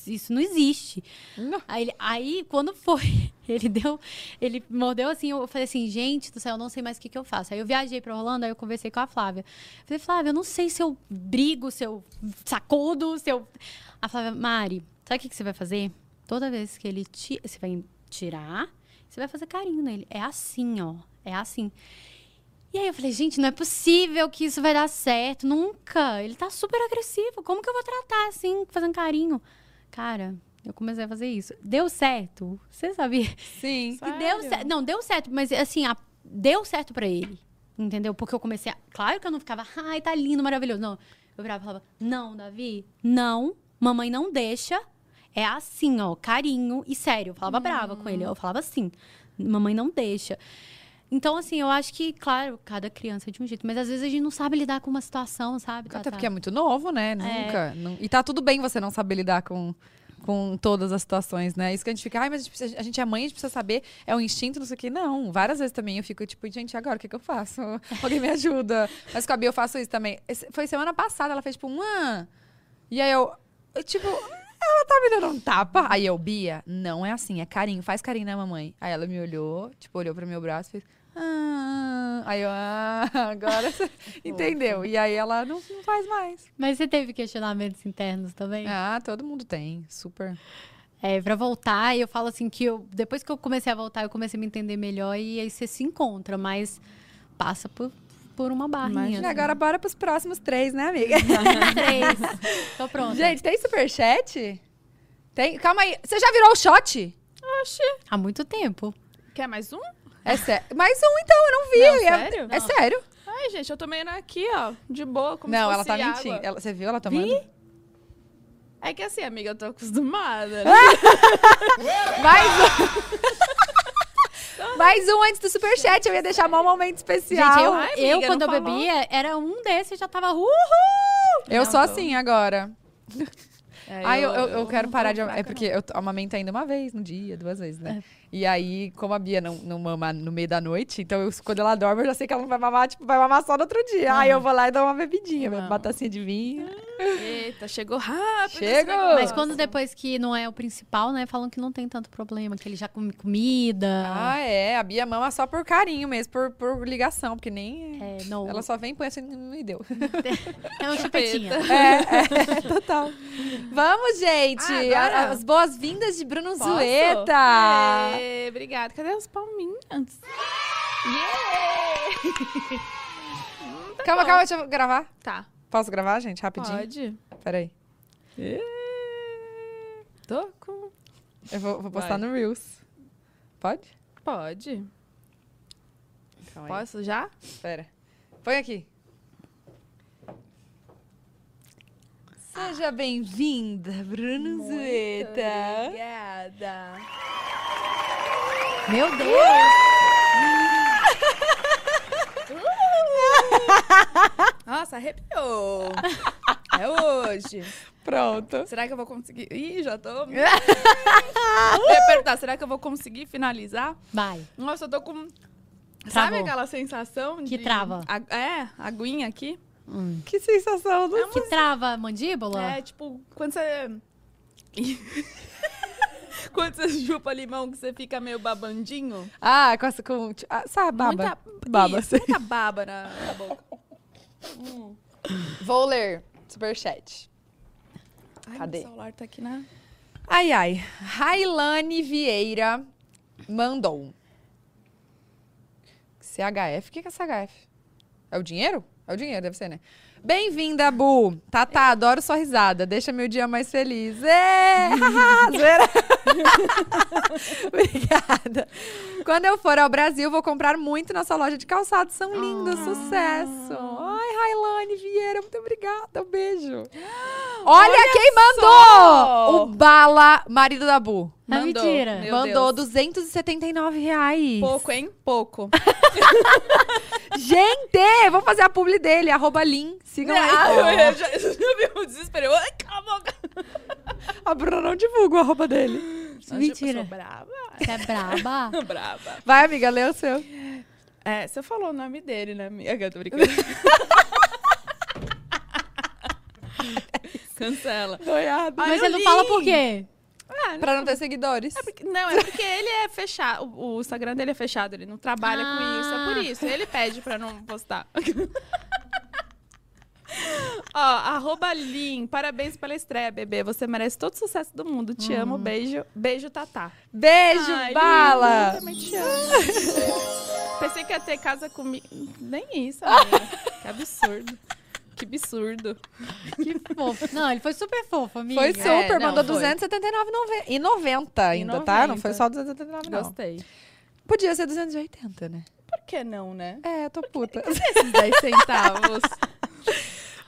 isso não existe.
Não.
Aí, ele- aí, quando foi, ele deu, ele mordeu assim, eu falei assim, gente do céu, eu não sei mais o que, que eu faço. Aí eu viajei pra Orlando, aí eu conversei com a Flávia. Eu falei, Flávia, eu não sei se eu brigo, se eu sacudo, se eu... A Flávia, Mari, sabe o que, que você vai fazer? Toda vez que ele tira, você vai tirar, você vai fazer carinho nele. É assim, ó, é assim. E aí eu falei, gente, não é possível que isso vai dar certo, nunca. Ele tá super agressivo, como que eu vou tratar assim, fazendo carinho? Cara, eu comecei a fazer isso. Deu certo, você sabia?
Sim.
Que deu
Sério?
certo. Não, deu certo, mas assim, a- deu certo pra ele. Entendeu? Porque eu comecei a. Claro que eu não ficava, ai, tá lindo, maravilhoso. Não. Eu virava e falava, não, Davi, não, mamãe não deixa. É assim, ó, carinho e sério. Eu falava brava com
Hum.
ele. Eu falava assim, mamãe não deixa. Então, assim, eu acho que, claro, cada criança é de um jeito, mas às vezes a gente não sabe lidar com uma situação, sabe? tá,
Até
Tatá?
porque é muito novo, né? Nunca. nu- E tá tudo bem você não saber lidar com, com todas as situações, né? Isso que a gente fica, ai, mas a gente, precisa- a gente é mãe, a gente precisa saber, é um instinto, não sei o quê. Não, várias vezes também eu fico tipo, gente, e agora o que, que eu faço? Alguém me ajuda. Mas com a Bia eu faço isso também. Esse- foi semana passada, ela fez tipo, uma. E aí eu, eu, tipo, ela tá me dando um tapa. Aí eu, Bia, não né, é assim, é carinho, faz carinho na mamãe. Aí ela me olhou, tipo, olhou pro meu braço e fez. Ah. ah, aí eu, ah, agora você entendeu. E aí ela não, não faz mais.
Mas você teve questionamentos internos também?
Ah, todo mundo tem, super.
É, pra voltar, eu falo assim que eu, depois que eu comecei a voltar, eu comecei a me entender melhor e aí você se encontra, mas passa por, por uma barrinha. né?
E agora bora pros próximos três, né, amiga?
Três. Tô pronta.
Gente, tem superchat? Tem? Calma aí, você já virou o shot?
Há muito tempo.
Quer mais um?
É sério. Mais um então, eu não vi.
Não,
eu ia-
sério?
É
Não.
sério.
Ai, gente, eu tomei na- aqui, ó, de boa, como
não,
se
ela
fosse
tá
água.
mentindo. Ela- você viu ela tomando?
É que assim, amiga, eu tô acostumada.
Ah! Mais um. Mais um antes do superchat. Eu ia deixar um momento especial.
Gente, eu,
Ai, amiga,
eu
não
quando eu
falou.
bebia, era um desses e já tava uhul.
Eu sou assim agora.
É,
Ai, eu, eu, eu quero
não
parar
vou
de.
fraca,
É porque eu amamento ainda uma vez no dia, duas vezes, né?
É.
E aí, como a Bia não, não mama no meio da noite, então eu, quando ela dorme, eu já sei que ela não vai mamar, tipo, vai mamar só no outro dia. Aí eu vou lá e dou uma bebidinha,
Ah. Não.
uma tacinha de vinho.
não. Eita, chegou rápido.
Chegou.
esse negócio.
Mas quando depois que não é o principal, né? Falam que não tem tanto problema, que ele já come comida.
Ah, é. A Bia mama só por carinho mesmo, por, por ligação, porque nem.
É, não.
Ela só vem e põe assim, não me deu.
É uma chupetinha.
É, é, total. Vamos, gente!
Ah, agora?
A- As boas-vindas de Bruno
Posso? É.
Zueta!
Aê, obrigada. Cadê as palminhas?
calma, calma, deixa eu gravar.
Tá,
Posso gravar, gente? Rapidinho?
pode.
Peraí.
Tô com...
Eu vou, vou postar
Vai.
no Reels. Pode?
Pode.
Calma aí.
Posso já?
Pera. Põe aqui. Seja bem-vinda, Bruno Zueta.
Obrigada.
Meu
Uh!
Deus!
Nossa, arrepiou. é hoje.
Pronto.
Será que eu vou conseguir? Ih, já tô. Eu ia perguntar, será que eu vou conseguir finalizar?
Vai.
Nossa, eu tô com. Sabe
Travou.
aquela sensação de.
Que trava.
A- É, aguinha aqui.
Que sensação, não
Que trava a mandíbula?
É, tipo, quando você. quando você chupa limão que você fica meio babandinho.
Ah, com, essa- com tipo, ah, sabe, baba.
Muita
Baba,
Isso, muita baba na, na boca.
Vou ler superchat.
Ai,
Cadê?
meu celular tá aqui na.
Ai, ai. Railane Vieira mandou. CHF? O que que é CHF? É o dinheiro? É o dinheiro, deve ser, né? Bem-vinda, Bu. Tata, adoro sua risada. Deixa meu dia mais feliz. Ê! Zoeira. Obrigada. Quando eu for ao Brasil, vou comprar muito na sua loja de calçados. São lindos, sucesso. Ai, Railane Vieira, muito obrigada. Um beijo. Olha, quem mandou!
só!
O Bala, marido da Bu.
Ah,
Mandou.
mentira.
Meu
mandou
Deus.
279 reais.
Pouco, hein? Pouco.
Gente, vamos fazer a publi dele, arroba Lin. Sigam
Ah,
lá.
eu já, eu já vi o desespero. Eu, Ai, calma,
A Bruna não divulga o arroba dele.
Mentira.
Eu sou brava.
Você é braba?
brava.
Vai, amiga, lê o seu.
É, você falou o nome dele, né, amiga? Eu tô brincando. Cancela.
Doiado.
Ai,
Mas
eu
você não
li.
fala por quê?
Ah,
Pra não ter seguidores.
porque- Não, é porque ele é fechado. O, o Instagram dele é fechado, ele não trabalha com isso. É por isso. Ele pede pra não postar. Ó, arroba Lin, parabéns pela estreia, bebê. Você merece todo o sucesso do mundo. Te amo, beijo. Beijo, Tatá.
Beijo,
Ai,
bala.
lindo, também te amo. Pensei que ia ter casa comigo. Nem isso, amiga. Que absurdo. Que absurdo.
Que fofo. Não, ele foi super fofo, amiga. É,
Foi super,
não,
mandou
foi.
279,90 e 90 ainda, tá? Não foi só 279, não.
Gostei.
Podia ser 280, né?
Por que não, né?
É, eu tô puta.
Esses 10 centavos.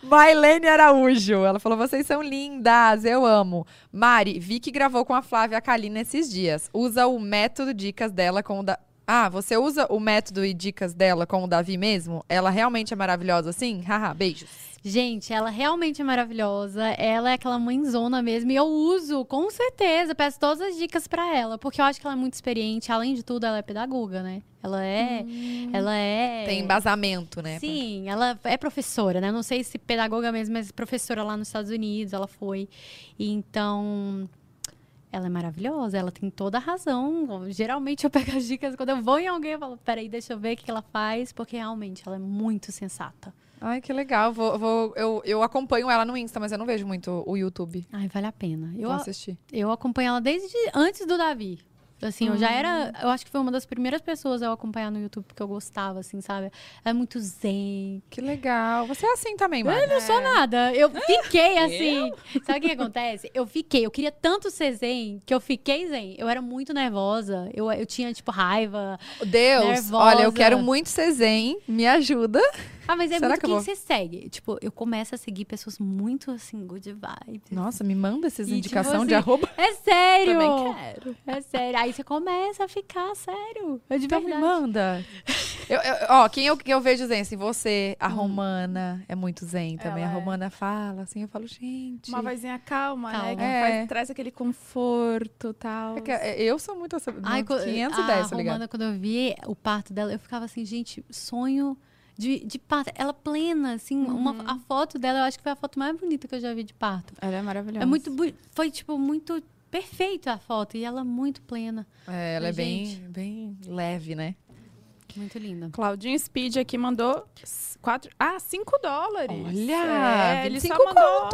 Mailene Araújo, ela falou, vocês são lindas, eu amo. Mari, vi que gravou com a Flávia Kalina esses dias. Usa o método dicas dela com o da... Ah, você usa o método e dicas dela com o Davi mesmo? Ela realmente é maravilhosa assim? Haha, beijos.
Gente, ela realmente é maravilhosa. Ela é aquela mãezona mesmo. E eu uso, com certeza. Peço todas as dicas pra ela. Porque eu acho que ela é muito experiente. Além de tudo, ela é pedagoga, né? Ela é. Ela é.
Tem embasamento, né?
Sim, ela é professora, né? Não sei se pedagoga mesmo, mas professora lá nos Estados Unidos, ela foi. E Então, Ela é maravilhosa, ela tem toda a razão. Geralmente eu pego as dicas quando eu vou em alguém, eu falo, peraí, deixa eu ver o que ela faz, porque realmente ela é muito sensata.
Ai, que legal. Vou, vou- eu, eu acompanho ela no Insta, mas eu não vejo muito o YouTube.
Ai, vale a pena. Eu,
Vou assistir.
eu acompanho ela desde antes do Davi. Assim, eu já era. Eu acho que foi uma das primeiras pessoas a eu acompanhar no YouTube porque eu gostava, assim, sabe? Ela é muito zen.
Que legal. Você é Ah, assim também, mano.
Eu não sou nada. Eu fiquei assim. Sabe o que acontece? Eu fiquei. Eu queria tanto ser zen que eu fiquei zen. Eu era muito nervosa. Eu, eu tinha, tipo, raiva.
Deus,
Nervosa.
olha, eu quero muito ser zen. Me ajuda.
Ah, mas é
Será
muito
que eu
quem
vou?
você segue. Tipo, eu começo a seguir pessoas muito assim, good vibes.
Nossa, me manda essas
E, tipo
indicações de
assim,
arroba.
É sério!
Também quero.
É sério. Aí você começa a ficar sério. É de
Então me
verdade.
manda. Eu- eu- ó, quem eu, que eu vejo zen, assim, você, a Romana, é muito zen também.
Ela
a
é.
Romana fala, assim, eu falo, gente...
Uma vozinha calma, né? Que
Calma. É.
faz- traz aquele conforto e tal.
É que eu sou muito essa...
Ai, co-
510,
a
tá ligado?
Romana, quando eu vi o parto dela, eu ficava assim, gente, sonho de, de parto. Ela plena, assim,
Uhum.
uma, a foto dela, eu acho que foi a foto mais bonita que eu já vi de parto.
Ela é maravilhosa.
É muito, bu- foi tipo muito perfeita a foto e ela muito plena,
É, ela é
Ai, gente.
bem, bem leve, né?
muito linda.
Claudinho Speed aqui mandou s- quatro, ah, 5 dólares.
Olha,
é, ele só
25
mandou,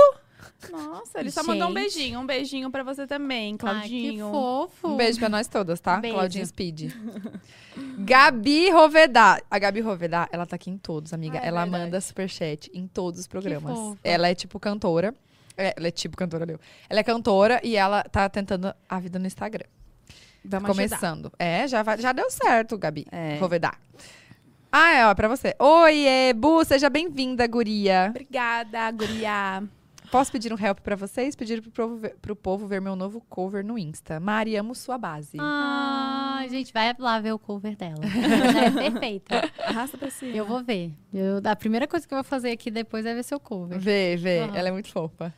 Nossa, ele só mandou um
Gente.
beijinho, um beijinho pra você também, Claudinho.
Ai, que fofo.
Um beijo pra nós todas, tá?
Beijo.
Claudinha Speed. Gabi Rovedá. A Gabi Rovedá, ela tá aqui em todos, amiga.
Ah, é
ela
verdade.
manda superchat em todos os programas.
fofa.
Ela é tipo cantora. É, Ela é tipo cantora, leu. Ela é cantora e ela tá tentando a vida no Instagram.
Vamos ajudar.
Começando. É, já, vai- já deu certo, Gabi
É.
Rovedá. Ah, é, ó, pra você. Oiê, Bu, seja bem-vinda, guria.
Obrigada, guria.
Posso pedir um help pra vocês? Pedir pro povo, ver, pro povo ver meu novo cover no Insta. Mari, amo sua base.
Ah, gente, vai lá ver o cover dela. Ela é perfeita.
Arrasta pra cima.
Eu vou ver. Eu- a primeira coisa que eu vou fazer aqui depois é ver seu cover.
Vê, vê.
Aham.
Ela é muito fofa.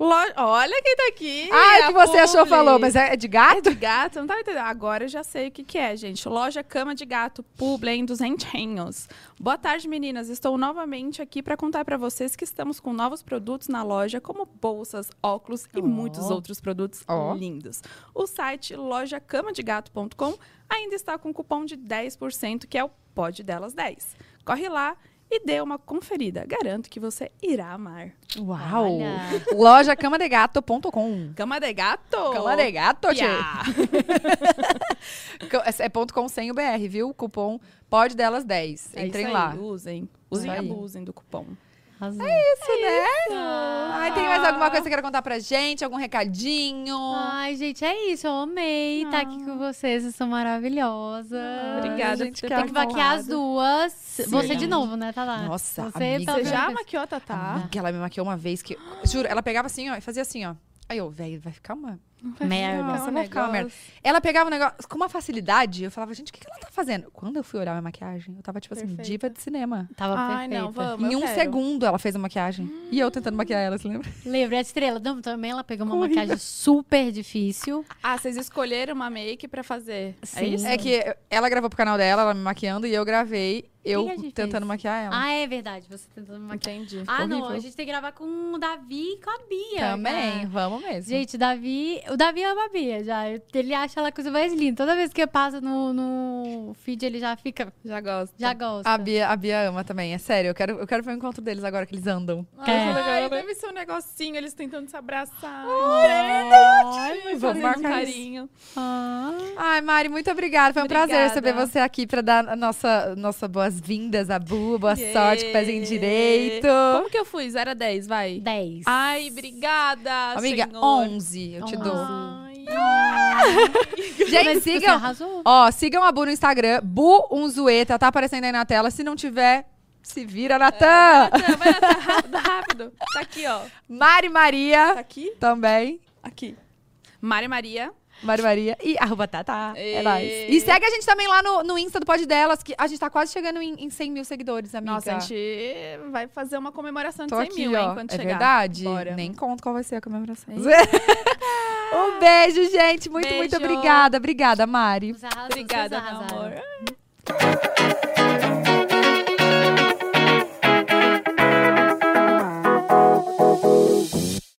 Lo- Olha quem tá aqui.
Ah, o que
a
você achou
publi.
falou, mas é de gato?
De gato, não tá entendendo. Agora eu já sei o que que é, gente. Loja Cama de Gato, Publi, em duzentinhos. Boa tarde, meninas. Estou novamente aqui para contar para vocês que estamos com novos produtos na loja, como bolsas, óculos e
Ó.
muitos outros produtos
Ó.
lindos. O site lojacamadegato.com ainda está com cupom de 10%, que é o Pode Delas 10. Corre lá e dê uma conferida. Garanto que você irá amar.
Uau!
Olha.
Loja camadegato.com.
Cama de Gato!
Cama de gato, tchê.
Piá.
Co- É é ponto com sem o BR, viu? Cupom pode delas 10.
É
Entrem
isso aí,
lá.
Usem. Usem e
aí.
abusem do cupom.
Arrasou.
Isso, né? Ai, tem mais alguma coisa que você queira contar pra gente? Algum recadinho?
Ai, gente, é isso. Eu amei estar aqui com vocês. Vocês são maravilhosas.
Ah, Obrigada
gente,
por ter
que
Tem que maquiar as duas. Você de novo, né, tá lá?
Nossa,
Você
amiga.
Você
pela
tá já
primeira vez.
maquiou a Tatá?
Amiga, ela me maquiou uma vez que. Juro, ela pegava assim, ó, e fazia assim, ó. Aí eu, velho, vai ficar uma.
Merda.
Nossa, vai ficar
é
uma merda. Ela pegava o negócio com uma facilidade, eu falava, gente, o que, que ela tá fazendo? Quando eu fui olhar minha maquiagem, eu tava, tipo assim,
Perfeita.
diva de cinema.
Tava
Ai,
perfeita.
não, vamos.
em
eu
um
quero.
segundo ela fez a maquiagem. E eu tentando maquiar ela, você lembra?
Lembra a estrela. Não, também ela pegou uma maquiagem super difícil.
Ah, vocês escolheram uma make pra fazer. É
Sim.
isso?
É que ela gravou pro canal dela, ela me maquiando, e eu gravei, eu
que a gente
tentando
fez?
maquiar ela.
Ah, é verdade. Você tentando maquiar.
Entendi.
Ah, não.
horrível.
A gente tem que gravar com o Davi e com a Bia.
Também,
cara.
vamos mesmo.
Gente, o Davi, o Davi ama a Bia já. Ele acha ela a coisa mais linda. Toda vez que eu passo no, no feed, ele já fica.
Já gosto.
Já gosta.
a, Bia, a Bia ama também, é sério. Eu quero, eu quero ver o encontro deles agora que eles andam.
É.
Ai, deve ser um negocinho, eles tentando se abraçar.
Ai,
Fazendo
vamos
um
marcar isso.
carinho.
Ah.
Ai, Mari, muito obrigada. Foi um prazer
Obrigada.
receber você aqui pra dar a nossa, nossa boas-vindas a Bu. Boa
Yay.
sorte, com o pezinho direito.
Como que eu fui? 0 a 10, vai.
10.
Ah,
Ai, obrigada,
Amiga,
senhor.
11, eu te
assim, Onze.
dou.
Ai,
Gente,
Você
sigam.
arrasou.
Ó, sigam a Bu no Instagram, Bu Unzueta, tá aparecendo aí na tela. Se não tiver, se vira, Natan.
Natan, vai Natan, rápido, rápido. Tá aqui, ó.
Mari
Tá
Maria
aqui?
também.
Aqui. Mari Maria.
Mari Maria e arroba Tata. É
Ê.
nóis. E segue a gente também lá no, no Insta do Pod Delas, que a gente tá quase chegando em, em 100 mil seguidores, amiga.
Nossa, a gente vai fazer uma comemoração de
Tô
100
aqui,
mil,
ó.
hein, quando
é
chegar.
verdade?
Bora.
Nem conto qual vai ser a comemoração. um beijo, gente. Muito, muito
Beijo.
obrigada. Obrigada, Mari.
Você arrasou,
Obrigada,
vocês
meu
arrasaram.
amor.